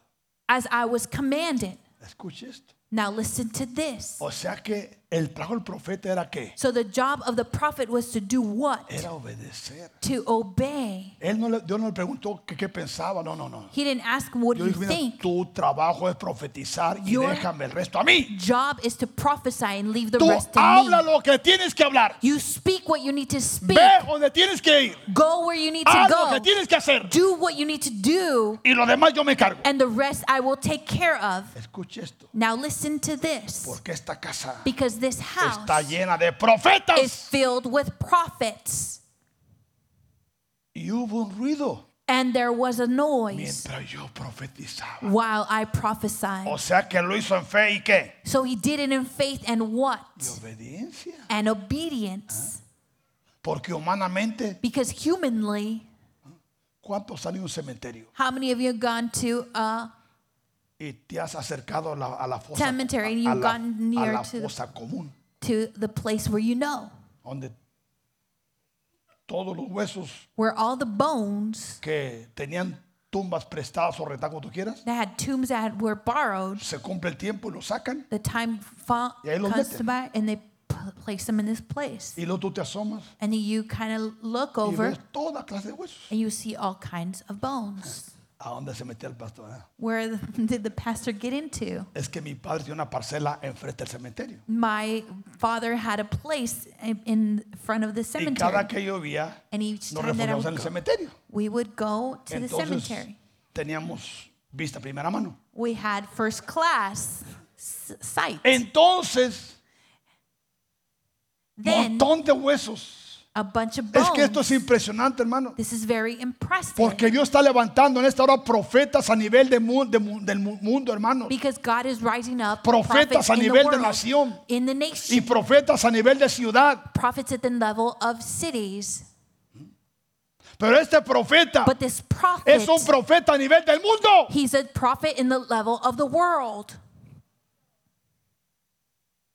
Speaker 2: as I was commanded.
Speaker 1: Escuche esto.
Speaker 2: Now listen to this.
Speaker 1: O sea que el trabajo del profeta era qué?
Speaker 2: So the job of the prophet was to do what?
Speaker 1: Era obedecer.
Speaker 2: To obey.
Speaker 1: Él no le- Dios no le preguntó que qué pensaba, no, no, no.
Speaker 2: He didn't ask what do
Speaker 1: Dios
Speaker 2: you
Speaker 1: dijo, mira,
Speaker 2: think.
Speaker 1: tu trabajo es profetizar y
Speaker 2: Your-
Speaker 1: déjame el resto a mí.
Speaker 2: Job is to prophesy and leave the
Speaker 1: Tú
Speaker 2: rest to me.
Speaker 1: habla lo que tienes que hablar.
Speaker 2: You speak what you need to speak.
Speaker 1: Ve donde tienes que ir.
Speaker 2: Go where you need to
Speaker 1: Haz lo
Speaker 2: go.
Speaker 1: que tienes que hacer.
Speaker 2: Do what you need to do,
Speaker 1: Y lo demás yo me encargo.
Speaker 2: and the rest I will take care of.
Speaker 1: Escuche esto.
Speaker 2: Now listen to this,
Speaker 1: Porque esta casa
Speaker 2: because this
Speaker 1: está
Speaker 2: house
Speaker 1: llena de
Speaker 2: is
Speaker 1: profetas.
Speaker 2: filled with prophets.
Speaker 1: Y hubo un ruido
Speaker 2: And there was a noise
Speaker 1: mientras yo profetizaba.
Speaker 2: while
Speaker 1: O
Speaker 2: I prophesied.
Speaker 1: sea que lo hizo en fe y qué?
Speaker 2: So he did it in faith and
Speaker 1: Y
Speaker 2: what?
Speaker 1: obediencia.
Speaker 2: And obedience.
Speaker 1: Porque humanamente,
Speaker 2: Because humanly,
Speaker 1: ¿cuántos salen de un cementerio?
Speaker 2: how many of you have gone to uh, a
Speaker 1: Y te has acercado a la, a la fosa, a,
Speaker 2: Cemetery,
Speaker 1: a la,
Speaker 2: you've gotten
Speaker 1: a
Speaker 2: near
Speaker 1: la
Speaker 2: to the-
Speaker 1: fosa común,
Speaker 2: to the place where you know,
Speaker 1: donde todos los huesos
Speaker 2: where all the bones
Speaker 1: que tenían tumbas prestadas o retadas, como tú quieras,
Speaker 2: that had tombs that had- were borrowed,
Speaker 1: se cumple el tiempo y lo sacan.
Speaker 2: the time fa-
Speaker 1: Y ahí los
Speaker 2: comes
Speaker 1: meten.
Speaker 2: to by, and they p- place them in this place.
Speaker 1: Y luego tú te asomas
Speaker 2: And you kind of look
Speaker 1: y
Speaker 2: over,
Speaker 1: ves toda clase de huesos.
Speaker 2: and you see all kinds of bones.
Speaker 1: ¿A dónde se metía el pastor? eh?
Speaker 2: Where did the [LAUGHS] pastor get into?
Speaker 1: Es que mi padre tiene una parcela enfrente del cementerio.
Speaker 2: My father had a place in- in front of the
Speaker 1: Y cada
Speaker 2: cemetery,
Speaker 1: que llovía,
Speaker 2: and each
Speaker 1: nos
Speaker 2: time that I
Speaker 1: refugiamos en
Speaker 2: would
Speaker 1: el
Speaker 2: go,
Speaker 1: cementerio.
Speaker 2: we would go to the
Speaker 1: Entonces
Speaker 2: cemetery.
Speaker 1: teníamos vista a primera mano.
Speaker 2: We had first class s- sight.
Speaker 1: Entonces,
Speaker 2: Then
Speaker 1: montón de huesos.
Speaker 2: a bunch of
Speaker 1: Es que esto
Speaker 2: bones.
Speaker 1: es impresionante, hermano.
Speaker 2: This is very impressive.
Speaker 1: Porque Dios está levantando en esta hora profetas a nivel de mu- de mu- del mu- mundo, hermano.
Speaker 2: Because God is rising up
Speaker 1: Profetas
Speaker 2: prophets
Speaker 1: a
Speaker 2: in the
Speaker 1: nivel de
Speaker 2: world,
Speaker 1: nación.
Speaker 2: in the
Speaker 1: Y
Speaker 2: nation,
Speaker 1: profetas a nivel de ciudad.
Speaker 2: prophets at the level of cities.
Speaker 1: Pero este profeta
Speaker 2: But this prophet,
Speaker 1: es un profeta a nivel del mundo.
Speaker 2: he's a prophet in the level of the world.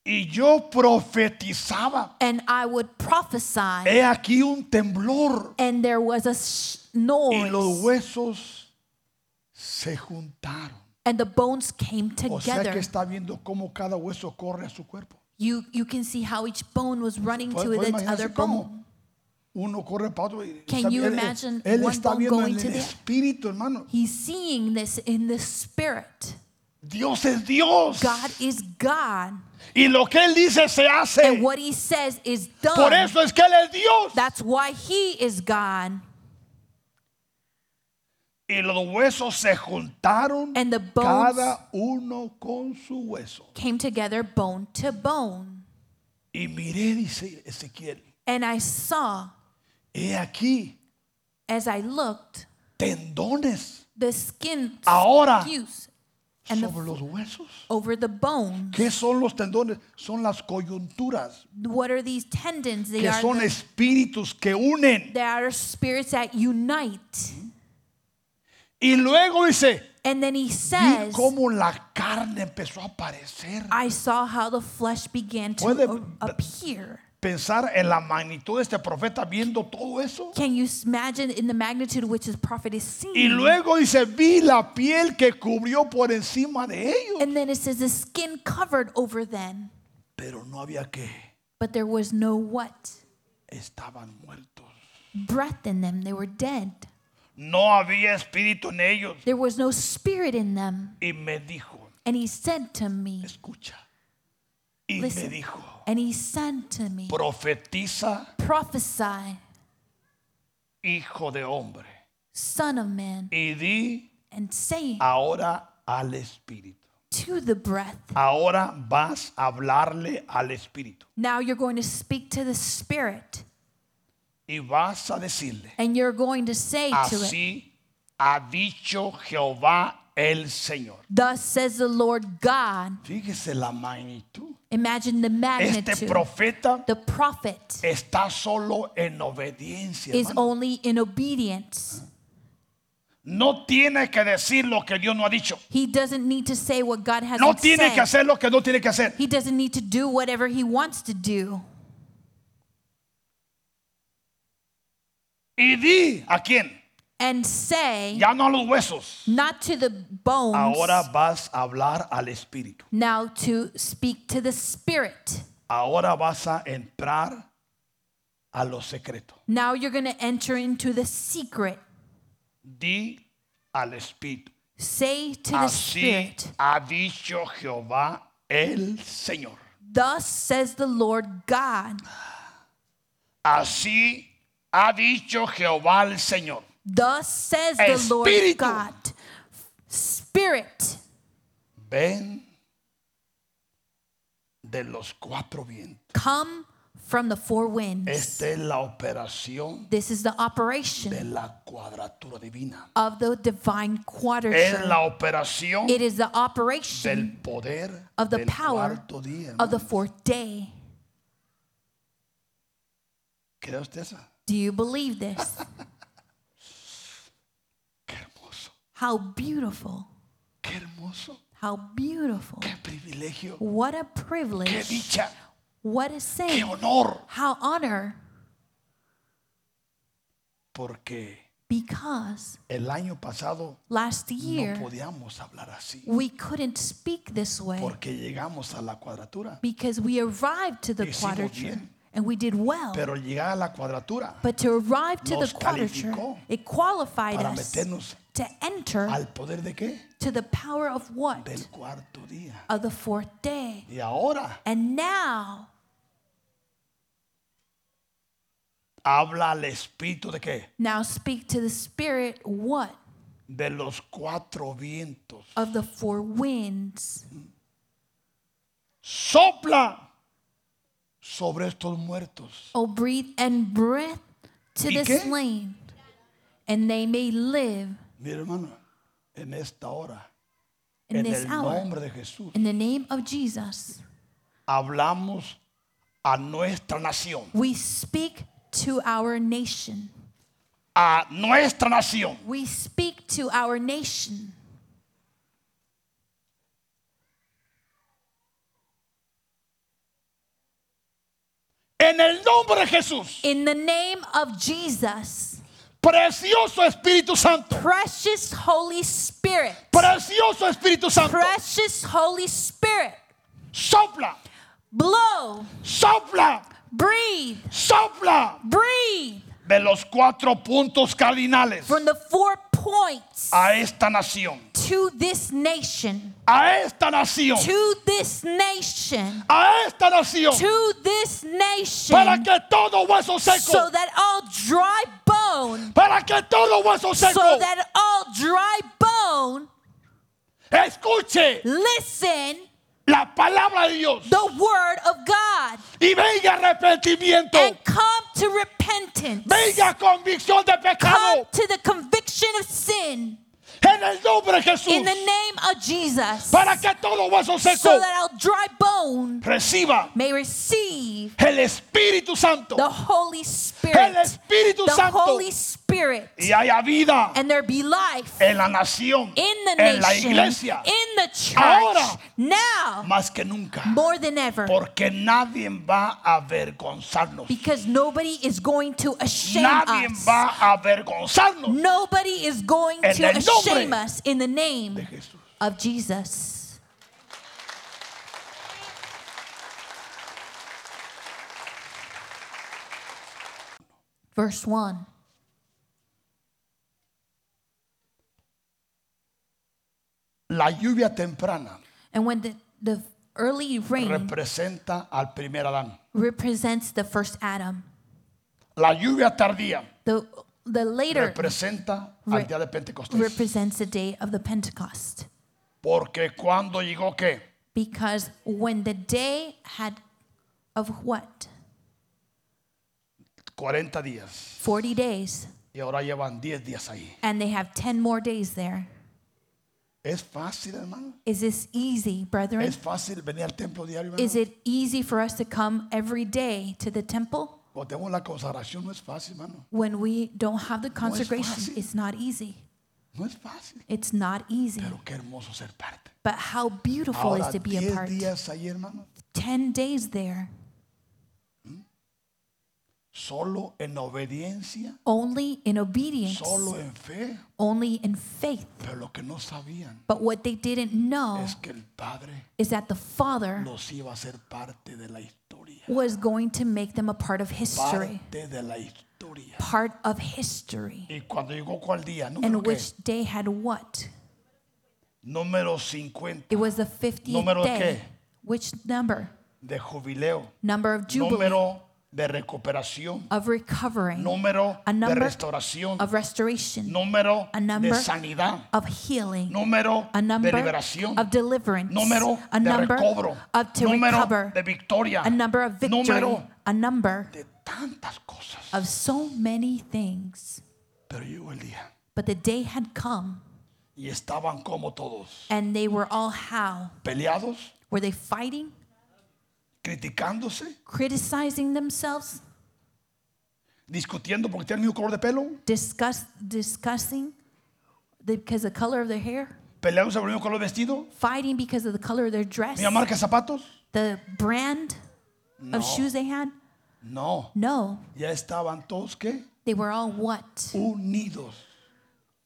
Speaker 1: Y yo profetizaba.
Speaker 2: And I would prophesy,
Speaker 1: He aquí un temblor.
Speaker 2: and there was a sh-
Speaker 1: Y los
Speaker 2: noise,
Speaker 1: huesos se juntaron.
Speaker 2: and the bones came
Speaker 1: O sea que
Speaker 2: together.
Speaker 1: está viendo cómo cada hueso corre a su cuerpo.
Speaker 2: You you can see how each bone was running
Speaker 1: Puede-
Speaker 2: to
Speaker 1: puede
Speaker 2: its
Speaker 1: imaginarse
Speaker 2: other
Speaker 1: cómo
Speaker 2: bone.
Speaker 1: Uno corre para otro. y
Speaker 2: Can
Speaker 1: está-
Speaker 2: you
Speaker 1: él- él-
Speaker 2: imagine
Speaker 1: él
Speaker 2: one
Speaker 1: está
Speaker 2: bone
Speaker 1: viendo
Speaker 2: going
Speaker 1: en
Speaker 2: to
Speaker 1: el
Speaker 2: the-
Speaker 1: espíritu, hermano.
Speaker 2: He's seeing this in the spirit.
Speaker 1: Dios es Dios.
Speaker 2: God is God,
Speaker 1: Y lo que Él dice se
Speaker 2: and
Speaker 1: hace.
Speaker 2: what He says is done.
Speaker 1: Eh. Por eso es que Él es Dios.
Speaker 2: That's why He is God.
Speaker 1: Y los huesos se juntaron.
Speaker 2: And the bones
Speaker 1: Cada uno con su hueso.
Speaker 2: came together bone to bone.
Speaker 1: Y miré, dice Ezequiel.
Speaker 2: And I saw,
Speaker 1: He aquí
Speaker 2: as I looked,
Speaker 1: tendones
Speaker 2: the skin
Speaker 1: Ahora.
Speaker 2: fuse and the,
Speaker 1: sobre los huesos.
Speaker 2: over the bone.
Speaker 1: ¿Qué son los tendones? Son las coyunturas.
Speaker 2: What are these tendons? They
Speaker 1: Que
Speaker 2: are,
Speaker 1: son
Speaker 2: the-
Speaker 1: espíritus que unen.
Speaker 2: they are spirits that unite.
Speaker 1: Mm-hmm. Y luego dice,
Speaker 2: And then he
Speaker 1: vi
Speaker 2: says,
Speaker 1: cómo la carne empezó a aparecer.
Speaker 2: I saw how the flesh began to
Speaker 1: Puede-
Speaker 2: a- appear.
Speaker 1: Pensar en la magnitud de este profeta viendo todo eso.
Speaker 2: Can you s- imagine in the magnitude which his prophet is seeing?
Speaker 1: Y luego dice, vi la piel que cubrió por encima de ellos.
Speaker 2: and then it says the skin covered over then,
Speaker 1: Pero no había que,
Speaker 2: but there was no what?
Speaker 1: estaban muertos.
Speaker 2: Breath in them. They were dead.
Speaker 1: No había espíritu en ellos.
Speaker 2: There was no spirit in them.
Speaker 1: Y me dijo,
Speaker 2: And he said to me,
Speaker 1: escucha. Y me
Speaker 2: Listen.
Speaker 1: dijo,
Speaker 2: and he said to me,
Speaker 1: profetiza,
Speaker 2: prophesy,
Speaker 1: hijo de hombre.
Speaker 2: son of man,
Speaker 1: Y di
Speaker 2: and say
Speaker 1: ahora al espíritu.
Speaker 2: to the breath.
Speaker 1: Ahora vas a hablarle al espíritu.
Speaker 2: Now you're going to speak to the spirit,
Speaker 1: y vas a decirle,
Speaker 2: and you're going to say to it,
Speaker 1: así ha dicho Jehová el Señor.
Speaker 2: Thus says the Lord God.
Speaker 1: Fíjese la magnitud.
Speaker 2: Imagine the
Speaker 1: Este
Speaker 2: magnitude.
Speaker 1: profeta
Speaker 2: The prophet
Speaker 1: está solo en obediencia.
Speaker 2: is
Speaker 1: hermano.
Speaker 2: only in obedience.
Speaker 1: No tiene que decir lo que Dios no ha dicho.
Speaker 2: He doesn't need to say what God has
Speaker 1: No
Speaker 2: not
Speaker 1: tiene que
Speaker 2: said.
Speaker 1: hacer lo que no tiene que hacer.
Speaker 2: He doesn't need to do whatever he wants to do.
Speaker 1: Y di a quién?
Speaker 2: and say,
Speaker 1: Ya no a los huesos.
Speaker 2: not to the bones,
Speaker 1: Ahora vas a hablar al espíritu.
Speaker 2: now to speak to the spirit.
Speaker 1: Ahora vas a entrar a lo secreto.
Speaker 2: Now you're going to enter into the secret.
Speaker 1: Di al espíritu.
Speaker 2: Say to the
Speaker 1: Así
Speaker 2: spirit,
Speaker 1: ha dicho Jehová el Señor.
Speaker 2: Thus says the Lord God.
Speaker 1: Así ha dicho Jehová el Señor.
Speaker 2: Thus says the
Speaker 1: Espíritu.
Speaker 2: Lord God. Spirit,
Speaker 1: Ven de los cuatro vientos.
Speaker 2: come from the four winds.
Speaker 1: Esta es la operación
Speaker 2: This is the
Speaker 1: de
Speaker 2: operation
Speaker 1: la cuadratura divina.
Speaker 2: of the divine
Speaker 1: Es
Speaker 2: quadrature.
Speaker 1: la operación
Speaker 2: It is the operation
Speaker 1: del poder
Speaker 2: of the
Speaker 1: del
Speaker 2: power
Speaker 1: cuarto día.
Speaker 2: of
Speaker 1: hermano.
Speaker 2: the fourth day.
Speaker 1: ¿Cree usted eso?
Speaker 2: Do you believe this?
Speaker 1: Qué hermoso,
Speaker 2: How beautiful.
Speaker 1: qué hermoso,
Speaker 2: How beautiful.
Speaker 1: qué privilegio,
Speaker 2: What a
Speaker 1: qué
Speaker 2: privilege.
Speaker 1: dicha,
Speaker 2: What a
Speaker 1: qué
Speaker 2: saying.
Speaker 1: honor.
Speaker 2: How honor.
Speaker 1: Porque
Speaker 2: Because
Speaker 1: el año pasado
Speaker 2: last
Speaker 1: no
Speaker 2: year
Speaker 1: podíamos hablar así.
Speaker 2: we couldn't speak this way
Speaker 1: Porque llegamos a la cuadratura.
Speaker 2: because we arrived to the
Speaker 1: Hicimos
Speaker 2: quadrature
Speaker 1: bien.
Speaker 2: and we did well.
Speaker 1: Pero llegar a la cuadratura
Speaker 2: But to arrive to the
Speaker 1: Nos
Speaker 2: quadrature,
Speaker 1: calificó
Speaker 2: it qualified
Speaker 1: para
Speaker 2: us
Speaker 1: meternos
Speaker 2: to enter
Speaker 1: al poder de qué?
Speaker 2: to the power of what?
Speaker 1: Del cuarto día.
Speaker 2: Of the fourth day.
Speaker 1: Y ahora
Speaker 2: And now
Speaker 1: habla al espíritu de qué?
Speaker 2: Now speak to the spirit what?
Speaker 1: De los cuatro vientos.
Speaker 2: Of the four winds.
Speaker 1: Sopla sobre estos muertos.
Speaker 2: O Oh, breathe and breath to
Speaker 1: ¿Y
Speaker 2: the
Speaker 1: qué?
Speaker 2: slain, and they may live
Speaker 1: Mi hermano, en esta hora,
Speaker 2: in
Speaker 1: en
Speaker 2: this
Speaker 1: el
Speaker 2: hour.
Speaker 1: nombre de Jesús,
Speaker 2: In the name of Jesus,
Speaker 1: hablamos a nuestra nación,
Speaker 2: we speak to our nation.
Speaker 1: a nuestra nación.
Speaker 2: We speak to our nation.
Speaker 1: En el nombre de Jesús,
Speaker 2: In the name of Jesus,
Speaker 1: precioso Espíritu Santo,
Speaker 2: precious Holy Spirit,
Speaker 1: precioso Espíritu Santo,
Speaker 2: precious Holy Spirit,
Speaker 1: sopla,
Speaker 2: blow,
Speaker 1: sopla,
Speaker 2: breathe,
Speaker 1: sopla
Speaker 2: breathe.
Speaker 1: de los cuatro puntos cardinales
Speaker 2: from the four points
Speaker 1: a esta nación,
Speaker 2: to this nation,
Speaker 1: a esta nación,
Speaker 2: to this nation,
Speaker 1: a esta nación,
Speaker 2: to this
Speaker 1: para
Speaker 2: nation,
Speaker 1: que todo hueso
Speaker 2: so
Speaker 1: seco,
Speaker 2: that all dry bone,
Speaker 1: para que todo hueso
Speaker 2: so
Speaker 1: seco
Speaker 2: that all dry bone,
Speaker 1: escuche
Speaker 2: listen
Speaker 1: la palabra de Dios
Speaker 2: the word of God
Speaker 1: y venga arrepentimiento,
Speaker 2: and come to repentance.
Speaker 1: venga convicción de
Speaker 2: Come
Speaker 1: pecado
Speaker 2: to the conviction of sin
Speaker 1: en el nombre de Jesús,
Speaker 2: in the name of Jesus,
Speaker 1: para que todo hueso
Speaker 2: so
Speaker 1: seco
Speaker 2: that all dry bone
Speaker 1: reciba
Speaker 2: may receive
Speaker 1: el Espíritu Santo
Speaker 2: the Holy Spirit,
Speaker 1: El Espíritu
Speaker 2: the
Speaker 1: Santo.
Speaker 2: Holy Spirit,
Speaker 1: y haya vida
Speaker 2: and there be life
Speaker 1: en la nación,
Speaker 2: in the
Speaker 1: Eh, en la
Speaker 2: nation,
Speaker 1: iglesia,
Speaker 2: in the church,
Speaker 1: Ahora.
Speaker 2: now
Speaker 1: más que nunca,
Speaker 2: more than ever,
Speaker 1: porque nadie va a avergonzarnos,
Speaker 2: because nobody is going to ashame
Speaker 1: nadie
Speaker 2: us.
Speaker 1: va a avergonzarnos
Speaker 2: Nobody is going
Speaker 1: En
Speaker 2: to
Speaker 1: el nombre
Speaker 2: ashame us in the name
Speaker 1: de Jesús.
Speaker 2: of Jesus. Verse 1.
Speaker 1: La lluvia temprana
Speaker 2: And when the, the early rain
Speaker 1: representa al primer Adán.
Speaker 2: represents the first Adam,
Speaker 1: La lluvia tardía
Speaker 2: the, the later
Speaker 1: representa
Speaker 2: Re-
Speaker 1: al día de Pentecostés.
Speaker 2: represents the day of the Pentecost.
Speaker 1: Porque cuando llegó qué?
Speaker 2: Because when the day had of what?
Speaker 1: 40 días.
Speaker 2: 40 days,
Speaker 1: Y ahora llevan 10 días ahí.
Speaker 2: and they have 10 more days there.
Speaker 1: Es fácil, hermano.
Speaker 2: Is this easy, brethren?
Speaker 1: Es fácil venir al templo diario. hermano?
Speaker 2: Is it easy for us to come every day to the temple?
Speaker 1: Cuando tenemos la consagración, no es fácil, hermano.
Speaker 2: When we don't have the consecration,
Speaker 1: fácil.
Speaker 2: it's not easy.
Speaker 1: No es fácil.
Speaker 2: It's not easy.
Speaker 1: Pero qué hermoso ser parte.
Speaker 2: But how beautiful is
Speaker 1: Ahora
Speaker 2: to be a
Speaker 1: 10
Speaker 2: part.
Speaker 1: días ahí, hermano.
Speaker 2: 10 days there.
Speaker 1: solo en obediencia,
Speaker 2: only in obedience,
Speaker 1: solo en fe.
Speaker 2: only in faith.
Speaker 1: Pero lo que no sabían
Speaker 2: But what they didn't know
Speaker 1: es que el Padre
Speaker 2: is that the Father
Speaker 1: los iba a hacer parte de la historia.
Speaker 2: was going to make them a part of history,
Speaker 1: Parte de la historia.
Speaker 2: part of history.
Speaker 1: Y cuando llegó cuál día, número,
Speaker 2: And
Speaker 1: qué?
Speaker 2: which day had what?
Speaker 1: número 50
Speaker 2: It was the 50th
Speaker 1: Número
Speaker 2: day.
Speaker 1: qué?
Speaker 2: Which number?
Speaker 1: de jubileo,
Speaker 2: Number of jubilee,
Speaker 1: número de recuperación,
Speaker 2: of recovering,
Speaker 1: número
Speaker 2: A
Speaker 1: de
Speaker 2: number
Speaker 1: restauración,
Speaker 2: of restoration,
Speaker 1: número
Speaker 2: a
Speaker 1: de
Speaker 2: number
Speaker 1: sanidad,
Speaker 2: of healing,
Speaker 1: número de
Speaker 2: a number
Speaker 1: liberación,
Speaker 2: of deliverance,
Speaker 1: número
Speaker 2: a
Speaker 1: de
Speaker 2: number
Speaker 1: recobro,
Speaker 2: of to
Speaker 1: número
Speaker 2: recover,
Speaker 1: de victoria,
Speaker 2: a number of victory,
Speaker 1: número
Speaker 2: a number
Speaker 1: de tantas cosas.
Speaker 2: of so many things.
Speaker 1: Pero llegó el día
Speaker 2: But the day had come,
Speaker 1: y estaban como todos,
Speaker 2: and they were all how?
Speaker 1: peleados,
Speaker 2: Were they fighting,
Speaker 1: criticándose,
Speaker 2: criticizing themselves,
Speaker 1: discutiendo porque tienen el mismo color de pelo,
Speaker 2: discuss, discussing the, because of the color of their hair,
Speaker 1: peleándose por el mismo color de vestido,
Speaker 2: fighting because of the color of their dress,
Speaker 1: misma marca de zapatos.
Speaker 2: the brand
Speaker 1: No.
Speaker 2: of shoes they had?
Speaker 1: No,
Speaker 2: No,
Speaker 1: ya estaban todos qué?
Speaker 2: they were all what?
Speaker 1: Unidos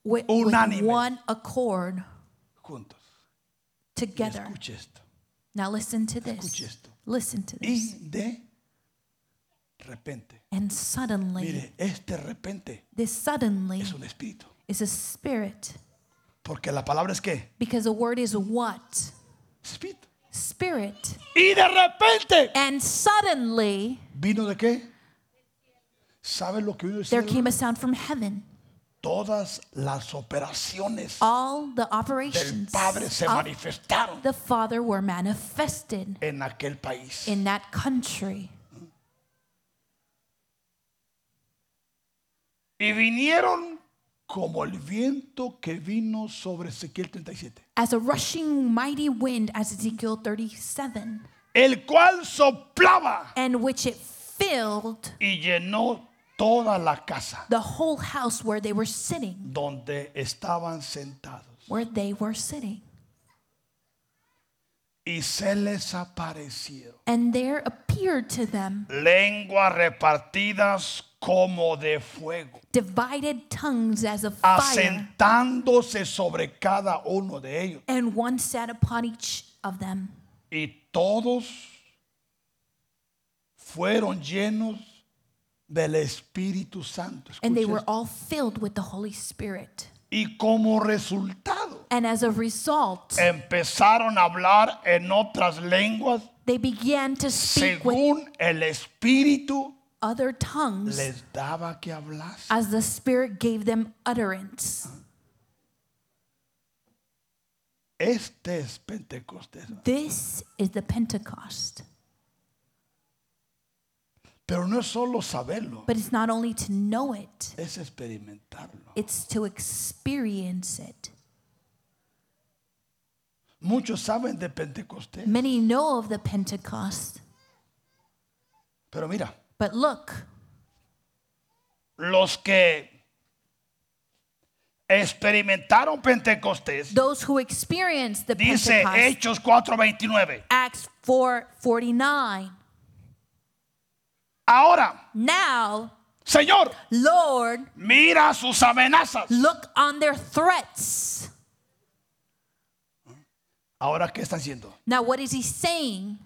Speaker 2: With,
Speaker 1: Unánime.
Speaker 2: with one accord
Speaker 1: juntos. Y
Speaker 2: together.
Speaker 1: escuche esto.
Speaker 2: Now listen to this.
Speaker 1: Escuche esto.
Speaker 2: Listen to this.
Speaker 1: Y de repente,
Speaker 2: And suddenly,
Speaker 1: mire, este repente
Speaker 2: this suddenly
Speaker 1: es un espíritu.
Speaker 2: is a spirit.
Speaker 1: Porque la palabra es qué?
Speaker 2: Because the word is what?
Speaker 1: Espíritu.
Speaker 2: Spirit.
Speaker 1: Y de repente,
Speaker 2: And suddenly
Speaker 1: ¿vino de qué? ¿Sabe lo que vino del
Speaker 2: there
Speaker 1: cielo?
Speaker 2: came a sound from heaven.
Speaker 1: Todas las operaciones
Speaker 2: All the
Speaker 1: del
Speaker 2: operations
Speaker 1: Padre se
Speaker 2: of
Speaker 1: manifestaron
Speaker 2: the Father were manifested
Speaker 1: en aquel país.
Speaker 2: in that country.
Speaker 1: Y vinieron como el viento que vino sobre Ezequiel 37,
Speaker 2: As a rushing mighty wind, as Ezekiel 37,
Speaker 1: el cual soplaba
Speaker 2: and which it filled
Speaker 1: y llenó toda la casa
Speaker 2: the whole house where they were sitting.
Speaker 1: donde estaban sentados.
Speaker 2: Where they were sitting.
Speaker 1: Y se les aparecieron
Speaker 2: And there appeared to them
Speaker 1: lenguas repartidas como de fuego.
Speaker 2: divided tongues as of
Speaker 1: Ah,
Speaker 2: fire,
Speaker 1: asentándose sobre cada uno de ellos.
Speaker 2: and one sat upon each of them.
Speaker 1: Y todos fueron llenos del Espíritu Santo.
Speaker 2: And they
Speaker 1: Escuche
Speaker 2: were
Speaker 1: esto.
Speaker 2: all filled with the Holy Spirit.
Speaker 1: Y como resultado,
Speaker 2: And as a result,
Speaker 1: empezaron a hablar en otras lenguas
Speaker 2: they began to speak with
Speaker 1: según el Espíritu
Speaker 2: other tongues
Speaker 1: les daba que hablase.
Speaker 2: as the Spirit gave them utterance.
Speaker 1: Este es Pentecostés.
Speaker 2: This is the Pentecost.
Speaker 1: Pero no es solo saberlo,
Speaker 2: But it's not only to know it,
Speaker 1: es experimentarlo.
Speaker 2: it's to experience it.
Speaker 1: Muchos saben de Pentecostés.
Speaker 2: Many know of the Pentecost,
Speaker 1: Pero mira,
Speaker 2: but look,
Speaker 1: los que experimentaron Pentecostés,
Speaker 2: those who experience the
Speaker 1: dice
Speaker 2: Pentecost,
Speaker 1: Hechos 4:29.
Speaker 2: Acts 4 49.
Speaker 1: Ahora,
Speaker 2: Now,
Speaker 1: Señor,
Speaker 2: Lord,
Speaker 1: mira sus amenazas.
Speaker 2: look on their threats.
Speaker 1: Ahora, ¿qué está haciendo?
Speaker 2: Now, what is he saying?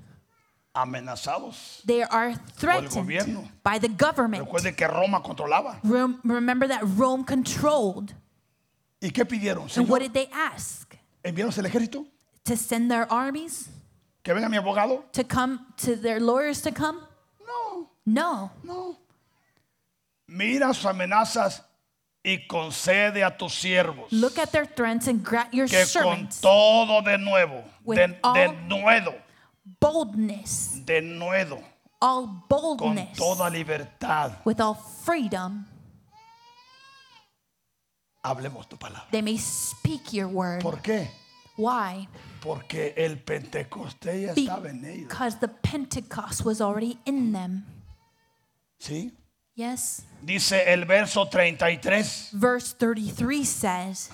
Speaker 1: Amenazados.
Speaker 2: They are
Speaker 1: gobierno.
Speaker 2: threatened by the government.
Speaker 1: Recuerde que Roma controlaba.
Speaker 2: Rome, remember that Rome controlled.
Speaker 1: ¿Y qué pidieron?
Speaker 2: And what
Speaker 1: Señor,
Speaker 2: did they ask?
Speaker 1: enviaros el ejército,
Speaker 2: To send their armies?
Speaker 1: que venga mi abogado.
Speaker 2: To come? To their lawyers to come?
Speaker 1: No,
Speaker 2: No.
Speaker 1: no. Mira sus amenazas y concede a tus siervos
Speaker 2: Look at their threats and grant your
Speaker 1: que con
Speaker 2: servants
Speaker 1: todo de nuevo,
Speaker 2: With
Speaker 1: de, de
Speaker 2: all-
Speaker 1: nuevo,
Speaker 2: boldness,
Speaker 1: de nuevo.
Speaker 2: all
Speaker 1: con
Speaker 2: boldness,
Speaker 1: toda libertad.
Speaker 2: with all freedom,
Speaker 1: Hablemos tu palabra.
Speaker 2: they may speak your word.
Speaker 1: ¿Por qué?
Speaker 2: Why?
Speaker 1: Porque el Pentecostés ya estaba en ellos.
Speaker 2: Because the Pentecost was already in them.
Speaker 1: ¿Sí?
Speaker 2: Yes?
Speaker 1: Dice el verso 33.
Speaker 2: Verse 33 says,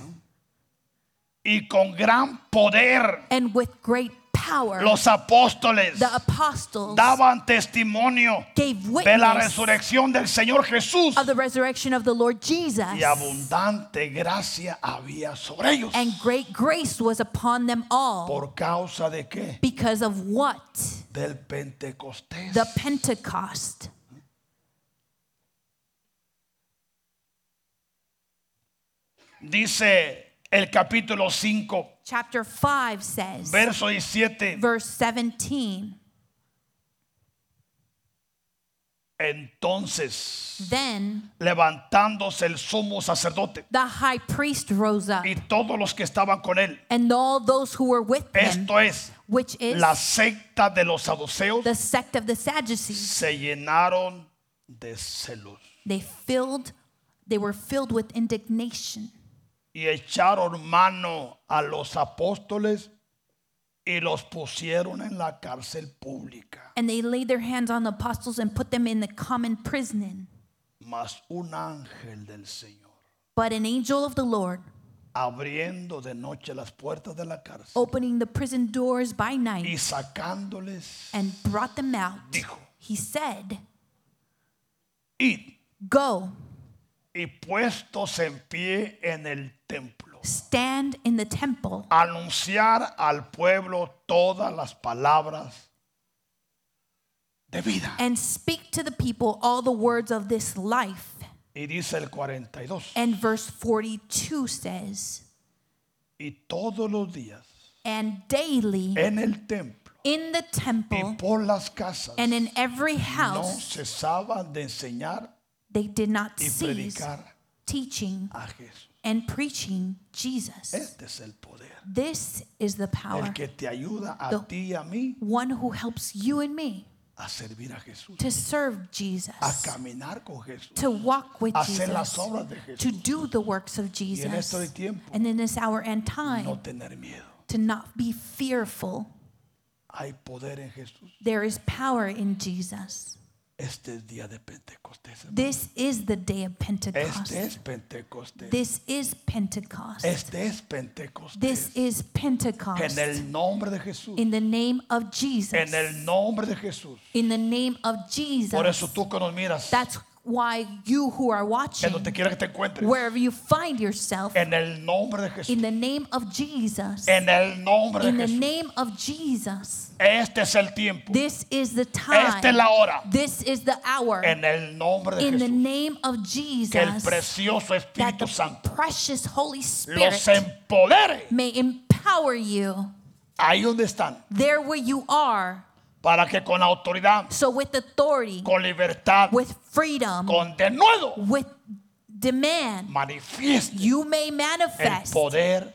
Speaker 1: Y con gran poder
Speaker 2: And with great power,
Speaker 1: Los apóstoles
Speaker 2: the apostles
Speaker 1: daban testimonio
Speaker 2: gave
Speaker 1: de la
Speaker 2: witness
Speaker 1: resurrección del Señor Jesús
Speaker 2: of the resurrection of the Lord Jesus.
Speaker 1: y abundante gracia había sobre ellos.
Speaker 2: And great grace was upon them all.
Speaker 1: ¿Por causa de qué?
Speaker 2: Because of what?
Speaker 1: Del Pentecostés.
Speaker 2: The Pentecost.
Speaker 1: Dice el capítulo 5,
Speaker 2: Chapter 5 says,
Speaker 1: verso 17.
Speaker 2: verse 17,
Speaker 1: Entonces,
Speaker 2: then
Speaker 1: levantándose el sumo sacerdote
Speaker 2: the high priest rose up
Speaker 1: y todos los que estaban con él,
Speaker 2: and all those who were with him,
Speaker 1: esto es,
Speaker 2: which is
Speaker 1: la secta de los saduceos,
Speaker 2: the sect of the Sadducees,
Speaker 1: se llenaron de celos
Speaker 2: they filled, they were filled with indignation.
Speaker 1: y echaron mano a los apóstoles y los pusieron en la cárcel pública.
Speaker 2: And they laid their hands on the apostles and put them in the common prison.
Speaker 1: Mas un ángel del Señor,
Speaker 2: But an angel of the Lord,
Speaker 1: abriendo de noche las puertas de la cárcel
Speaker 2: opening the prison doors by night
Speaker 1: y sacándoles,
Speaker 2: and brought them out,
Speaker 1: Dijo.
Speaker 2: he said,
Speaker 1: id
Speaker 2: Go,
Speaker 1: y puestos en pie en el templo.
Speaker 2: stand in the temple
Speaker 1: anunciar al pueblo todas las palabras de vida.
Speaker 2: and speak to the people all the words of this life.
Speaker 1: Y dice el 42.
Speaker 2: And verse 42 says,
Speaker 1: Y todos los días
Speaker 2: And daily
Speaker 1: en el templo
Speaker 2: in the
Speaker 1: y
Speaker 2: temple
Speaker 1: por las casas
Speaker 2: and in every
Speaker 1: no
Speaker 2: house,
Speaker 1: cesaban de enseñar
Speaker 2: they did not
Speaker 1: y
Speaker 2: cease
Speaker 1: predicar
Speaker 2: teaching
Speaker 1: a Jesús.
Speaker 2: and preaching Jesus.
Speaker 1: Este es el poder.
Speaker 2: This is the
Speaker 1: El
Speaker 2: power,
Speaker 1: que te ayuda a
Speaker 2: No.
Speaker 1: ti y a mí
Speaker 2: one who helps you and me
Speaker 1: a servir a Jesús,
Speaker 2: to serve
Speaker 1: a
Speaker 2: Jesus,
Speaker 1: caminar con Jesús,
Speaker 2: to walk with
Speaker 1: a hacer las
Speaker 2: Jesus,
Speaker 1: obras de Jesús.
Speaker 2: to do the works of
Speaker 1: Y en esto de
Speaker 2: Jesus.
Speaker 1: tiempo,
Speaker 2: And in this hour and time,
Speaker 1: no tener miedo.
Speaker 2: to not be fearful.
Speaker 1: Hay poder en Jesús.
Speaker 2: There is power in Jesus.
Speaker 1: Este es día de Pentecostés. hermano.
Speaker 2: This is the day of Pentecost.
Speaker 1: Este es Pentecostés.
Speaker 2: This is Pentecost.
Speaker 1: Este es Pentecostés.
Speaker 2: This is Pentecost.
Speaker 1: En el nombre de Jesús.
Speaker 2: In the name of
Speaker 1: En
Speaker 2: Jesus.
Speaker 1: el nombre de Jesús.
Speaker 2: In the name of
Speaker 1: Por
Speaker 2: Jesus.
Speaker 1: eso tú que nos miras,
Speaker 2: That's why you who are
Speaker 1: en
Speaker 2: watching,
Speaker 1: donde quiera que te encuentres,
Speaker 2: wherever you find yourself,
Speaker 1: en el nombre de Jesús.
Speaker 2: in the name of Jesus,
Speaker 1: En el nombre
Speaker 2: in
Speaker 1: de
Speaker 2: the
Speaker 1: Jesús.
Speaker 2: name of Jesus,
Speaker 1: Este es el tiempo.
Speaker 2: this is the time,
Speaker 1: Esta es la hora.
Speaker 2: this is the hour,
Speaker 1: En el nombre de
Speaker 2: in the
Speaker 1: Jesús.
Speaker 2: name of Jesus,
Speaker 1: Que el precioso
Speaker 2: that
Speaker 1: Espíritu
Speaker 2: the
Speaker 1: Santo
Speaker 2: precious Holy
Speaker 1: los
Speaker 2: Spirit
Speaker 1: empodere
Speaker 2: may empower you
Speaker 1: ahí donde están.
Speaker 2: there where you are.
Speaker 1: Para que con autoridad,
Speaker 2: So, with authority,
Speaker 1: con libertad,
Speaker 2: with freedom,
Speaker 1: con denuedo,
Speaker 2: with demand,
Speaker 1: manifieste
Speaker 2: you may
Speaker 1: el
Speaker 2: manifest
Speaker 1: poder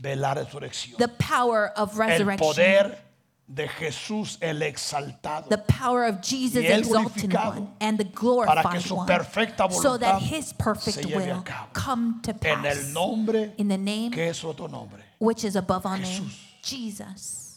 Speaker 1: de la resurrección.
Speaker 2: the power of
Speaker 1: el
Speaker 2: resurrection,
Speaker 1: poder de Jesús el exaltado
Speaker 2: the power of Jesus,
Speaker 1: Y el
Speaker 2: exalted
Speaker 1: glorificado
Speaker 2: one, and the
Speaker 1: para que
Speaker 2: glorified
Speaker 1: su perfecta
Speaker 2: one, so that
Speaker 1: voluntad
Speaker 2: his
Speaker 1: se
Speaker 2: perfect
Speaker 1: lleve a
Speaker 2: will
Speaker 1: cabo.
Speaker 2: come to
Speaker 1: en el
Speaker 2: pass
Speaker 1: nombre
Speaker 2: in the name
Speaker 1: que es otro nombre.
Speaker 2: which is above all name,
Speaker 1: Jesús.
Speaker 2: Jesus.